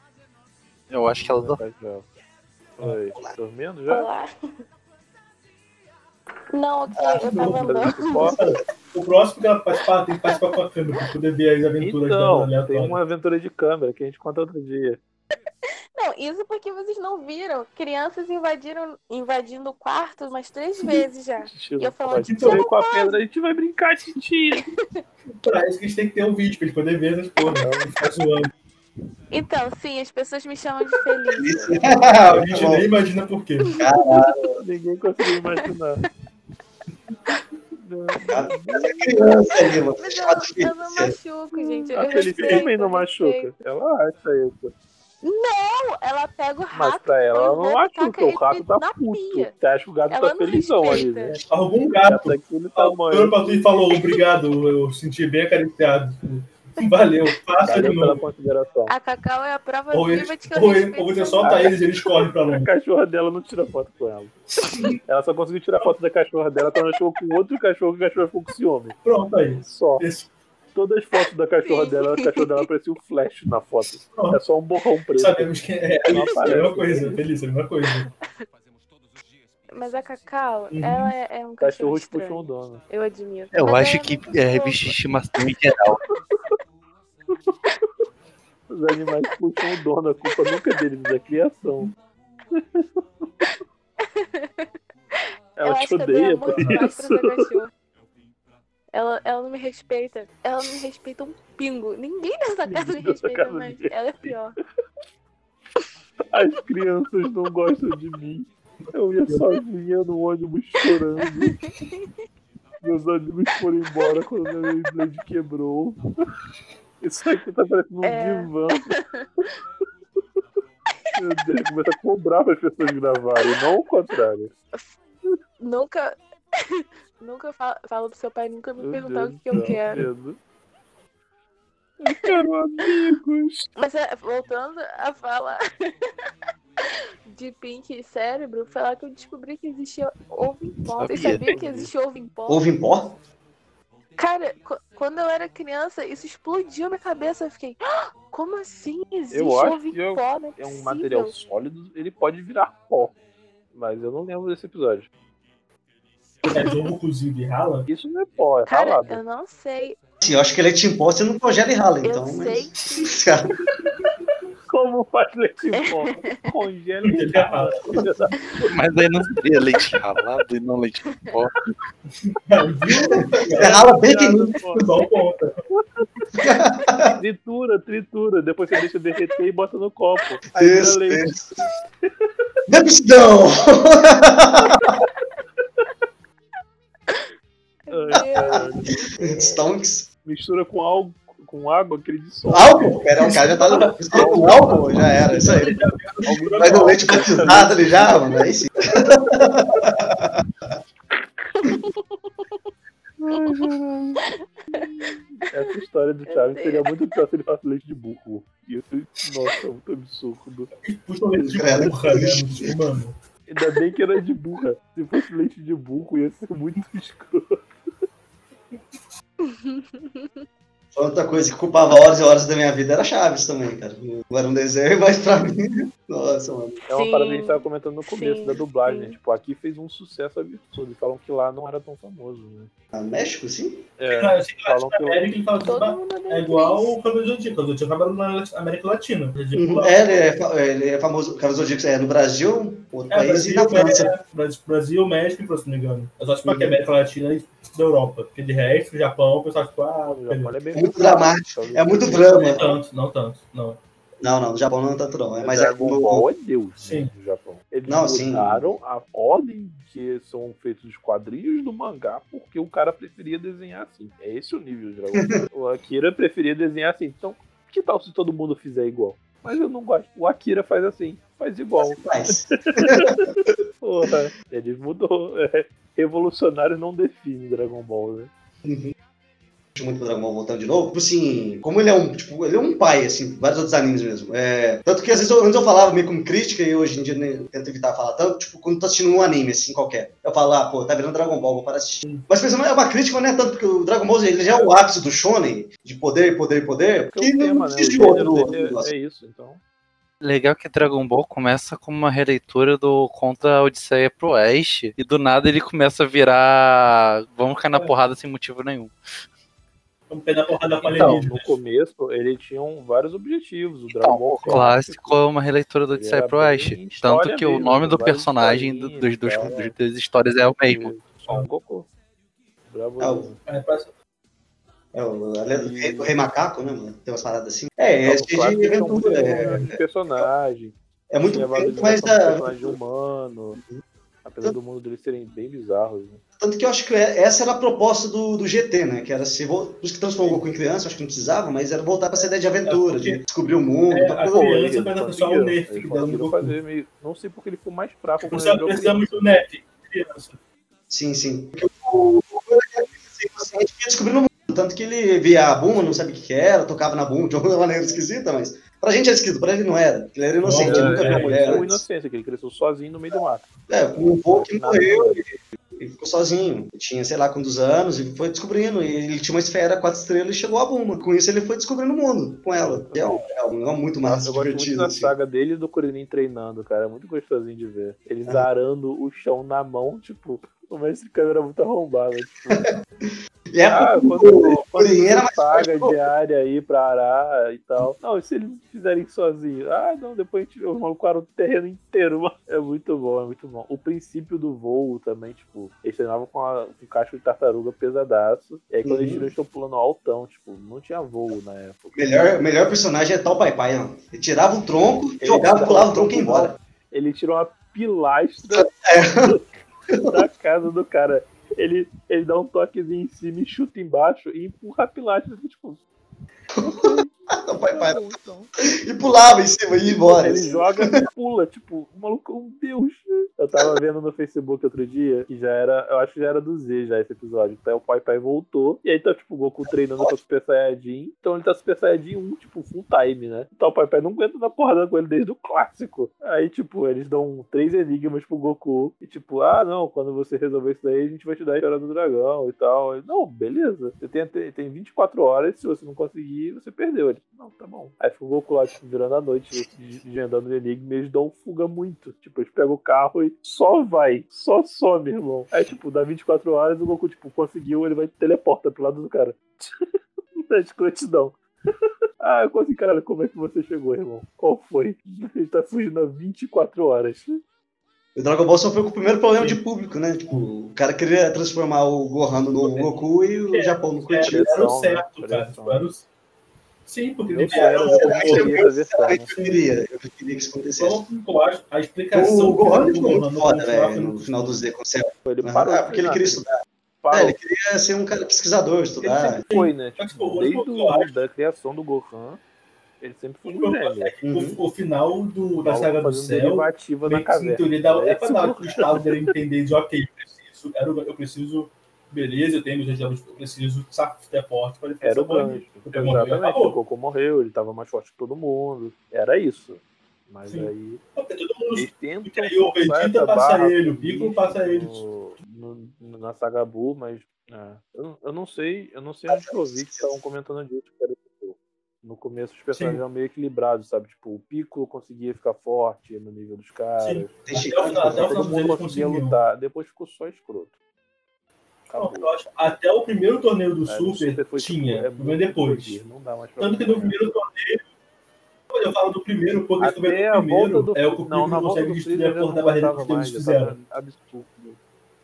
E: Eu acho que ela
B: Não,
E: dá.
B: tá já. Oi, dormindo já?
D: Olá. Não, ok, eu
A: não,
D: tava andando.
B: Fazendo pipoca?
A: O próximo que ela participar tem que participar com a câmera, pra poder ver as aventuras dela
B: Então, tem
A: aleatórias.
B: uma aventura de câmera que a gente conta outro dia.
D: Não, isso porque vocês não viram. Crianças invadiram, invadindo o quarto umas três vezes já.
B: Titio,
D: E eu falo,
B: a gente veio com a pedra, a gente vai brincar, Titio.
A: Pra isso que a gente tem que ter um vídeo pra gente poder ver essas porra. Ela não ficar zoando.
F: Então, sim, as pessoas me chamam de feliz.
A: A
C: né? Muito
A: gente
C: bom.
A: nem imagina por quê.
B: Ninguém conseguiu imaginar. Não.
C: Cara, essa
B: tá.
C: criança ali, mano.
F: Mas eu,
C: Chamada
F: eu não
C: Felícia.
F: machuco, gente. Eu,
B: A
F: eu
B: Felipe
F: sei,
B: também não
F: eu sei.
B: machuca. Ela acha isso.
F: Não, ela pega o
B: Mas
F: rato.
B: pra ela,
F: põe
B: ela
F: o
B: não
F: gato e
B: machuca.
F: taca
B: O rato
F: ele
B: tá
F: na
B: puto.
F: pia.
B: Você acha que o gato
F: Ela
B: tá
F: não
B: felizão ali,
F: respeita.
B: né?
A: Algum
B: O gato
A: gato
B: tá daquele
A: olhou
B: tamanho.
A: pra tu e falou: Obrigado, eu senti bem acariciado. Valeu, faça de
B: Valeu pela
A: novo.
B: consideração.
F: A Cacau é a prova
A: Ou
F: viva de que eu
A: Ou, ele, é
F: respeito
A: ou você
F: seu
A: solta
B: Ah.
A: eles e eles correm pra
B: A
A: longe.
B: cachorra dela não tira foto com ela. Ela só conseguiu tirar foto da cachorra dela quando ela chegou com outro cachorro que o cachorro ficou com ciúme.
A: Pronto aí.
B: Só.
A: Esse-
B: Todas as fotos da cachorra
F: Sim.
B: dela, a cachorra dela parecia um flash na foto. É só um borrão preto.
A: sabemos que é,
B: Não
A: isso, é a mesma
B: aparece.
A: coisa, feliz, é a mesma coisa.
F: Mas a Cacau,
A: Uhum.
F: ela é, é um cachorro
B: Cachorros puxam o
F: estranho.
B: dono.
F: Eu admiro.
E: Eu
F: Mas
E: acho
F: ela
E: que
F: muito
E: é
F: fofa.
E: revista de estimação em geral.
B: Os animais puxam o dono, a culpa nunca é deles, é a criação.
F: Eu
B: Ela
F: acho
B: te
F: que eu dei
B: odeia
F: amor
B: por
F: demais pra
B: isso.
F: essa cachorra. Ela, ela não me respeita. Ela não me respeita um pingo. Ninguém nessa casa me
B: Ninguém nessa
F: respeita
B: casa
F: mais.
B: me
F: Ela é pior.
B: As crianças não gostam de mim. Eu ia sozinha no ônibus chorando. Meus amigos foram embora quando meu Beyblade quebrou. Isso aqui tá parecendo um
F: É.
B: divã. Meu Deus, começa a cobrar para as pessoas gravarem, não o contrário.
F: Nunca. nunca falo, falo pro seu pai nunca me
B: Meu
F: perguntar
B: Deus
F: o que
B: do
F: eu
B: céu,
F: quero.
B: Pedro. Eu quero amigos.
F: Mas é, voltando a falar de Pink e cérebro, foi lá que eu descobri que existia ovo em pó. Vocês
E: Sabia.
F: sabiam que existia ovo em pó?
C: Ovo em pó?
F: Cara, qu- quando eu era criança, isso explodiu minha cabeça. Eu fiquei, "Ah, como assim existe
B: Eu acho
F: ovo em
B: que é-
F: pó?
B: É
F: Não
B: um
F: possível."
B: material sólido, ele pode virar pó. Mas eu não lembro desse episódio.
A: Mas ovo cozido e rala?
B: Isso não é pó, é
F: Cara,
B: ralado.
F: eu não sei.
C: Sim, eu acho que leite em pó você não congela e rala,
F: Eu
C: então.
F: sei
C: Mas...
B: Como faz leite em pó? Congela e rala.
E: Mas aí não seria leite ralado e não leite em pó.
A: É um
C: Você rala bem pequenininho.
A: Igual ponta.
B: Tritura, tritura. Depois você deixa derreter e bota no copo. Aí vira
C: Isso,
B: leite.
C: isso. né? Depisão!
F: Meu
B: Ai,
F: Deus.
C: Stonks.
B: é, Mistura com álcool, com água, aquele dissolve.
C: Álcool? Pera, o cara já tá no misturou com álcool, já era, isso aí. Vai no leite batizado ali já, mano, é aí sim.
B: Essa história do Chaves
F: Deus.
B: seria muito pior se ele faz leite de burro. Isso, nossa, é muito absurdo.
A: Puxa o leite de
C: Credo.
A: burra, né? no ser humano.
B: Ainda bem que era de burra. Se fosse leite de burro, ia ser muito escroto.
C: Outra coisa que ocupava horas e horas da minha vida era Chaves também, cara. Não era um desenho, mas pra mim. Nossa, mano.
B: É uma
F: Sim.
B: parada que a gente tava comentando no começo
F: Sim,
B: da dublagem, né?
F: sim.
B: Tipo, aqui fez um sucesso absurdo. E falam que lá não era tão famoso, né?
C: Ah, México, sim?
B: É,
A: Cara, eu sei que lá
B: falam que
A: na América ele fala que
F: Todo mundo odeia
A: é igual
F: três.
A: o Cabelo Zodíaco. O Zodíaco trabalha na Lati- América Latina. O Zodíaco
C: Uhum.
A: lá-
C: É, ele é, fa- ele é famoso, Carlos Zodíaco, é no Brasil, outro
A: É,
C: país e na
A: Brasil,
C: França.
A: é, Brasil, Brasil, México e França, se não me engano. Eu só tipo
C: Uhum.
A: que é América Latina e da Europa. Porque de resto, Japão, o pessoal tipo, ah,
B: o Japão é bem
C: Muito dramático, É muito drama.
A: não tanto, não tanto, não.
C: Não, não, no Japão não é tanto não. É mais aqui
B: Dragon
C: no...
B: Ball é Deus, né,
A: Sim.
B: do Japão. Eles
C: Não, sim.
B: mudaram a ordem que são feitos os quadrinhos do mangá porque o cara preferia desenhar assim. É esse o nível de Dragon Ball. o Akira preferia desenhar assim. Então, que tal se todo mundo fizer igual? Mas eu não gosto. O Akira faz assim, faz igual.
C: Mas,
B: Porra, ele mudou. É, revolucionário não define Dragon Ball, né?
C: Deixa eu muito pro Dragon Ball voltando de novo. Tipo assim, como ele é um, tipo, ele é um pai, assim, vários outros animes mesmo. É, tanto que às vezes eu, antes eu falava meio como crítica e hoje em dia né, eu tento evitar falar tanto, tipo, quando tô assistindo um anime, assim, qualquer. Eu falo, ah, pô, tá virando Dragon Ball, vou parar de assistir. Mas pensando, é uma crítica, mas não é tanto, porque o Dragon Ball ele já é o ápice do Shonen, de poder, poder, poder,
B: Porque
C: que
B: o
C: não
B: tema, né? O
C: precisa de
B: gênero
C: outro
B: dele é-
C: negócio.
B: é isso, então.
E: Legal que Dragon Ball começa com uma releitura do Contra a Odisseia pro Oeste, e do nada ele começa a virar. Vamos cair na porrada sem motivo nenhum.
A: Vamos pegar a porrada com
B: Então,
A: alienígena.
B: no começo, ele tinha um, vários objetivos. O Dragon
E: Então,
B: Ball
E: o clássico é uma releitura do
B: Ele
E: Odisseia
B: era
E: pro
B: bem
E: Oeste.
B: história
E: Tanto que o
B: mesmo,
E: nome do
B: várias
E: personagem do- dos,
B: historinhas,
E: dos,
B: tal.
E: dos- das histórias é o mesmo.
B: Só um cocô. Bravo.
A: né?
C: Ah, o-
A: É, parece-
C: É, o, a lenda do rei, do rei macaco, né, mano? Tem umas paradas assim. É,
B: Os
C: é cheio de
B: clássicos são muito
C: aventura. É,
B: bons de personagem.
C: é muito,
B: Levado
C: é
B: de
C: muito mais
B: volta pro
C: da,
B: personagem humano. Apesar do mundo deles serem bem bizarros, né?
C: Tanto que eu acho que é, essa era a proposta do, do GT, né? Que era se. vo- Por isso que transformou o Goku em criança, acho que não precisava, mas era voltar pra essa ideia de aventura, de descobrir o mundo.
A: É,
C: tal
A: a
C: coisa.
A: criança
B: Eles
A: vai dar só
B: conseguiram,
A: o nerf
B: eles
A: que dá no
B: conseguiram
A: Goku.
B: fazer meio... Não sei porque ele ficou mais fraco quando ele
A: Precisamos-
B: virou
A: Precisamos do NEP, criança.
C: Sim, sim. Porque o Goku era assim, aquela criança inconsciente que ia descobrindo o mundo. Tanto que ele via a Buma, não sabia o que que era, tocava na Buma de alguma maneira esquisita, mas. Pra gente era esquisito, pra ele não era. Ele era inocente,
A: Não,
C: ele nunca
A: é,
C: viu
A: é,
C: uma mulher.
B: criança. Ou
C: antes.
B: tipo inocência, que ele cresceu sozinho no meio do mato.
C: É, com um vô que
B: Nada.
C: morreu e- e ficou sozinho. Ele tinha, sei lá, quantos anos e foi descobrindo. E ele tinha uma esfera, quatro estrelas e chegou a Buma. Com isso, ele foi descobrindo o mundo com ela. E é, um- é um- é muito massa,
B: Eu gosto muito
C: divertido.
B: da
C: assim.
B: saga dele e do Kuririn treinando, cara. É muito gostosinho de ver. Eles
C: Ah.
B: arando o chão na mão, tipo, o mestre de câmera é muito arrombado. Tipo,
C: E é
B: ah,
C: porque
B: quando,
C: o
B: quando
C: Kuririn era
B: você
C: mais
B: paga
C: forte,
B: diária aí pra arar e tal. Não, e se eles fizerem sozinho? Ah, não, depois a gente o maluco ara o terreno inteiro. mano. É muito bom, é muito bom. O princípio do voo também, tipo, eles treinavam com, a- com um casco de tartaruga pesadaço. E aí quando eles
C: Uhum.
B: tiram, eles estão pulando altão, tipo, não tinha voo na época.
C: o melhor, o melhor personagem é tal Pai Pai, não. Ele tirava o tronco,
B: Ele
C: jogava,
B: tirava
C: pulava o
B: o
C: tronco e ia
B: tronco,
C: embora.
B: ele tirou uma pilastra
C: É.
B: da casa do cara. Ele, ele dá um toquezinho em cima e chuta embaixo e empurra a pilastra, tipo.
C: Tal Pai Pai.
B: "Não, então."
C: E pulava em cima e ia embora. assim.
B: Ele joga e pula, tipo, o maluco, oh, Deus. Eu tava vendo no Facebook outro dia, que já era, eu acho que já era do Z já esse episódio. Então o Pai Pai voltou, e aí tá, tipo, o Goku treinando pra Super Saiyajin. Então ele tá Super Saiyajin 1, tipo, full time, né? Então o Pai Pai não aguenta dar porrada com ele desde o clássico. Aí, tipo, eles dão três enigmas pro Goku, e tipo, ah, não, quando você resolver isso daí, a gente vai te dar a história do dragão e tal. Ele, não, beleza. Você tem, até- tem 24 horas, se você não conseguir, você perdeu. Ele, não, tá bom. Aí fica o Goku lá, tipo, virando a noite, agendando o enigma, e eles dão fuga muito. Tipo, eles pegam o carro e só vai, só some, irmão. Aí, tipo, dá 24 horas, o Goku, tipo, conseguiu, ele vai e teleporta pro lado do cara. da escrotidão. Ah, eu consegui, caralho, como é que você chegou, irmão? Qual foi? Ele tá fugindo há 24 horas.
C: O Dragon Ball sofreu com o primeiro problema de público, né? Tipo, o cara queria transformar o Gohan no novo Goku e o
A: É,
C: Japão não
A: É,
C: curtiu.
A: era o
B: Pressão, né?
A: certo, cara.
B: Pressão.
A: Tipo, era o... Sim, porque
B: Nem
A: ele
B: era
A: era
B: exatamente o que eu ia
C: Eu
B: versão.
C: preferia, eu preferia que isso acontecesse.
A: Então, eu acho a explicação
C: O
A: que
C: Gohan
A: ele
C: ficou
A: deu no
C: é muito foda, né?
A: Gohan
C: velho,
A: no
C: no final do Z, quando você
B: Ele parou.
C: Ah, porque ele
B: de
C: queria
B: treinar, né?
C: estudar.
B: parou.
C: É, ele queria ser um cara pesquisador,
B: Ele
C: estudar.
B: sempre foi, né?
A: Mas,
B: Tipo,
A: pô,
B: desde
A: olha o que
B: o,
A: eu acho.
B: da criação do Gohan, ele sempre foi um
A: Uhum.
B: gênio.
C: Uhum.
A: O, o final do, da saga do
B: fazendo
A: céu,
B: derivativa na
A: meio que
B: caverna.
A: sim, teoria da, é pra
B: Esse
A: dar
B: Gohan.
A: pro Estado dele entender de, ok, preciso, era o- eu preciso, beleza, eu tenho meus objetivos, eu preciso ser forte para defender
B: Era o
A: essa bandeira.
B: gancho.
A: Eu tenho uma bandeira,
B: Exatamente. O
A: acabou.
B: Goku morreu, ele tava mais forte que todo mundo. Era isso. Mas
A: Sim.
B: aí.
A: Porque todo mundo
B: Eles tentam.
A: Porque aí o
B: forçar
A: Vegeta
B: essa
A: passa
B: barra
A: ele, o Piccolo
B: no-
A: passa ele.
B: no- no- na saga Buu, mas. é, eu, não- eu não sei, eu não sei onde que eu vi que estavam comentando disso, cara. Tipo, No começo os personagens
A: Sim.
B: eram meio equilibrados, sabe? Tipo, o Piccolo conseguia ficar forte no nível dos caras.
A: Sim.
C: Tem que-
A: Até o final, até o
B: Todo
A: final
B: mundo
A: eles
B: conseguia
A: conseguiam.
B: lutar. Depois ficou só escroto.
A: Não,
B: Acabou.
A: eu acho- Até o primeiro torneio do
B: É, no
A: Super,
B: foi, tipo,
A: tinha,
B: é
A: mas
B: muito
A: depois.
B: poder, Não dá mais pra
A: Tanto que no primeiro torneio. Quando eu falo do primeiro, porque
B: Até
A: também no
B: a
A: primeiro
B: volta do
A: é o que o
B: Não, na
A: Piccolo
B: volta
A: consegue
B: do
A: destruir a
B: Freezer eu
A: porra
B: não
A: da barreira que
B: gostava
A: os tempos
B: mais. eu
A: fizeram.
B: tava ah, Absurdo.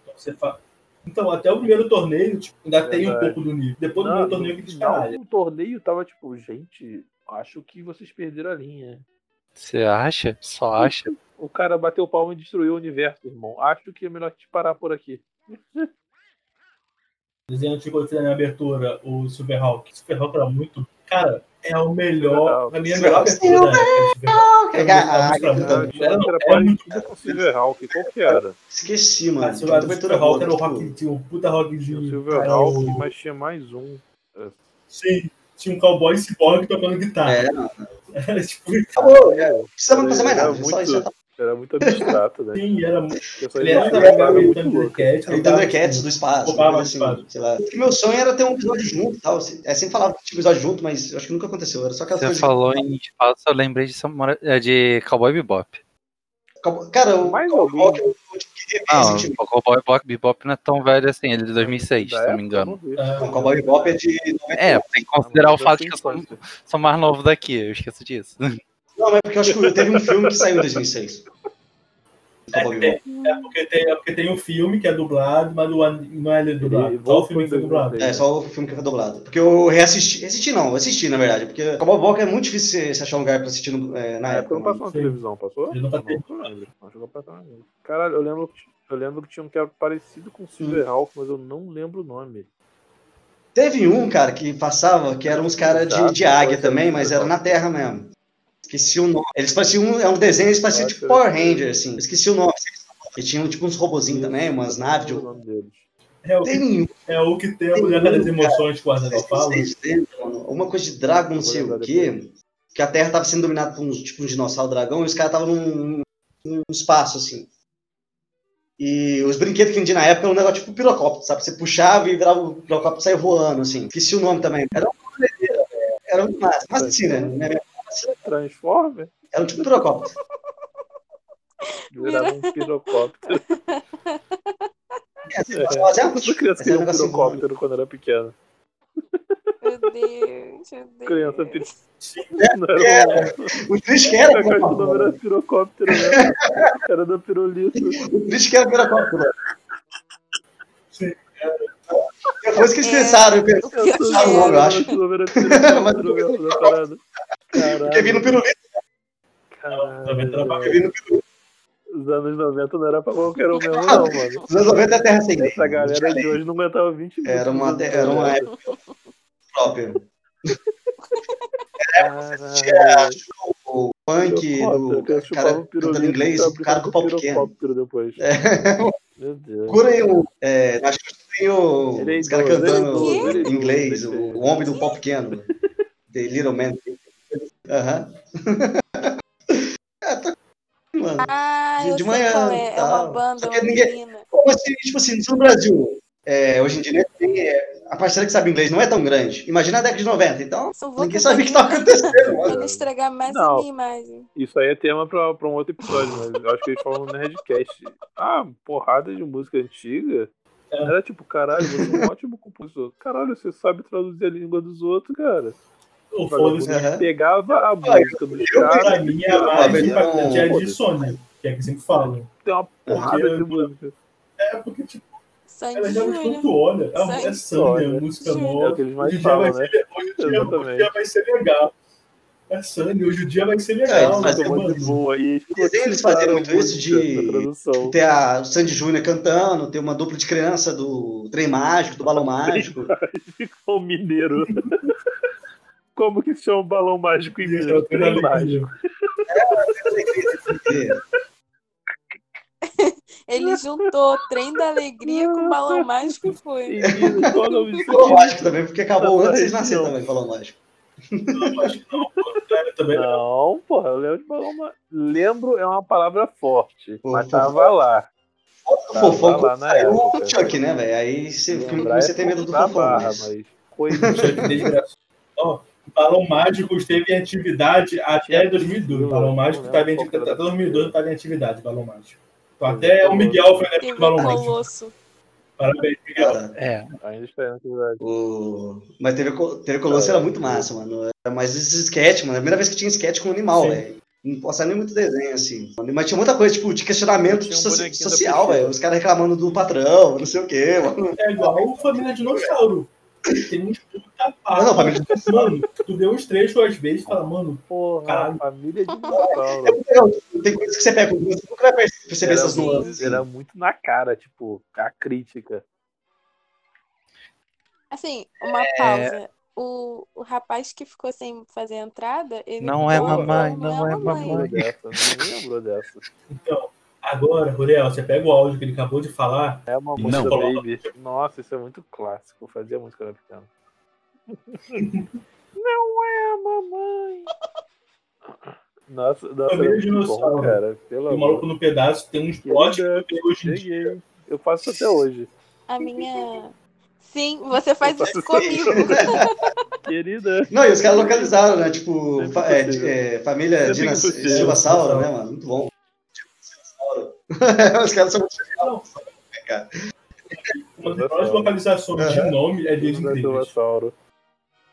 A: Então, você fala- Então, até o primeiro torneio, tipo, ainda tem um
B: É Verdade.
A: pouco do nível. Depois do
B: Não,
A: primeiro torneio que
B: no final
A: descaralha.
B: do torneio tava tipo, gente, acho que vocês perderam a linha.
E: Você acha? Só acha?
B: O cara bateu palma e destruiu o universo, irmão. Acho que é melhor te parar por aqui.
A: Desenho antigo que na abertura, o Super Hawk. Super Hawk era muito. Cara, é o melhor.
B: Hawk.
A: Na minha
C: Super
A: melhor
C: Hawk.
A: abertura. né? da época, Super Hawk.
C: Ah, ah,
A: Não,
C: ah,
A: não,
C: ah,
A: era-
B: Era
A: era
B: pra-
A: muito-
B: Era um Silver Hawk, qual que era?
C: Esqueci, mano.
A: Cara,
C: Tem
A: se
C: uma
A: eu-
C: abertura
A: Super
C: boa,
A: Hawk
C: né?
A: era o
C: Tipo,
A: rock, tinha um puta rock de.
B: Tinha o Silver
A: cara,
B: Hawk,
A: o-
B: mas tinha mais um.
A: Sim, tinha um cowboy cyborg tocando guitarra.
C: É,
A: Era tipo,
C: acabou, é, não precisava fazer mais
B: Era
C: nada. Só isso.
B: muito- Era muito abstrato, né?
A: assim, era
B: Eu só
A: Ele era
B: imaginava
A: também
B: que era
A: meio
B: muito louco.
A: Thundercats.
C: Aí Thundercats do espaço,
A: Roubava
C: coisa assim,
A: do espaço.
C: sei lá. Porque meu sonho era ter um episódio junto e tal. É, sempre falava que tinha episódio junto, mas eu acho que nunca aconteceu. Era só
B: tá
C: aquelas
E: Você
C: coisas.
E: falou em espaço, eu lembrei de, Samurai- é, de Cowboy Bebop.
C: Acabou- Cara, o
B: Mais
C: o
B: alguém?
C: Rock é um eu queria ver
E: Não,
C: recentemente.
E: o Cowboy Bebop- Bebop não é tão velho assim, ele é de 2006, se
B: tipo- Da
E: não
B: época,
E: me engano.
B: eu não vi.
A: Ah,
C: Não, o Cowboy Bebop é de.
E: É, tem
B: Ah,
E: que
B: mas
E: considerar o
B: da
E: fato
B: sua
E: que eu sou,
B: infância.
E: sou mais novo daqui, eu esqueço disso.
C: Não, é porque eu acho que teve um filme que saiu em 2006. Cowboy Bebop.
A: É porque tem, é porque tem o filme que é dublado, mas o an- não é dublado.
B: Ele
A: Só o
B: volta
A: filme
B: em
A: que foi dublado.
B: 2006.
C: É, só o filme que foi dublado. Porque eu reassisti. Assisti não, assisti na verdade. Porque Cowboy Bebop é muito difícil você- você achar um lugar pra assistir no- é, na
B: Na época
C: época.
B: não passou na
A: Sim.
B: televisão, passou?
A: Ele não passou.
B: Não, lembro. não chegou a passar na televisão. Caralho, eu lembro, que- eu lembro que tinha um que era parecido com
A: Hum.
B: Silverhawk, mas eu não lembro o nome.
C: Teve um, cara, que passava, que eram uns caras de, de águia também, mas era na Terra mesmo. Esqueci o nome. Eles pareciam. um- É um desenho, eles pareciam tipo Power Ranger, assim. Esqueci o nome. E tinham tipo uns robozinhos também, umas
E: Ah,
C: naves.
B: Não
C: De... um
B: lembro o nome deles.
A: É o, que,
C: Tem um.
A: é o que tem a mulher das emoções que o Arnaldo fala.
C: Vocês lembram? Uma coisa de dragão, não sei o quê. Que a Terra tava sendo dominada por uns, tipo, um dinossauro dragão e os caras estavam num, num espaço, assim. E os brinquedos que vendia na época era um negócio tipo pirocóptero, sabe? Você puxava e virava o pirocóptero e saia voando, assim. Esqueci o nome também. Era uma doideira, velho. Era muito massa. Mas assim, né? Né?
B: Transformer?
C: Era um tipo pirocóptero.
B: Virava um pirocóptero.
C: É, você fazia uma-
B: Eu sou criança que
C: Esse
B: viu um
C: negócio assim,
B: pirocóptero quando era pequena.
F: Meu Deus, meu Deus.
A: É.
B: Criança triste. Não
C: É,
B: era
C: o triste que
B: um
C: era,
B: pirocóptero, o nome
C: pirocóptero. né?
B: era pirocóptero mesmo. Era da pirulito.
C: o triste que era pirocóptero.
A: Sim.
C: Depois que é. eles pensaram, eu pensei,
B: Eu tô
C: Sabe o nome, eu
B: zoando,
C: acho.
B: mas o nome era pirocóptero mesmo da parada.
C: porque
B: Caralho,
C: vi no pirulito.
A: então,
B: caralho.
C: Porque vi no pirulito.
B: Os anos 90 não era pra qualquer um mesmo, não, mano.
C: Nos anos 90 é a Terra sem lei.
B: Essa galera é de hoje não aguentava 20 minutos.
C: Era uma,
B: de
C: era uma
B: conversa.
C: época própria.
B: Caralho.
C: O funk do
B: Pirocóptero, eu chupava
C: cara
B: um pirulito
C: cantando inglês,
B: e
C: o cara com o pau
B: abria um
C: pequeno.
B: pirocóptero depois. Meu Deus.
C: Procura aí o. É, acho que tem o.
B: Ele é
C: Os caras
B: idoso, ele
C: cantando
B: é idoso, ele é
C: em inglês,
B: idoso,
C: o,
B: ele é idoso.
C: o homem do pau pequeno. The Little Man. Aham. É, tá. Mano.
F: Ah,
C: De-
F: eu
C: de
F: sei
C: manhã,
F: qual é. É uma
C: tá.
F: banda,
C: Só que
F: uma
C: ninguém-
F: menina.
C: Como assim, tipo assim, se no Brasil, é, hoje em dia, né, tem, é, a parcela que sabe inglês não é tão grande. Imagina a década de 90, então.
F: São
C: Ninguém sabia o que tava
F: vocabulários
C: acontecendo,
F: pra
C: mano.
F: não estragar mais
B: Não.
F: a minha imagem.
B: Isso aí é tema pra, pra um outro episódio, mas eu acho que eles falam no Nerdcast. Ah, porrada de música antiga. Era tipo, caralho, você é um ótimo compositor. Caralho, você sabe traduzir a língua dos outros, cara.
A: O
B: Vagabundo
A: foda-se.
C: Aham.
B: Pegava a música dos caras,
A: Pra mim, é a
C: Ah,
A: mais
C: mas
A: impactante é a de
B: foda-se.
A: Sony, que é que sempre falam.
B: tem uma porrada de música.
A: É porque, tipo,
F: Sandy
A: ela já
F: Júnior.
A: quando tu olha, é uma- é
F: Sangue.
A: sangue, é uma
B: Sangue.
A: música
F: Sim.
B: É o
A: nova.
B: que eles
A: Hoje em
B: mais
A: dia vai
B: falam, né?
A: ser, hoje em dia- hoje em dia
B: Exatamente.
A: vai ser legal. É sangue, hoje em dia vai ser
C: É, eles
A: legal. né,
C: fazem
B: Muito bom,
A: mano?
B: de boa. E eles
C: Desenho eles faziam muito isso
B: cortaram a música,
C: de-
B: a tradução.
C: Tem a Sandy Júnior cantando, tem uma dupla de criança do Trem Mágico, do Balão Mágico.
B: O mineiro. Como que se chama um balão mágico em
A: Isso, é
B: mineiro?
A: o Trem
B: Trem mágico.
F: Ele juntou trem da alegria com o balão mágico e foi.
B: Em Minas, qual o nome disso?
C: Balão Mágico também, porque acabou
B: Tá
C: antes de nascer
B: parecendo.
C: também, Balão Mágico.
A: Não, acho que não. Cara, também não.
B: Não, porra, eu lembro de balão mágico. Lembro é uma palavra forte.
C: Pô, tá
B: mas
C: pô,
B: tava lá.
C: O
B: Tá,
C: fofão
B: vai lá na
C: saiu
B: época.
C: o Chuck, né, velho? Aí você, o filme
B: Lembrar
C: você
B: é
C: tem medo do
B: da
C: fofão.
B: barra,
C: mas-
B: mas coisa
A: Ó, o Balão Mágico esteve em atividade até 2002. O Balão Mágico estava em atividade, até 2002 estava em atividade, o Balão Mágico. Então, até o Miguel foi na época
F: Teve
A: do
F: um
A: Balão Mágico.
F: colosso.
A: Parabéns, Miguel.
C: Cara,
E: É,
B: ainda está na atividade.
C: o... Mas TV, Col- TV
B: É.
C: Colosso era muito massa, mano. Era mais esses sketch, mano. É a primeira vez que tinha sketch com animal,
A: Sim.
C: velho. Não passava nem muito desenho, assim. Mas tinha muita coisa, tipo, de questionamento
B: Tinha um
C: soci-
B: bonequinho da
C: social,
B: Pepsi.
C: velho. Os caras reclamando do patrão, não sei o quê, mano.
A: É igual o Família Dinossauro. Tem um estudo
B: Ah,
C: Não,
A: tapado.
C: não, família
A: Mano, tu vê uns trechos às vezes e fala, mano,
B: Porra,
A: Caralho.
B: família de dinossauro.
C: Não, tem coisas que você pega com duas, você nunca vai perceber
B: Era
C: essas nuances.
B: muito, era muito na cara, tipo, a crítica.
F: Assim, uma
E: É.
F: pausa. O, o rapaz que ficou sem fazer a entrada, ele
E: não é
F: ficou,
E: mamãe,
F: falou,
E: não é
B: Lembrou
E: mamãe.
B: dessa, não lembrou dessa.
A: então, agora, Ruriel, você pega o áudio que ele acabou de falar.
B: É uma
E: E
B: música
E: não.
B: baby. Nossa, isso é muito clássico. Eu fazia música quando era pequeno. não é a mamãe. Nossa, nossa,
A: Família
B: era muito
A: dinossauro.
B: bom, cara. Pelo
A: O maluco
B: amor.
A: no pedaço tem uns
B: Querida,
A: plot que eu vejo hoje em dia.
B: Cheguei. Eu faço até hoje.
F: A minha. Sim, você faz
B: Eu
F: isso
B: faço
F: comigo.
B: Querida.
C: Não, e os caras localizaram, né? Tipo,
B: Sempre
C: fa- é,
B: possível.
C: é, família
B: Sempre
C: dinas-
B: possível.
C: Dinossauro, né, mano? Muito bom. Dinossauro. os caras são muito
A: Uma das maiores localizações de nome é desde incríveis.
B: Dinossauro.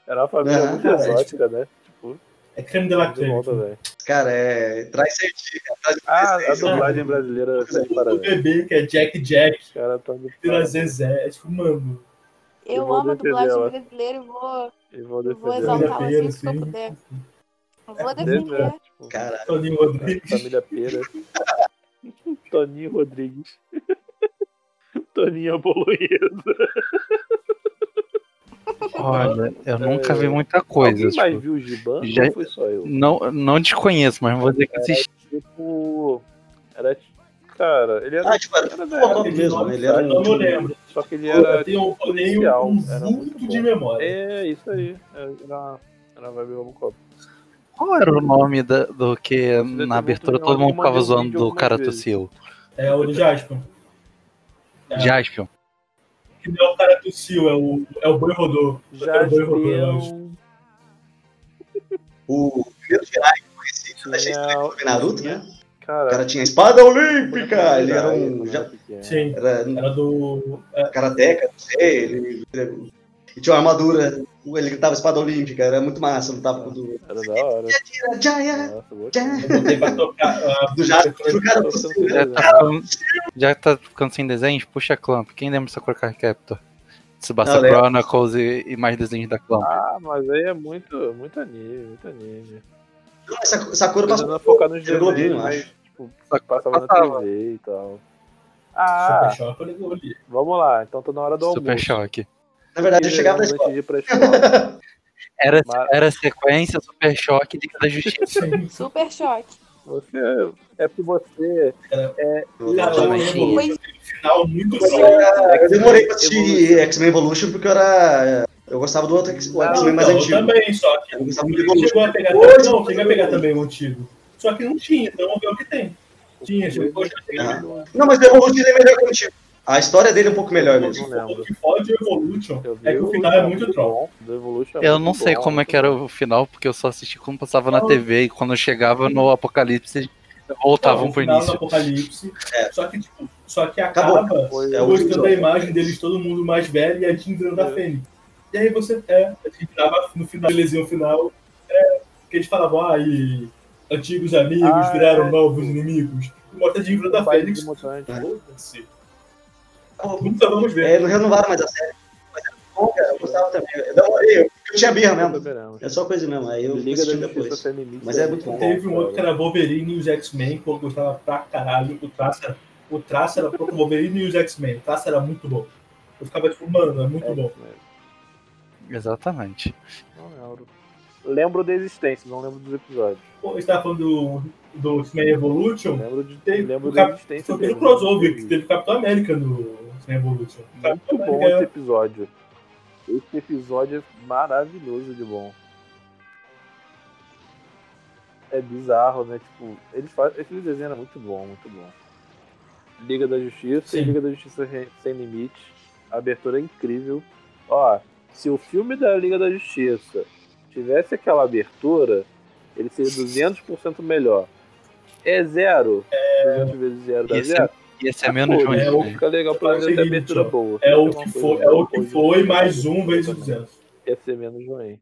B: Era uma família
C: Aham,
B: muito
A: cara,
B: exótica, né? Tipo,
A: É creme de la
B: De
A: creme.
B: volta, velho.
C: Cara, é. Traz certinho. Traz
B: Ah, a
C: certinho.
B: dublagem brasileira tá de
A: O
B: parabéns.
A: bebê que é Jack Jack,
B: Os caras estão de
A: vira
B: parabéns.
A: Zezé. É tipo, mano,
B: Eu
F: Eu
B: vou
F: amo a
B: defender
F: dublagem
B: ela.
F: brasileira e vou,
B: E vou
F: eu vou
B: defender.
A: exaltar.
F: exaltá-la
A: Brasileiro,
F: sempre que
A: sim.
F: eu puder. Eu vou
B: Defender,
F: defender.
B: tipo,
C: Cara,
A: Toninho Rodrigues.
B: Família Pera. Toninho Rodrigues. Toninho Aboluído.
E: Olha, eu nunca vi
B: É.
E: muita
B: Alguém
E: coisa.
B: mais
E: tipo,
B: viu o Giban?
E: já-
B: Ou foi só eu?
E: não, não desconheço, mas vou
B: É.
E: dizer que assim, assisti.
B: Tipo. Era. tipo- Cara, ele era.
C: ah, tipo, era
B: era
C: um
B: da época,
C: Robin mesmo. Ele era
A: Eu não
C: um.
A: lembro.
B: só que ele era.
A: Eu tenho, um eu tenho
B: especial,
A: um
B: era muito
A: vulto
B: bom.
A: de memória.
B: É, isso aí. Era, era a vibe Robocop.
E: Qual era o nome da- do que
B: deve ter
E: na abertura
B: visto em
E: todo mundo
B: algum
E: ficava
B: vídeo
E: zoando do
B: algumas
E: cara
B: vezes.
E: tossiu?
A: É o do Jaspion. É.
E: Jaspion.
A: Que não é o cara do Sil, é o, é o Boi Rodô. É o Boi Rodô, eu acho.
B: Jaspion
C: O primeiro Jirai que eu conheci, eu achei
B: tinha-
C: estranho, foi Naruto, né? O cara
B: Cara,
C: tinha espada olímpica, ele era um. já-
B: Sim.
A: Sim,
C: Era um
A: era do.
C: karateca, não sei, ele, ele- ele tinha uma armadura, ele gritava espada olímpica, era muito massa, lutava com o do.
B: Era da hora. assim,
C: Tira, Jaya,
B: Nossa, boa.
A: Eu
C: Jaya,
A: botei pra tocar. ah,
C: É, do Jasper, pro cara do Sul, né?
E: Já tá, ficando, já tá ficando sem desenhos? Puxa a Clamp. Quem lembra dessa cor Captor? Tsubasa
C: Não, lembro.
E: Chronicles e, e mais desenhos da Clamp.
B: Ah, mas aí é muito, muito anime, muito anime.
C: Não, essa, essa cor
B: Mas
C: passou.
B: não é focar nos
C: Era Globinho,
B: desenhos,
C: eu
B: mas
C: acho.
B: tipo,
E: Só que
B: passava na
E: passava.
B: TV e tal.
A: ah.
B: Ah,
A: Choca, eu ligo ali.
B: vamos lá. Então tá na hora do almoço.
E: Super choque.
C: Na verdade, eu chegava na
B: Antes
C: escola.
B: de ir pra escola.
E: Era,
B: Mas-
E: era sequência, super choque, Liga da Justiça.
A: Sim.
F: Super choque.
B: Você, é porque você
A: Cara, eu lembro
F: Foi
A: do final muito
C: Eu
A: bom.
C: era- Eu demorei pra assistir X-Men Evolution porque eu era. Eu gostava do outro X- o X-Men mais
B: é
A: Então, eu
C: antigo.
A: também, só que
C: Eu
B: Tá
C: gostava muito de
A: ele
C: Evolution.
A: chegou a pegar.
C: Hoje-
A: Não, chegou a pegar também o antigo. Só que não tinha, então vamos ver o que tem. Tinha, chegou a pegar.
C: Não, mas o Evolution é melhor que o antigo. A história dele é um pouco melhor mesmo.
B: não lembro.
A: O que pode o Evolution
B: Eu vi
A: é que o final é muito troll.
B: bom, do Evolution é
E: Eu
B: muito
E: não sei
B: bom,
E: como é
B: muito
E: que era o final, porque eu só assisti quando passava na TV e quando eu chegava no Apocalipse, voltavam
B: um
A: o
E: pro
A: final do
E: início.
A: Apocalipse.
C: É.
A: Só que, tipo, só que
C: Acabou.
A: acaba
B: Foi-
C: É o
A: mostrando
C: último
A: a
C: episódio.
A: imagem deles, todo mundo mais velho e a gente entrando
B: É.
A: da Fênix. E aí você, é, a gente tava no final, belezinha, o final, é, que eles falavam, ah, e antigos amigos
B: Ah,
A: viraram
B: é.
A: novos inimigos. E mostra a gente entrando
B: O
A: da
B: pai de
A: Fênix. É
B: mutante.
A: Foda-se. Pô, Nunca vamos ver.
C: É, eles renovaram mais a série. Mas era bom, cara. Eu gostava também. Eu demorei. Eu eu tinha birra mesmo.
B: Verão.
C: É só coisa mesmo. Aí eu fui
B: Liga da
C: assistir
B: Justiça
C: depois.
B: Feminista.
C: Mas é muito bom.
A: Teve um outro que era Wolverine e os X-Men, que eu gostava pra caralho. O traço era, o traço era pro Wolverine e os X-Men. O traço era muito bom. Eu ficava tipo, mano, é muito
B: É,
A: bom.
E: Exatamente.
B: Não lembro. Lembro da existência, não lembro dos episódios.
A: Pô, você tava falando do, do X-Men Evolution?
B: Lembro, de,
A: Teve-
B: lembro
A: o
B: da
A: Cap-
B: existência.
A: Foi pelo
B: mesmo.
A: crossover que teve o Capitão América no X-Men Evolution. O
B: Muito
A: Capitão
B: bom
A: América
B: esse episódio. Esse episódio é maravilhoso de bom. É bizarro, né? Tipo, eles fazem. Aquele desenho era muito bom, muito bom. Liga da Justiça e
A: Sim.
B: Liga da Justiça Re- Sem Limite. A abertura é incrível. Ó, se o filme da Liga da Justiça tivesse aquela abertura, ele seria 200% melhor. É zero. 200 vezes zero dá
E: Isso
B: zero.
E: é, isso é menos
B: Ah, Pô,
E: ruim.
A: é o-
E: né?
B: Fica legal pra
A: É o
B: ver a
A: seguinte,
B: abertura
A: ó,
B: boa.
A: é o
B: Fica
A: que
B: uma
A: foi,
B: coisa-
A: é o que
B: coisa
A: foi
B: boa né?
A: mais
B: também.
A: um vezes 200.
B: Ia ser é menos ruim.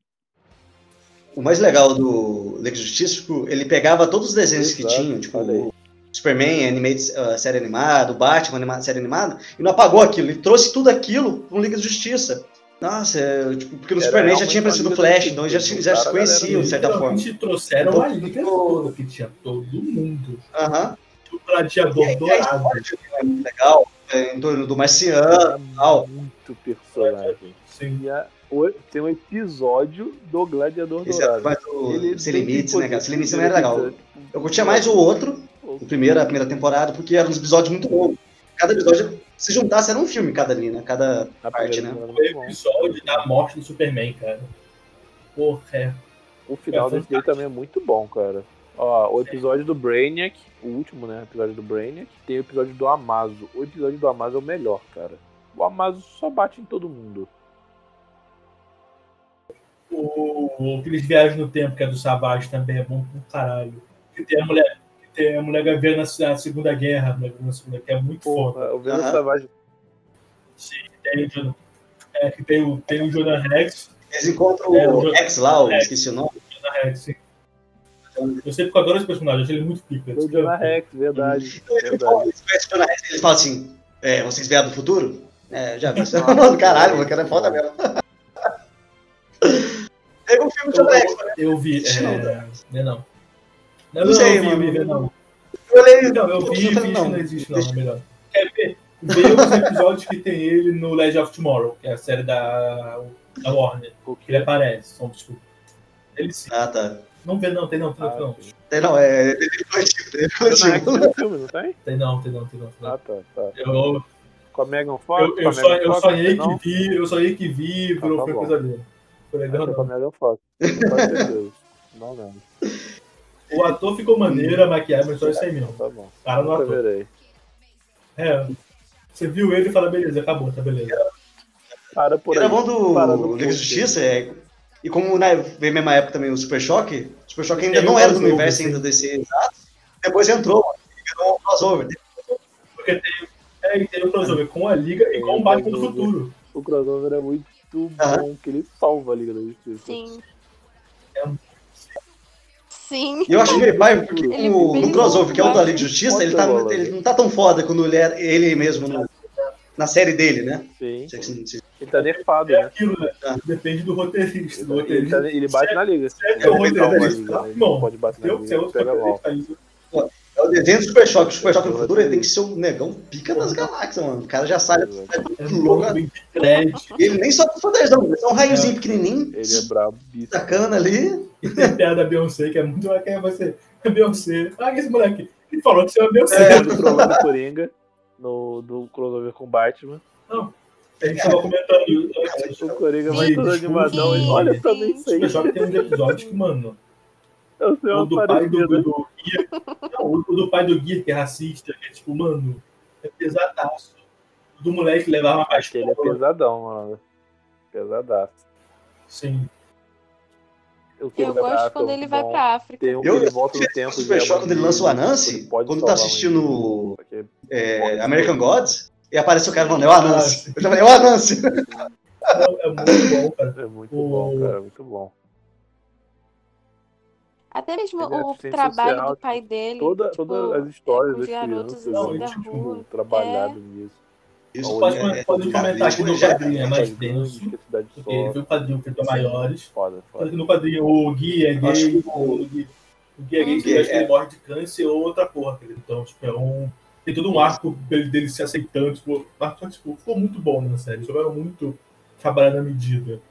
C: O mais legal do Liga Justístico, tipo, ele pegava todos os desenhos que
B: Exato,
C: tinham, tipo,
B: olha aí.
C: o Superman, animated, uh, série animada, o Batman, anima- série animada, e não apagou aquilo. Ele trouxe tudo aquilo pra um Liga da Justiça. Nossa, é, tipo, porque no
B: Era
C: Superman já
B: realmente
C: tinha aparecido
B: uma
C: o
B: Liga da
C: Flash, então eles já,
B: Justiça,
C: se- já
B: cara,
C: se
B: a galera
C: conheciam, de certa forma.
A: Literalmente trouxeram
C: Então,
A: a liga
C: ficou-
A: toda, que tinha todo mundo.
C: Aham.
A: O gladiador
C: E a
A: dourado.
C: história é muito legal, é, em torno do Marciano,
B: Era
C: tal.
B: muito personagem.
A: Sim.
B: E a- o- tem um episódio do Gladiador
C: esse é
B: Dourado.
C: mais do Sem
B: tem
C: Limites,
B: que
C: né, cara?
B: poder-
C: Sem Limites também era legal.
B: Tipo,
C: Eu curtia mais o outro, o primeiro, a primeira temporada, porque eram uns episódios muito longos. Cada episódio, se juntasse, era um filme cada ali, né? Cada
B: A
C: parte, né?
B: primeira temporada
A: Foi
B: era
A: o
B: muito
A: um episódio da morte do Superman, cara. Porra, é.
B: bom. O final
A: É
B: desse daí também é muito bom, cara. Ó, o episódio do Brainiac, o último, né? Episódio do Brainiac. Tem o episódio do Amazo. O episódio do Amazo é o melhor, cara. O Amazo só bate em todo mundo.
A: O, o que eles viajam no tempo, que é do Savage, também é bom pra um caralho. Que tem a mulher, que tem a mulher gaveta na, na Segunda Guerra, a mulher Gavião na Segunda, que é muito foda.
B: Porra, o Venom
C: Aham.
B: Savage.
A: Tem o Jonah- é, que tem o, tem o Jonah Rex,
C: Eles encontram
A: É,
C: o
A: o-
C: Rex lá, eu
A: Rex.
C: esqueci o nome.
A: Jonah Rex, Eu sempre que eu adoro esse personagem, achei ele muito pica.
B: O Jonah Rex, verdade.
C: Ele
B: verdade.
C: fala isso pra esse personagem, ele fala assim: é, vocês vieram do futuro? É, já vi isso. Mano, Caralho, o cara é foda mesmo. Teve um filme de Jonah Rex,
A: Eu vi. É,
C: Não,
A: não é não.
C: Não sei,
A: eu vi,
C: mano.
A: eu vi, não.
C: eu olhei.
A: Não, eu vi, vi, isso não existe, não, é melhor. Quer ver? Vê os episódios que tem ele no Legend of Tomorrow, que é a série da, da Warner, que ele aparece. São, tipo, ele sim.
C: Ah, tá.
A: Não vê, não, tem não, tem não, tem
B: Ah,
A: não.
C: Tem Não, é. Teve coletivo, teve
B: Jonah Rex
C: coletivo.
B: tem filme, não tem?
A: Tem não, tem não, tem não. Tem, não.
B: Ah, tá, tá.
A: Eu,
B: Com a Megan Fox?
A: eu,
B: com
A: eu,
B: a
A: só,
B: Megan
A: eu
B: Fox,
A: sonhei
B: não?
A: que vi, eu sonhei que vi, virou
B: tá
A: foi
B: bom.
A: pesadelo. Foi legal,
B: Acho que é com a
A: não.
B: Megan Fox. Com certeza. Não, não.
A: O ator ficou maneiro, a maquiagem, mas só isso aí mesmo.
B: Tá bom.
A: Cara no
B: Nunca
A: ator.
B: verei.
A: É. Você viu ele e fala, beleza, acabou, tá beleza.
B: Para por
C: Era
B: aí.
C: bom
B: Para no
C: do Liga de
B: curso.
C: Justiça, é. E como na veio mesma época também o Super Choque, o Super Choque ainda
A: Teve
C: não
A: um
C: era do
A: crossover,
C: universo
A: sim.
C: ainda DC, exato. Depois entrou, mano, e virou um crossover.
A: Porque tem, é, e tem um crossover com a Liga e com o Batman do Futuro.
B: O crossover é muito bom, que ele salva a Liga da Justiça.
F: Sim.
A: É um-
F: Sim.
C: E eu acho meio pai,
A: é
C: porque
F: Ele-
C: o,
F: ele-
C: no crossover, que é o da Liga de Justiça,
B: Pode
C: ele, tá,
B: rolar.
C: ele não tá tão foda quando ele, era- ele mesmo no- na série dele, né?
B: Sim.
C: Se- se- se-
B: Ele tá nerfado,
A: É
B: né?
A: aquilo, né?
C: Tá.
A: Depende do roteirista.
B: Ele,
A: Do
B: tá- ele, tá-
A: roteirista.
B: ele bate na Liga.
A: Se é
B: Ele
A: que é o
B: salva a
A: roteirista,
B: Liga, né? Ele
A: irmão,
B: pode bater na
A: Deu que ser
B: Liga,
A: é outro
B: pega mal.
A: roteirista aí.
C: É o desenho do Super Choque. O Super Choque no futuro ele tem que ser o negão pica das galáxias, mano. O cara já sai
A: É
C: Louco.
A: louco, bem crédito.
C: Ele nem só tem poderzão, ele é só um raiozinho pequenininho,
B: Ele é brabíssimo.
C: sacana ali.
A: E tem piada da Beyoncé, que é muito. Quem é você? É Beyoncé. Ah, que esse moleque. Ele falou que você é Beyoncé.
B: Ele trollando o Coringa no, do crossover com Batman.
A: A gente tava comentando. antes,
B: O Coringa vai
A: Sim,
B: todo animadão. Ele,
F: sim,
B: Olha,
F: sim.
B: também sei.
A: O pessoal que tem uns episódios que, mano,
B: É o seu
A: o do pai do,
B: aparecido.
A: do Gear. Não, o do pai do Gear, que é racista, que é tipo, mano, é pesadaço. O Do moleque que levava uma
B: Ele é pesadão, mano. Pesadaço.
A: Sim.
B: Eu,
F: Eu gosto quando ele vai pra África.
B: Tem um que
C: Eu-
B: ele volta no
C: eu-
B: tempo. é
C: o Super Choque, quando ele lança o Anansi, quando tá assistindo o- É, American Gods. E aparece o cara falando, é o
A: Ah,
C: Anansi. Eu já falei, é o Anansi.
A: Não, é muito bom, cara.
B: É muito
A: O-
B: bom, cara. Muito bom.
F: Até mesmo
B: Ele é
F: o
B: assistente
F: trabalho
B: social,
F: do pai dele.
B: Toda,
F: tipo,
B: todas as histórias
F: com
B: das
F: os garotos
B: crianças.
F: em
A: cima
B: né,
A: da
B: tipo,
F: rua.
B: Trabalhado nisso.
A: Isso pode,
C: é- é-
A: pode
C: é-
A: comentar aqui no
C: já-
A: quadrinho, é mais
B: Cidade
A: denso.
B: Grande, que é Cidade
A: Porque ele
C: um
B: Sol.
A: viu o quadrinho que ele tem maiores.
B: Foda,
A: Tanto que
B: foda.
A: no quadrinho o Gui é
C: Eu acho
A: gay,
C: que
A: o Gui, o Gui é gay,
F: Uhum.
A: que acha que ele morre de câncer ou outra porra. querido. Então, tipo, é um. Tem todo um arco dele, dele se aceitando. Tipo, mas, tipo, ficou muito bom na série. Eles souberam muito trabalhar na medida.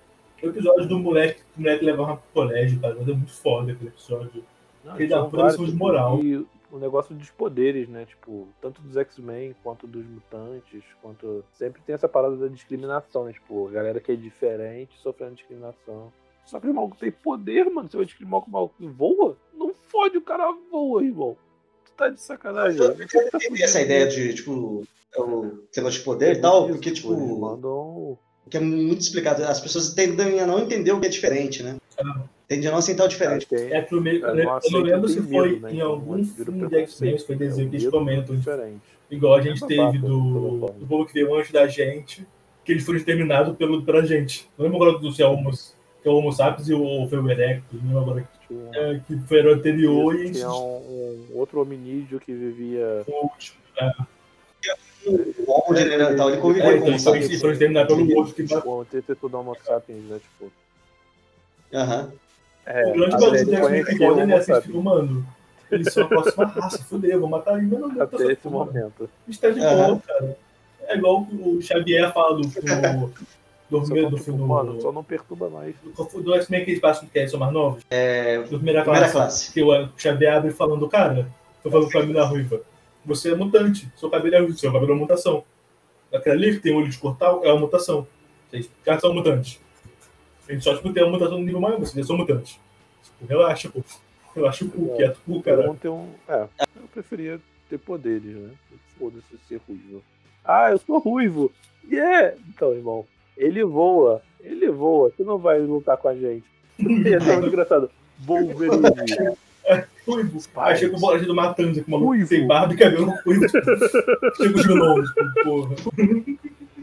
A: O episódio do moleque, o moleque levar pro colégio, cara, mas é muito foda aquele episódio.
B: Não,
A: Ele
B: são
A: dá pura
B: vários,
A: lição de
B: tipo,
A: moral.
B: E o negócio dos poderes, né? Tipo, tanto dos X-Men quanto dos mutantes, quanto. Sempre tem essa parada da discriminação, né? Tipo, a galera que é diferente sofrendo discriminação. Só que o maluco tem poder, mano. Você vai discriminar com o maluco que voa? Não fode, o cara voa, irmão. Tu tá de sacanagem. Tá
C: Eu nunca entendi essa ideia de, tipo, o negócio de poder e tal, porque,
B: Eles
C: tipo,
B: mandam. um
C: o que é muito explicado, as pessoas tendem a não entender o que é diferente, né? Tendem a não aceitar o diferente.
A: É pro meio,
B: É,
A: eu
B: nossa,
A: não lembro
B: tem
A: se
B: medo,
A: foi
B: né?
A: em
B: Então,
A: algum
B: antes vira
A: filme de
B: preconceito.
A: X-Men, foi desenho que eles
B: medo né? é
A: comentam,
B: diferente.
A: Igual a gente
B: É
A: teve
B: babaca,
A: do,
B: babaca.
A: do povo que veio antes da gente, que eles foram exterminados pelo, pela gente. Não lembro agora do se é Homo, se é Homo sapiens e o foi o Erectus, não lembro agora
B: Tinha- um
A: é, que foi o anterior e a gente
B: Tinha é um, um outro hominídeo que vivia.
A: o último.
C: O homem de Leandro e tal, ele
A: É,
C: conviveu com
A: então,
C: o
A: foi,
C: sabe?
A: eles foram exterminados pelo outro que bateu.
B: O antecessor do Homo sapiens, né? Tipo.
C: Aham.
B: É,
A: O um grande
B: a
A: bagulho
B: série
A: de X-Men que
B: conheceu o
A: pode
B: Homo
A: é assim,
B: sapiens
A: tipo, mano, eles são a próxima raça, fudeu, vou matar ele, mas não aguento
B: até
A: essa
B: esse
A: porra.
B: momento.
A: A gente tá de
C: Aham.
A: boa, cara. É igual o Xavier fala do filme do,
B: Só
A: do,
B: que,
A: do,
B: tipo,
A: do,
B: mano, só não perturba mais.
A: do, do X-Men que eles passam que é, são mais novos.
C: É,
A: Do primeira
C: primeira
A: classe.
C: classe.
A: que o Xavier abre falando, cara, eu falo com a mina ruiva, você é mutante, seu cabelo é ruivo, seu cabelo é uma mutação. Aquela ali que tem olho de cortar é uma mutação. Vocês já são mutantes. A gente só tipo, tem uma mutação no nível maior, vocês já são mutantes. Tipo, relaxa, pô. Relaxa o cu,
B: É.
A: quieto, cu,
B: Cada
A: cara.
B: um tem um. É, eu preferia ter poderes, né? Foda-se ser ruivo. Ah, eu sou ruivo! Yeah! Então, irmão, ele voa. Ele voa. Você não vai lutar com a gente. Ia ser muito engraçado. Wolverine.
A: Ruivo. Aí chega o
B: Spikes.
A: bolacha do Matanza, com maluco
B: Ruivo.
A: sem barba e cabelo ruivo. tipo, chega os vilões, tipo, porra.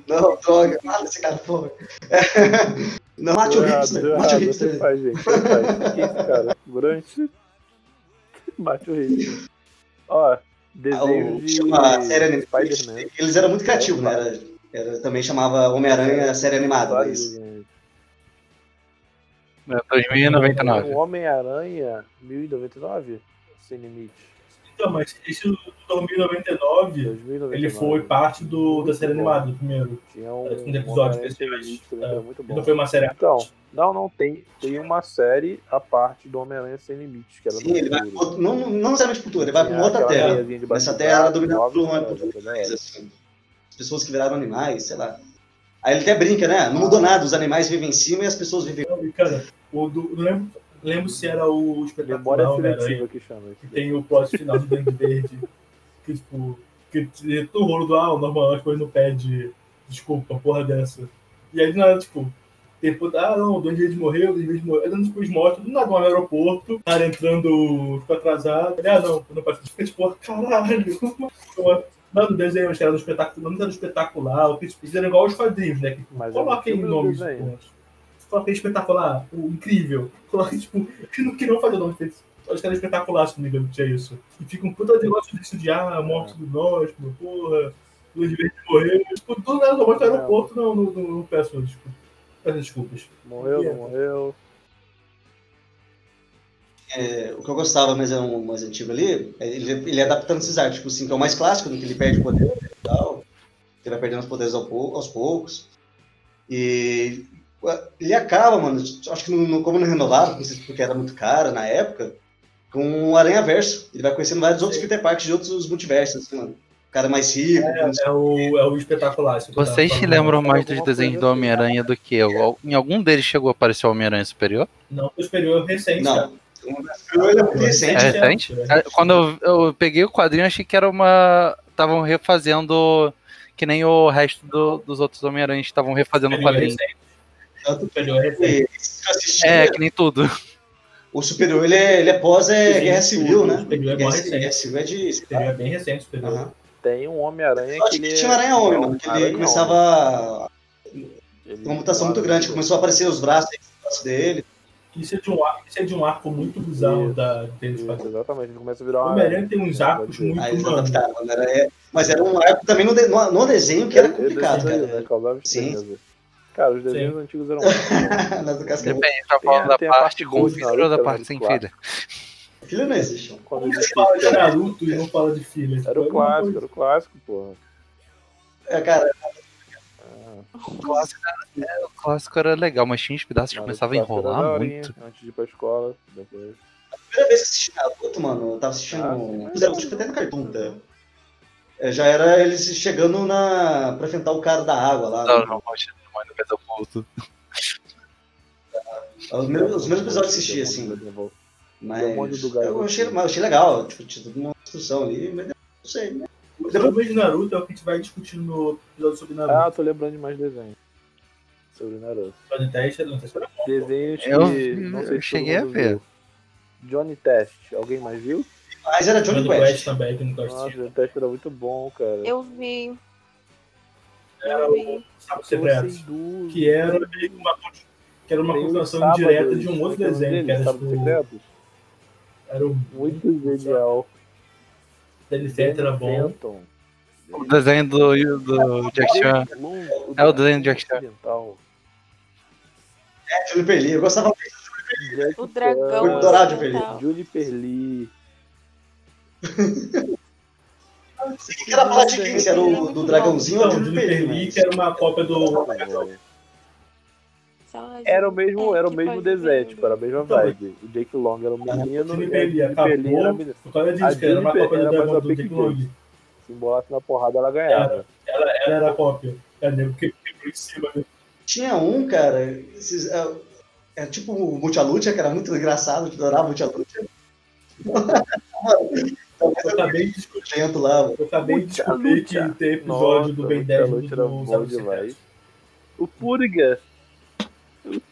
C: Não, droga, mata esse cara, porra. Não, mate o
B: Deu errado,
C: hipster,
B: deu
C: mate o
B: errado. Você
C: hipster.
B: faz, gente. Você faz. Quem é esse cara? Grande. Bate o ritmo. Ó, desenho
C: Ah, O,
B: de
C: chama a série animada.
B: Spider-Man.
C: Eles eram
A: É,
C: muito criativos, né? Era, era- também chamava Homem-Aranha série animada. Mas...
E: É, 2099.
B: O Um Homem-Aranha 1099? Sem limite.
A: Então, mas esse do 2099,
B: 2099.
A: ele foi parte do, da série animada do primeiro.
B: Tinha um,
A: Era um episódio
B: Homem-Aranha sem
A: especiais.
B: limite, também, que era muito bom.
A: Então foi uma série. à
B: Então,
A: parte.
B: não, não, tem, tem uma série a parte do Homem-Aranha Sem Limites, que era
C: Sim, ele vai pra outro- não, não não necessariamente futuro, ele vai para uma outra terra. Essa
B: Essa
C: terra era dominada por um animais, assim. As pessoas que viraram animais, sei lá. Aí ele até brinca, né? Não mudou nada, os animais vivem em cima e as pessoas vivem.
A: Não, e, Cara, o do, não lembro, lembro se era o
B: Memória
A: espetacular Homem-Aranha,
B: seletiva que é chama isso.
A: que tem o plot final do Dente Verde, que tipo, que tira todo o rolo do ah, o normal, as coisas não pede desculpa, porra dessa. E aí, do nada, tipo, depois, ah, não, o Dente Verde morreu, o Dente Verde morreu. Aí, do nada, tipo, eles mostram, do nada, um aeroporto, o cara entrando, ficou atrasado. Ele, ah, não, não pode. Fica tipo, caralho, uma- Mano, o desenho, acho que era do espetacular, não era do espetacular, o que eles fizeram igual os quadrinhos, né? Que
B: Mas
A: Coloquem
B: filme do
A: nomes de
B: desenho.
A: pontos. Coloquem espetacular, o incrível. Coloquem, tipo, que não queriam fazer nome deles. Acho que era espetacular, se não me engano, que tinha isso. E fica um puta negócio disso de ah, a
B: É.
A: morte do nós, tipo, porra, Luiz Verde morreu. Tipo, do nada, morte no
B: Não.
A: aeroporto, não, não, não, não peço desculpa. Peço desculpas.
B: Morreu, não
A: Yeah.
B: morreu.
C: É, o que eu gostava, mas é um mais antigo ali, é ele, ele adaptando esses arcos, tipo assim, que é o mais clássico, né, que ele perde o poder e tal. Ele vai perdendo os poderes ao pou- aos poucos. E ué, ele acaba, mano, acho que não, não- como não renovava, não sei se porque era muito caro na época, com o Aranha Verso. Ele vai conhecendo vários outros Peter Parks de outros multiversos, assim, mano. O cara mais rico, com
A: É o, é o espetacular. isso que eu tava
E: Vocês se
A: falando.
E: lembram mais dos
B: tá alguma
E: desenhos do
B: coisa assim.
E: Homem-Aranha do que eu? Al- Em algum deles chegou a aparecer o Homem-Aranha Superior?
A: Não, o superior é recente. cara.
C: Não. Um das coisas é muito
E: É
C: recente.
E: recente? Ah, Quando eu, eu peguei o quadrinho, achei que era uma. Estavam refazendo. Que nem o resto do- dos outros Homem-Aranhas estavam refazendo o
A: Superior é
E: quadrinho.
A: recente.
C: Tanto
A: Superior é recente.
C: que se eu assistia,
E: É, que nem tudo.
C: o superior ele é, ele é pós é
A: Sim,
C: Guerra Civil, né?
A: o superior é
C: Guerra,
A: mó
C: Civil-
A: recente.
C: Guerra Civil é de. sei lá.
A: Superior é bem recente, superior.
C: Aham.
B: Tem um Homem-Aranha
C: Eu acho
B: ele
C: que
B: é-
C: tinha um Aranha Homem, mano, que ele
B: Aranha-Homem.
C: começava
B: Ele-
C: uma mutação muito grande, começou a aparecer os braços os braços dele.
A: Isso é de um arco, isso é de um arco muito bizarro
B: Isso.
A: da deles.
B: Isso, exatamente, ele começa a virar
A: O
B: uma
A: Homem-Aranha tem uns
B: aranha,
A: arcos
B: pode ver.
A: muito
C: Aí eles
A: humanos.
C: adaptaram, mano, era- é- mas era um arco também no, de- no- no desenho é que era
B: Eu- eu
C: complicado,
B: desenho,
C: cara.
B: né, causava
C: Sim.
B: estranheza. Cara, os desenhos antigos eram muito bons.
C: Nada do casca-
E: Depende, tá
B: Tem-
E: falando da
B: né? tem a
E: parte
B: parte
E: com
B: boa,
E: filho ou da
B: cara,
E: parte sem
B: claro.
E: filho?
C: Filho não existe. mano.
B: Quando
A: Como
B: eles
A: você fala de Naruto e não fala de filha? Tipo,
B: Então, Era o
A: uma
B: clássico,
A: coisa-
B: era o clássico, porra.
C: É, cara,
B: Ah,
E: O clássico, era, é, o clássico era legal, mas tinha uns pedaços que
B: Naruto
E: começava a
B: clássico era
E: enrolar
B: daorinha,
E: muito.
B: Antes de ir pra escola, depois.
C: a primeira vez que assisti Naruto, mano, eu tava assistindo.
B: Ah, sim.
C: Fizeram tipo até no cartoon, tá? É, Já era eles chegando na. pra enfrentar o cara da água lá.
E: Não,
C: né?
E: não, continua, mas não perdeu ponto.
C: Os mesmos, É os mesmos episódios que assisti, assim. Mas
B: Demônio um do Garoto.
C: eu achei, mas eu achei legal, tipo, tinha toda uma construção ali, mas não sei, né?
A: O problema de Naruto é o que a gente vai discutir no episódio sobre Naruto.
B: Ah, tô lembrando de mais desenhos. Sobre Naruto.
A: Johnny Test é- não sei se era bom.
B: Desenhos que
E: Eu-
B: não sei se
E: eu
B: todo
E: cheguei a
B: mundo
E: ver.
B: viu. Johnny Test, alguém mais viu?
C: Mas era Johnny
A: Johnny
C: Quest.
A: Quest também, que eu nunca
B: Nossa,
A: assisti.
B: Johnny Test era muito bom, cara.
F: Eu vi.
A: Era
F: Eu
A: o
F: vi.
A: Sapo
B: Você
A: Secreto,
B: induz-
A: que era meio que uma, conti- que era uma
B: assim? Tem os
A: continuação
B: sábados,
A: direta de um outro
B: como é que é o nome
A: desenho, que
B: dele?
A: era
B: Sábado
A: tipo...
B: Secreto?
A: Era um...
B: Muito genial.
A: DLT era bom.
B: Denton.
E: O desenho do, do Jack Chan. É o desenho do Jack Chan.
B: Ocidental.
C: É, Johnny Perli, eu gostava muito
B: Jack
F: O
B: Chan,
F: dragão.
C: Olho dourado,
F: ocidental.
B: Julie Perli.
C: do que era falar de quem, se era o do dragãozinho ou
A: Então,
C: do
A: Johnny
C: Johnny
A: Perli,
C: Perli.
A: que era uma cópia do...
F: Só-
B: Era o mesmo,
F: É,
B: era o
F: que
B: mesmo
F: pode
B: desenho,
F: ver.
B: tipo, era a mesma
A: Então,
B: vibe. O Jake Long era o menino
A: Johnny
B: e
A: Perli
B: a Julie Perli era um a
A: acabou.
B: menina.
A: Por causa disso,
B: A
A: que é era uma
B: Johnny
A: cópia do
B: era mais
A: Dragon
B: uma
A: do
B: Big
A: Dick
B: Bang.
A: Long.
B: Se bolasse na porrada, ela ganhava.
A: Ela, ela era a cópia. É, né, Era nego que quebrou em cima. né?
C: Tinha um, cara, esses, é, é tipo o Multialucha, que era muito engraçado, tipo, eu adorava o Multialucha. Talvez
A: Eu
C: eu
A: acabei de descobrir.
C: tenha lento lá, mano.
A: Eu acabei de
B: Muita
A: descobrir
B: luta.
A: que tem episódio do Ben é 10 do,
B: Nossa, era bom
A: do Sábado
B: demais.
A: Secreto.
B: O Puriga,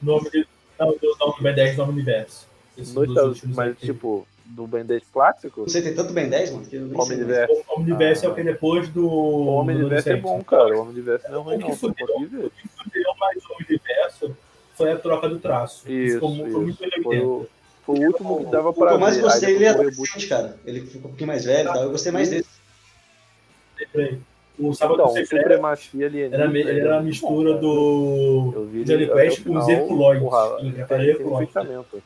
A: Nome de, não, do, não, do Ben 10 do Universo. Esse dos
B: Nostal-
A: últimos
B: mas
A: aqui.
B: é tipo, do Ben 10 clássico,
C: Não sei, tem tanto Ben 10, mano, que eu nem sei. né?
B: Homem-Universo.
A: O Omniverse é o que é depois do.
B: O Homem-Universo é bom, cara. O Homem-Universo não é ruim,
A: O que
B: não. Você
A: fudeu?
B: pode ver.
A: O mais Omniverso foi a troca do traço.
B: Isso,
A: Ficou mu- foi
B: isso.
A: muito né,
B: Foi
A: 80.
B: o, Foi o último que dava
C: O que
B: pra
C: eu mais
B: ver.
C: gostei,
B: Aí
C: ele é
B: depois Hum. foi o
C: adolescente, cara. Ele ficou um pouquinho mais velho e tal. Eu gostei mais dele.
A: Lembrei. O Sábado
B: Então,
A: Secreto
B: Supremacia é
A: era,
B: Alienígena.
A: me- era a mistura do
B: Eu vi
A: Johnny
B: ele
A: Quest
B: até o
A: com os
B: final,
A: Herculoides.
B: porra,
A: Ele é
B: tem-
A: era
B: tem um
A: Herculoide.
B: fechamento.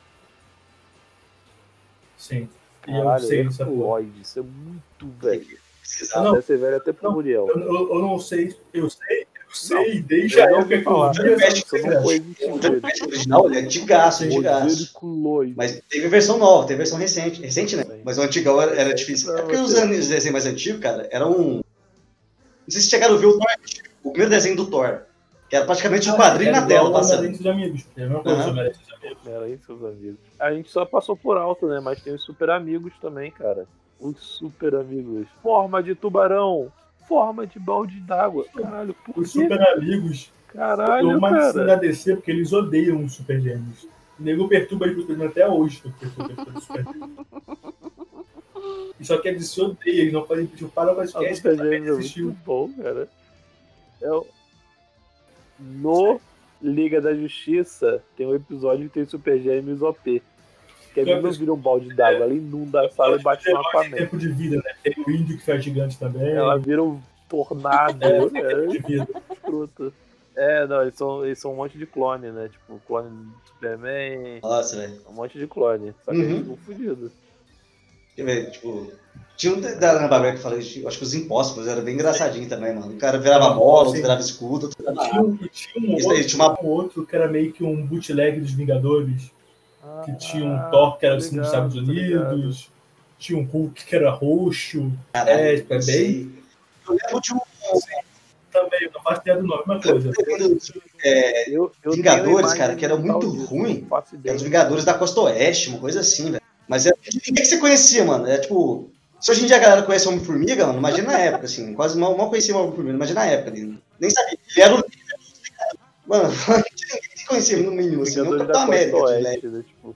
A: Sim. E eu não
B: Caralho,
A: sei essa porra.
B: Herculoide, isso é muito velho.
C: Pesquisar.
A: Não,
B: Deve ser velho até pro
A: não,
B: Muriel.
A: Eu, eu- eu não sei, eu sei, eu sei, desde a
B: Eu não
A: época
B: ouvi
A: que eu
B: falar.
A: vi essa
C: Fast
B: Isso não
A: série.
B: foi
C: O
B: existido.
C: Johnny Quest original, ele é antigaço, antigaço.
B: Herculoide.
C: Mas teve versão nova, teve versão recente. Recente, né? Mas o antigão era, era difícil. É porque os, anos- os desenhos mais antigos, cara, era um. Não sei se chegaram a ver o Thor, o primeiro desenho do Thor. Que era praticamente um quadrinho
A: Ah, é, Era
C: na
A: igual
C: tela
A: o Homem-Aranha
C: passando.
A: entre os amigos. É a mesma coisa,
C: Aham.
A: Homem-Aranha entre os amigos.
B: Era isso, seus amigos. A gente só passou por alto, né? Mas tem os super amigos também, cara. Os super amigos. Forma de tubarão. Forma de balde d'água. Caralho, por
A: Os
B: que?
A: super amigos
B: Caralho,
A: tomam mais
B: cara.
A: da DC porque eles odeiam os super gêmeos. O nego perturba eles perturba até hoje. porque perturba os Super Gêmeos. Só que a DC odeia, eles não podem pedir para, mas
B: A
A: esquece.
B: Super Gêmeos é
A: assistiu.
B: muito bom, cara. É o... No Liga da Justiça tem um episódio que tem Super Gêmeos OP. Que a
A: Já
B: menina
A: vi.
B: vira um balde d'água, ela inunda a sala e bate um no
A: Tem
B: Aquaman.
A: tempo de vida, né? Tem o índio que faz gigante também.
B: Ela vira um tornado. é
A: De vida.
B: escroto. É, não, eles são, eles são um monte de clone, né? Tipo, clone do Superman,
C: Nossa, velho.
B: um monte de clone. Só que eles
C: Uhum.
B: ficam fudidos.
C: Deixa eu ver, tipo. Tinha um da- da Ana Barbera que eu falei, eu acho que os impostos era bem engraçadinho também, mano. O cara virava bola, outro
A: Sim.
C: virava escudo, outro virava
A: Tinha um, tinha um
C: Isso aí,
A: outro,
C: tinha uma-
A: um outro que era meio que um bootleg dos Vingadores. que tinha
B: Ah,
A: um Thor que era assim dos Estados
B: tá
A: Unidos, tinha um Hulk que era roxo, É, tipo, é bem-
C: Eu lembro de um
A: também, eu não faço ideia do nome, uma coisa.
C: desenho é,
B: Eu, eu tenho a
C: Vingadores,
B: imagem
C: cara, que era
B: mental
C: muito
B: disso,
C: ruim.
B: não faço
C: que
B: ideia.
C: era os Vingadores da Costa Oeste, uma coisa assim, velho. Mas era de ninguém que você conhecia, mano. É tipo. Se hoje em dia a galera conhece Homem-Formiga, mano, imagina na época, assim. Quase mal, mal conhecia o Homem-Formiga, imagina na época. Ele nem sabia. Ele era o líder. Mano, ninguém se conhecia no mínimo, assim. Não
B: Vingadores
C: Capitão
B: da Costa
C: América, né?
B: Oeste, né? Tipo,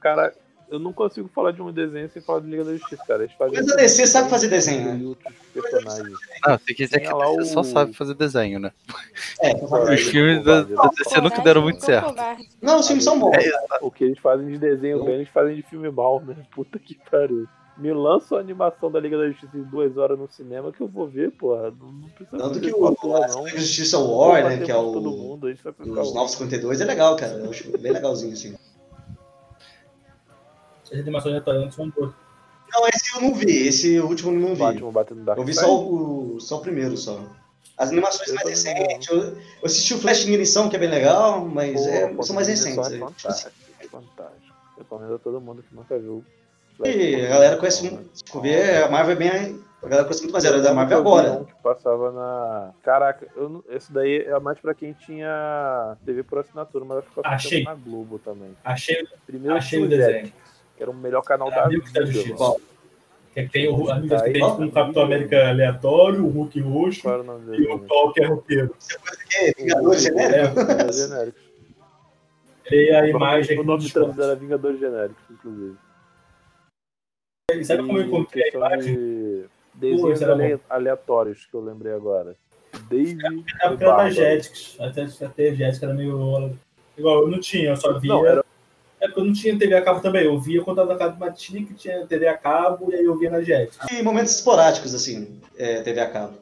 B: cara, eu não consigo falar de um desenho sem falar de Liga da Justiça, cara. Eles fazem
C: Mas a DC sabe fazer desenho, né?
B: e outros personagens.
E: Ah, tem que dizer que
B: Tem lá
E: você só
B: o-
E: sabe fazer desenho, né?
C: É, só fazer
E: Os
C: isso.
E: filmes da, da DC nunca deram muito certo.
C: Não, os filmes são bons.
E: É,
B: O que eles fazem de desenho bem, eles fazem de filme mal, né? Puta que pariu. Me lança a animação da Liga da Justiça em duas horas no cinema que eu vou ver, porra. Não, não precisa
C: Tanto
B: fazer
C: que
B: essa
C: o
B: porra,
C: a
B: não.
C: Liga da Justiça
B: Vou
C: War,
B: bater
C: né, que é
B: com Todo
C: o
B: mundo, a gente vai ficar
C: os 952, é legal, cara. Eu acho bem legalzinho, assim.
A: As animações retornantes são boas.
C: Não, esse eu não vi. Esse último eu não
B: o
C: vi.
B: Batman batendo Dark
C: Eu vi
B: Knight.
C: só o, só o primeiro, só. As animações
B: Eu
C: mais
B: também não.
C: recentes. Eu, eu assisti o Flash Ignição, que é bem legal, mas
B: Pô,
C: é,
B: pô,
C: são mais
B: a animação
C: recentes.
B: É
C: eu-
B: fantástico, é fantástico. Recomendo a todo mundo que nunca viu.
C: E Tipo assim, a galera conhece muito. Se for ver, a Marvel é bem. A galera conhece muito mais era da Marvel agora.
B: um Que passava na. Caraca, eu não- esse daí é mais pra quem tinha TV por assinatura, mas ela ficou
A: Achei.
B: na Globo também.
A: Achei,
B: Primeiro
A: achei
B: tinha
A: o desenho. É,
B: que era o melhor canal da
A: Amigos da
B: vida.
A: Justiça.
B: mano.
A: Que tem o Amigos da
B: Tá aí.
A: Justiça, tem um Capitão América aleatório, o Hulk roxo
B: Qual era o nome
A: e
B: dele?
A: o Thor que é roteiro.
C: É, Vingadores Genérico.
B: Vingadores Genéricos.
A: E a imagem
B: O
A: aqui
B: nome
A: no
B: do
A: Discord.
B: trans era Vingadores Genéricos, inclusive.
A: E Sabe como eu encontrei a
B: Questão
A: imagem?
B: de
A: Pô,
B: Desenhos
A: isso era
B: ale- aleatórios que eu lembrei agora. Daisy
A: Na
B: e
A: época era da
B: Bárbara.
A: Jetix. Até, até a Jetix era meio. Igual, eu não tinha, eu só via.
B: Não, era-
A: É porque eu não tinha TV a cabo também. Eu via quando tava na casa do Matinho, que tinha TV a cabo, e aí eu via na Jetix.
C: E momentos esporádicos, assim, é, TV a cabo.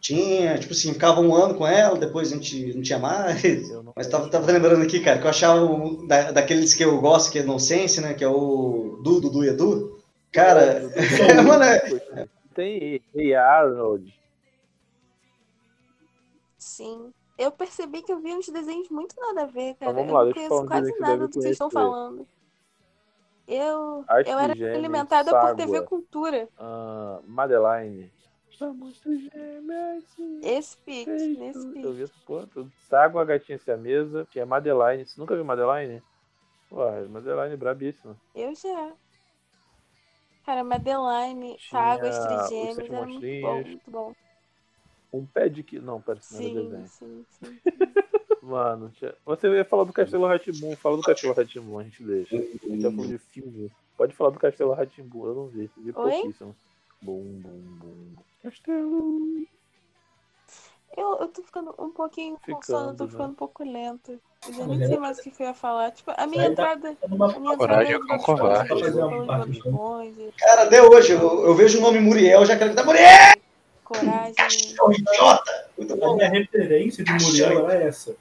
C: Tinha, tipo assim, ficava um ano com ela, depois a gente não tinha mais.
B: Eu não-
C: Mas tava, tava lembrando aqui, cara, que eu achava um, da, daqueles que eu gosto, que é nonsense, né? Que é o Du, Dudu e Edu. Cara,
B: Tem-
C: mano, é-
B: Tem Hey Arnold.
D: Sim. Eu percebi que eu vi uns desenhos muito nada a ver, cara.
B: Então vamos
D: eu
B: lá,
D: não
B: deixa eu
D: conheço
B: falar um
D: quase
B: desenho que
D: nada
B: deve
D: do que vocês estão
B: conhecer.
D: falando. Eu,
B: Arte
D: eu era
B: Gêmeos,
D: alimentada
B: Ságua.
D: por TV Cultura.
B: Ah, Madeline. Somos gêmeas.
D: Esse pique, nesse
B: Perfeito. Eu
D: pique.
B: vi essa porra toda. Sago, a gatinha se a mesa. Tinha é Madeline. Você nunca viu Madeline? Ué, Madeline brabíssima.
D: Eu já. Cara, Madeline,
B: Tinha
D: Tágua, Astrid
B: os
D: Gêmeos,
B: Sete
D: era muito bom,
B: Monstrinhos.
D: muito bom.
B: Um pé de que. Não, pera, isso não era
D: Sim,
B: desenho.
D: sim, sim.
B: Mano, tinha- você ia falar do Castelo Ratimbu. Fala do Castelo Ratimbu, a gente deixa. A gente já falou de filme. Pode falar do Castelo Ratimbu, eu não vi. Vi
D: Oi?
B: pouquíssimo. Bum, bum, bum. Castelo.
D: Eu, eu tô ficando um pouquinho com
B: Ficando,
D: sono, tô
B: né?
D: ficando um pouco lento. Eu já
A: Ah,
D: nem
A: mas
D: sei
A: é-
D: mais o que que eu ia falar. Tipo, a minha
A: Aí dá-
D: entrada.
A: Tá numa-
D: A minha
E: Coragem
D: entrada
E: com
D: de Bob
E: covarde.
D: Esponja,
A: Fazer uma
D: Bob
A: parte, né?
D: Esponja,
C: Cara, até hoje, eu, eu vejo o nome Muriel, já quero gritar Muriel,
D: Coragem.
C: idiota! Muito
A: A
C: bom.
A: minha referência de Muriel era essa.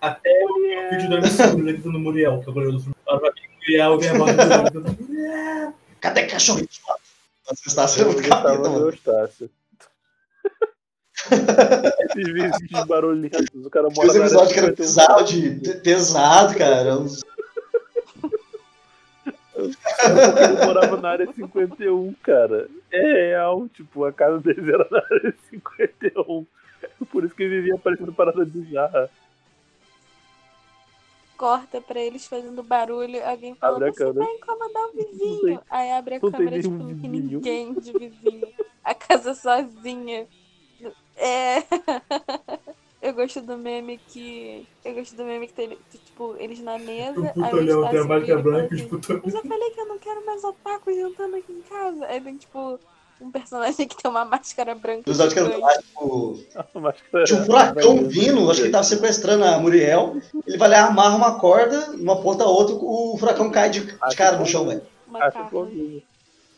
A: Até o vídeo da Missão né, gritando Muriel, que é o goleiro do Fluminense. Muriel vem a bola gritando Muriel.
C: Cadê cachorro idiota? Nossa, está
B: Eu
C: sendo muito
B: gostava do
C: capítulo.
B: Eustácio. Esses vídeos barulhentos, o cara
C: Tinha
B: mora
C: uns
B: na
C: episódios que era
B: área 51.
C: pesado, de, de- pesado, cara. Uns-
B: Porque ele morava na área 51, cara. É real, tipo, a casa deles era na área 51. Por isso que ele vivia parecendo parada de jarra.
D: Corta pra eles fazendo barulho. Alguém
B: Abre
D: fala,
B: a
D: você
B: câmera."
D: vai incomodar o
B: tem-
D: vizinho. Aí abre a
B: não tem
D: câmera, tipo,
B: nenhum
D: não tem
B: vizinho.
D: ninguém de vizinho. A casa sozinha. É. Eu gosto do meme que. Eu gosto do meme que tem, que, tipo, eles na mesa.
A: O
D: aí o
A: putolhão tem a
D: Estácio vira
A: marca
D: e fala
A: branca, tipo, os
D: assim, Eu
A: putolhões.
D: já falei que eu não quero mais otaku jantando aqui em casa. Aí tem, tipo, um personagem que tem uma máscara branca.
C: Dos áudios que era
D: gigante.
C: lá, tipo,
B: Mas, cara,
C: tinha um furacão
B: mas-
C: vindo, acho que ele tava sequestrando a Muriel. Ele vai lá, amarra uma corda, de uma ponta a outra, o furacão cai de, de cara no chão, velho.
D: Uma
B: Acho
D: carne.
B: plausível.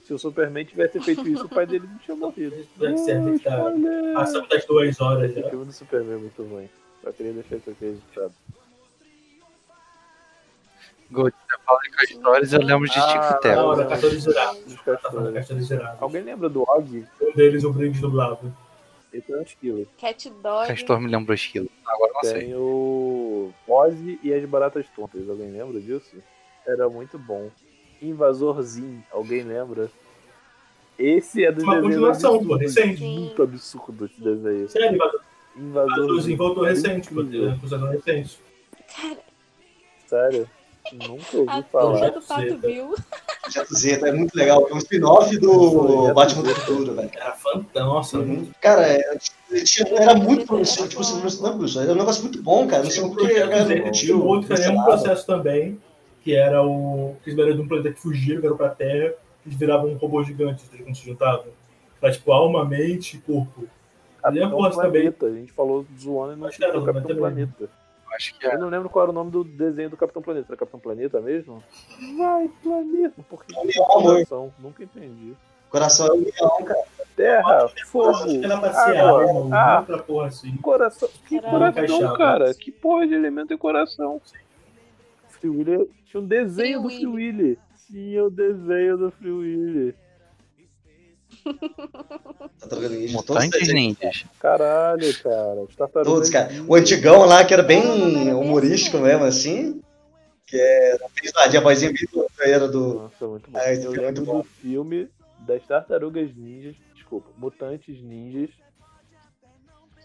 B: Se o Superman tivesse feito isso, o pai dele não tinha morrido.
A: Deve ser, tem que tá-
B: Olha!
A: Passamos das duas horas né?
B: Esse
A: já.
B: filme do Superman é muito ruim. Só queria deixar isso aqui registrado.
E: Gold, você fala com as histórias eu lembro de
B: Ah,
E: Chico
A: Na
E: Telo.
A: hora, caçador de girafa.
B: Os
A: Tá falando da
B: cachorros.
A: caçador de girafa.
B: Alguém lembra do Og?
A: Um deles, o brinde dublado.
B: Ele tem um esquilo.
D: Cat dog.
E: Castor me lembrou esquilo. Agora não sei.
B: Tem o Ozzy e as Baratas Tontas. Alguém lembra disso? Era muito bom. Invasorzinho. Alguém lembra? Esse é do
A: Uma continuação, pô, recente.
B: Muito absurdo esse desenho.
A: Sério, mas
B: Invasorzinho.
A: o voltou recente,
B: Meu Deus.
A: né, cruzador recente.
D: Cara,
B: Sério? Nunca ouvi
D: a
B: falar.
D: turma do Pato
A: Zeta.
D: Bill.
C: Projeto Zeta, é muito legal. É um spin-off do Batman do Futuro, velho.
A: Era fantástico,
C: Uhum.
A: nossa. muito-
C: Cara, é, tinha- era muito promissor, tipo, você não é promissor, era um negócio muito bom, cara. Não sei por que a galera não
A: Tinha
C: curtiu.
A: um outro
C: não
A: que era um
C: sei lá.
A: processo também, que era o. Que eles eram de um planeta que fugiram, que era pra Terra, eles viravam um robô gigante eles quando se juntavam. Pra tipo, alma, mente e corpo. Ele é
B: Capitão
A: bosta também.
B: um Planeta. A gente falou zoando e não
A: Mas era,
B: citou
A: mas
B: Capitão
A: também.
B: Planeta.
E: Eu acho que é.
B: Eu não lembro qual era o nome do desenho do Capitão Planeta. Era Capitão Planeta mesmo? Vai, Planeta! Por que
C: Meu amor,
B: coração? Nunca entendi.
C: coração é um milhão, cara.
B: Terra,
A: Acho
B: fogo,
A: que era tá pra ser
B: água,
A: alma,
B: ah.
A: não pra porra assim.
B: Coração. Que
D: Era
B: coração,
A: encaixava.
B: cara? Que porra de elemento é coração? Free Willy. Tinha um desenho do
D: Free
B: Free Willy. Tinha o desenho do Free Willy.
C: Tá trocando isso.
B: um
C: Todos os
E: Mutantes
C: desenhos,
E: ninjas.
B: Caralho, cara. Os tartarugas.
C: Todos, cara.
B: ninja.
C: O antigão lá, que era bem humorístico mesmo, assim. Que é. Fez lá, tinha a vozinha bem do- era do.
B: Nossa, muito bom.
C: Ah, esse
B: Eu
C: filme é
B: lembro
C: muito bom.
B: do filme das tartarugas ninjas. Desculpa, mutantes ninjas.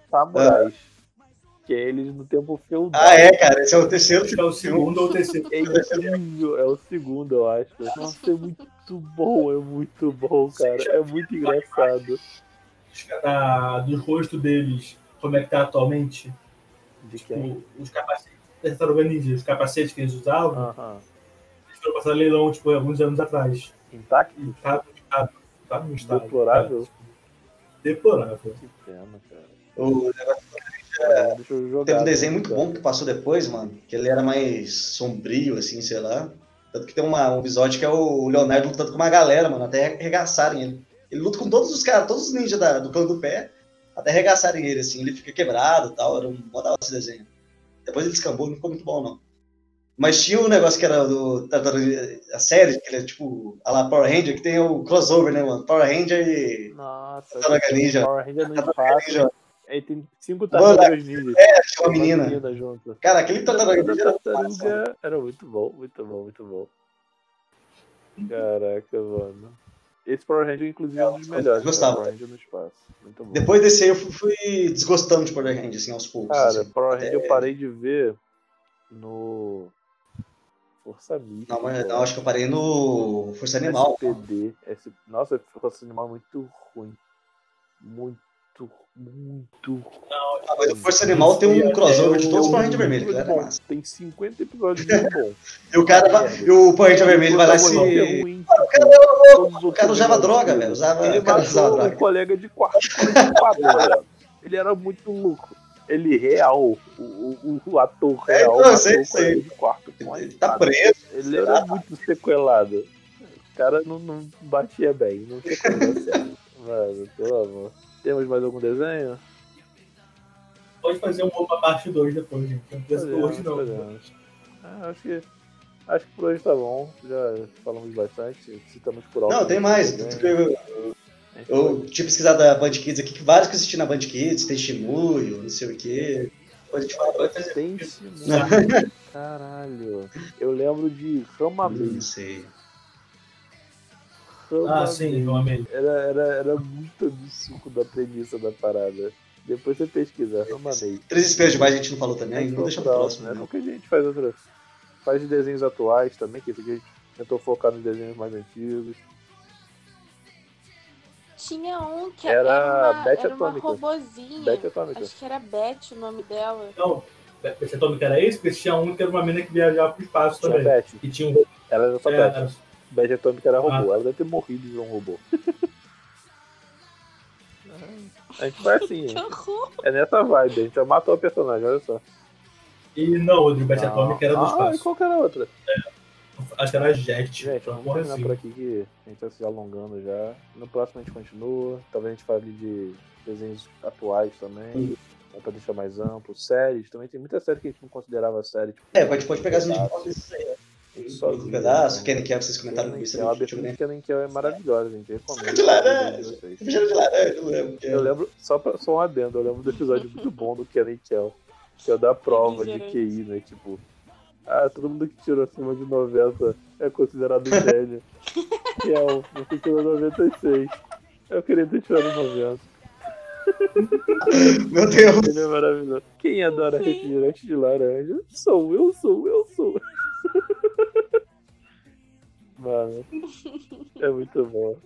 B: Samurais. Que é eles no tempo feudal.
C: Ah, é, cara. Esse é o terceiro
A: Acho que é o segundo ou o terceiro.
B: É incrível, é o segundo, eu acho. Nossa, é muito bom, é muito bom, cara. É muito engraçado.
A: é, da- do rosto deles, como é que tá atualmente.
B: De é um, quem?
A: Tipo, os capacetes. da Tartaruga Ninja, os capacetes que eles usavam,
B: Aham.
A: eles foram passar leilão, tipo, alguns anos atrás. E
B: Intacto?
A: tá, tá, tá num estado.
B: Deplorável?
A: cara, tipo, deplorável.
B: Que pena, cara.
C: O-
B: Deixa eu jogar.
C: Teve um
B: né,
C: desenho muito
B: cara.
C: bom que passou depois, mano. Que ele era mais sombrio, assim, sei lá. Tanto que tem uma- um episódio que é o Leonardo lutando com uma galera, mano, até arregaçarem ele. Ele luta com todos os caras, todos os ninjas da- do clã do pé, até arregaçarem ele, assim. Ele fica quebrado e tal. Era um mó da hora esse desenho. Depois ele descambou, não ficou muito bom, não. Mas tinha um negócio que era do. Tartaruga- A série, que era tipo. A lá Power Ranger, que tem o crossover, né, mano? Power Ranger e.
B: Nossa,
C: Tartaruga Ninja.
B: Power Ranger no
C: Tartaruga Ninja.
B: espaço. Aí tem cinco
C: Mano,
B: tartarugas ninjas.
C: Tinha É, uma menina.
B: junto.
C: Cara, aquele Tartaruga Ninja era massa, né? mano.
B: Tartaruga era muito bom, muito bom, muito bom. Caraca, mano. Esse Power Ranger, inclusive, é um dos
C: Eu
B: melhores. né?
C: gostava.
B: Power Ranger no espaço. Muito bom.
C: Depois desse aí eu fui, fui desgostando de Power Rangers, assim, aos poucos.
B: Cara,
C: assim.
B: Power Ranger eu parei de ver no. Força Mítica.
C: Não, mas não, acho que eu parei no Força Animal. né?
B: SPD. S... Nossa, Força Animal é muito ruim. Muito, muito ruim. é
C: Ah, mas o Força Animal tem um crossover de todos os Power Ranger vermelho, que
B: Muito
C: era
B: bom.
C: massa.
B: Tem 50 episódios muito bons.
C: E o cara, vai- e o Power Ranger vermelho vai lá e se.
B: é
C: O cara era louco, o cara usava droga, velho. Usava,
B: Ele
C: o cara usava
B: matou
C: droga.
B: um colega de quarto. de quadra. Ele era muito louco. Ele real, o, o, o ator
C: É,
B: real,
C: não,
B: matou
C: sei,
B: o
C: sei.
B: colega de quarto com
C: Ele
B: ele.
C: tá preso.
B: Ele era muito sequelado. O cara não, não batia bem, não tinha como dar certo. Mano, pelo amor. Temos mais algum desenho?
A: Pode fazer um pouco a parte 2 depois, gente. Não precisa ser hoje, não.
B: Fazemos. Ah, acho que. Acho que por hoje tá bom. Já falamos bastante. Citamos por alto.
C: Não, tem mais.
B: Né?
C: Tanto que eu, eu tinha pesquisado da Band Kids aqui, que vários que eu assisti na Band Kids, tem Shimuyo, não sei o quê. Depois a gente fala, pode fazer.
B: Tem Shimura. Caralho. Eu lembro de Ramabê.
C: Não sei.
A: Ah, sim, meu amigo.
B: Era, era, era muito absurdo da premissa da parada. Depois você pesquisa, Ramabê.
C: Três espelhos demais É, a gente não falou também,
B: Tem
C: vamos deixar
B: que
C: pro
B: procurar,
C: próximo.
B: né?
C: Né?
B: Nunca a gente faz outra. Faz de desenhos atuais também, que esse aqui a gente tentou focar nos desenhos mais antigos.
F: Tinha um que
B: Era
F: era, uma,
B: Beth
F: era uma
B: Atômica.
F: robozinha.
B: Bete Atômica.
F: Acho que era Beth o nome dela.
A: Então, você toma que era esse? Porque tinha um que era uma menina que viajava pro espaço
B: Tinha
A: também.
B: Beth.
A: E tinha um.
B: Ela era só
A: é,
B: Beth. Bad Atômica era robô. Ela deve ter morrido de um robô. A gente vai assim,
F: Que horror!
B: é nessa vibe. A gente já matou a personagem, olha só.
A: e não, o Drew Bat Atomic era do
B: ah, e
A: espaço.
B: qual que era a outra?
A: Acho que era Jet.
B: Gente,
A: Então,
B: vamos
A: alguma coisa
B: terminar
A: assim.
B: por aqui que a gente tá se alongando já. No próximo a gente continua. Talvez a gente fale de desenhos atuais também. Dá pra deixar mais amplo. Séries também. Tem muita série que a gente não considerava série. Tipo,
C: É, pode, pode pegar as notícias desses aí. ó. Tem
B: Só
C: um
B: vi,
C: pedaço,
B: né?
C: Kenny Kell, vocês comentaram né?
B: Kenan Kell,
C: no
B: a
C: Instagram.
B: abertura de Kenan Kell é maravilhosa, gente. Eu recomendo.
C: De laranja.
B: Vocês.
C: Feijão de laranja, não lembro.
B: Eu lembro, só, pra, só um adendo, eu lembro do episódio muito bom do Kenan Kell, que é o da prova de QI, né? Tipo, ah, todo mundo que tirou acima de 90 é considerado gênio. Kell, você tirou 96. Eu queria ter tirado 90.
C: Meu Deus.
B: Ele é maravilhoso. Quem adora
F: Sim.
B: refrigerante de laranja? Sou eu, sou eu, sou. eu. Mano, é muito bom.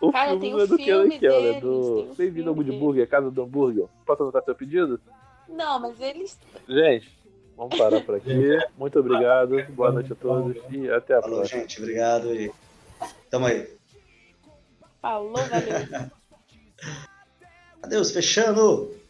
B: O
F: Cara,
B: filme
F: tem
B: não
F: o
B: é do Kenan
F: filme
B: Kell, né?
F: deles, tem
B: Do...
F: o
B: Bem-vindo ao
F: filme
B: Goodburger, casa do hambúrguer. Posso anotar seu pedido?
F: Não, mas eles.
B: Gente, vamos parar por aqui. Muito obrigado, boa noite a todos e até a
C: Falou,
B: próxima.
C: gente. Obrigado e tamo aí.
F: Falou, valeu.
C: Adeus, fechando.